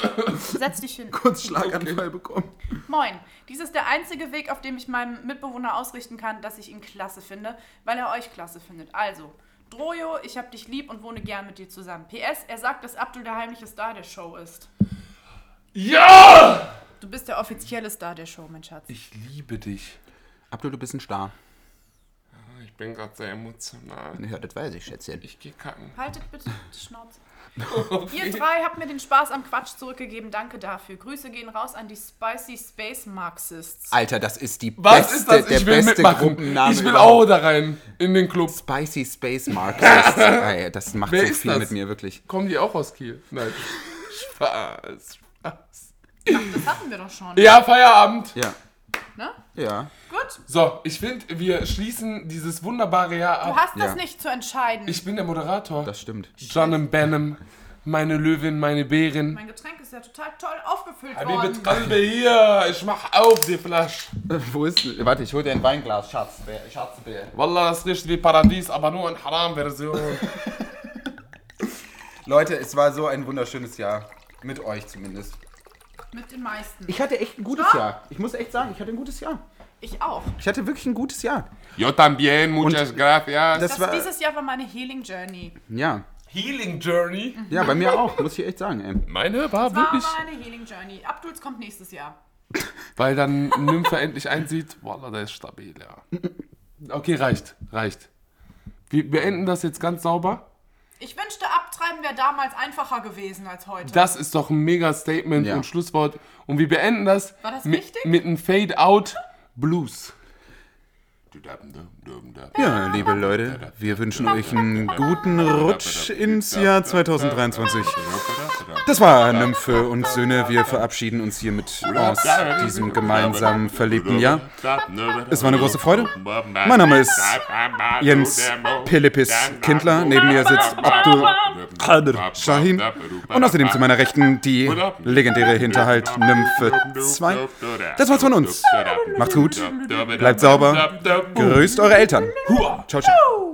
[SPEAKER 5] Setz dich hin.
[SPEAKER 4] kurz Schlaganfall bekommen.
[SPEAKER 5] Moin. Dies ist der einzige Weg, auf dem ich meinem Mitbewohner ausrichten kann, dass ich ihn klasse finde, weil er euch klasse findet. Also, Drojo, ich hab dich lieb und wohne gern mit dir zusammen. PS, er sagt, dass Abdul der heimliche Star der Show ist.
[SPEAKER 3] Ja!
[SPEAKER 5] Du bist der offizielle Star der Show, mein Schatz.
[SPEAKER 3] Ich liebe dich.
[SPEAKER 4] Abdul, du bist ein Star.
[SPEAKER 3] Ich bin gerade sehr emotional.
[SPEAKER 4] Ja, das weiß ich, Schätzchen.
[SPEAKER 3] Ich geh kacken.
[SPEAKER 5] Haltet bitte die Schnauze. Ihr drei habt mir den Spaß am Quatsch zurückgegeben. Danke dafür. Grüße gehen raus an die Spicy Space Marxists.
[SPEAKER 4] Alter, das ist die
[SPEAKER 3] Was
[SPEAKER 4] beste,
[SPEAKER 3] ist das?
[SPEAKER 4] der
[SPEAKER 3] Ich will
[SPEAKER 4] beste
[SPEAKER 3] mitmachen.
[SPEAKER 4] Gruppenname
[SPEAKER 3] Ich will
[SPEAKER 4] überhaupt.
[SPEAKER 3] auch da rein. In den Club.
[SPEAKER 4] Spicy Space Marxists. Ey, das macht
[SPEAKER 3] Wer
[SPEAKER 4] so
[SPEAKER 3] ist
[SPEAKER 4] viel
[SPEAKER 3] das?
[SPEAKER 4] mit mir, wirklich.
[SPEAKER 3] Kommen die auch aus Kiel? Nein. Spaß. Spaß.
[SPEAKER 5] Das hatten wir doch schon.
[SPEAKER 3] Ja, Feierabend.
[SPEAKER 4] Ja.
[SPEAKER 5] Ne?
[SPEAKER 4] Ja.
[SPEAKER 5] Gut.
[SPEAKER 3] So, ich finde, wir schließen dieses wunderbare Jahr
[SPEAKER 5] Du
[SPEAKER 3] ab.
[SPEAKER 5] hast das
[SPEAKER 4] Ah, Ja.
[SPEAKER 5] nicht zu entscheiden.
[SPEAKER 3] Ich bin der Moderator.
[SPEAKER 4] Das stimmt.
[SPEAKER 3] Johnem Benham. Meine Löwin, meine Bärin.
[SPEAKER 5] mein Getränk ist ja total toll aufgefüllt
[SPEAKER 3] Habibet
[SPEAKER 5] worden.
[SPEAKER 3] Kalbe hier. Ich mach auf die Flasche.
[SPEAKER 4] Wo ist. Warte, ich hol dir ein Weinglas, Schatz. Bär- Schatz, Bär.
[SPEAKER 3] Wallah, das riecht wie Paradies, aber nur in Haram-Version.
[SPEAKER 4] Leute, es war so ein wunderschönes Jahr. Mit euch zumindest.
[SPEAKER 5] Mit den meisten.
[SPEAKER 4] Ich hatte echt ein gutes Jahr. Ich muss echt sagen, ich hatte ein gutes Jahr.
[SPEAKER 5] Ich auch.
[SPEAKER 4] Ich hatte wirklich ein gutes Jahr.
[SPEAKER 6] Yo también, muchas gracias.
[SPEAKER 4] Das,
[SPEAKER 5] Das
[SPEAKER 4] war.
[SPEAKER 5] dieses Jahr war meine Healing Journey.
[SPEAKER 4] Ja.
[SPEAKER 3] Healing Journey.
[SPEAKER 4] Ja, bei mir auch, muss ich echt sagen, ey.
[SPEAKER 3] Meine war
[SPEAKER 5] War
[SPEAKER 3] wirklich.
[SPEAKER 5] meine Healing Journey. Abduls kommt nächstes Jahr.
[SPEAKER 3] Weil dann Nympha endlich einsieht, Wallah, der ist stabil, ja. Okay, reicht, reicht. Wir beenden das jetzt ganz sauber.
[SPEAKER 5] Ich wünschte, Abtreiben wäre damals einfacher gewesen als heute.
[SPEAKER 3] Das ist doch ein mega Statement
[SPEAKER 4] Ja.
[SPEAKER 3] und Schlusswort. Und wir beenden das,
[SPEAKER 5] War das
[SPEAKER 3] mit,
[SPEAKER 5] wichtig?
[SPEAKER 3] mit einem Fade-Out Blues.
[SPEAKER 4] Ja, liebe Leute, wir wünschen euch einen guten Rutsch ins Jahr 2023. Das war Nymphe und Söhne. Wir verabschieden uns hiermit aus diesem gemeinsamen verliebten Jahr.
[SPEAKER 6] Es war eine große Freude. Mein
[SPEAKER 4] Name ist Jens Pelipis Kindler. Neben mir sitzt Abdul Kader Shahin. Und außerdem zu meiner Rechten die legendäre Hinterhalt Nymphe 2. Das war's von uns. Macht's gut. Bleibt sauber. Grüßt eure Eltern. Ciao, ciao.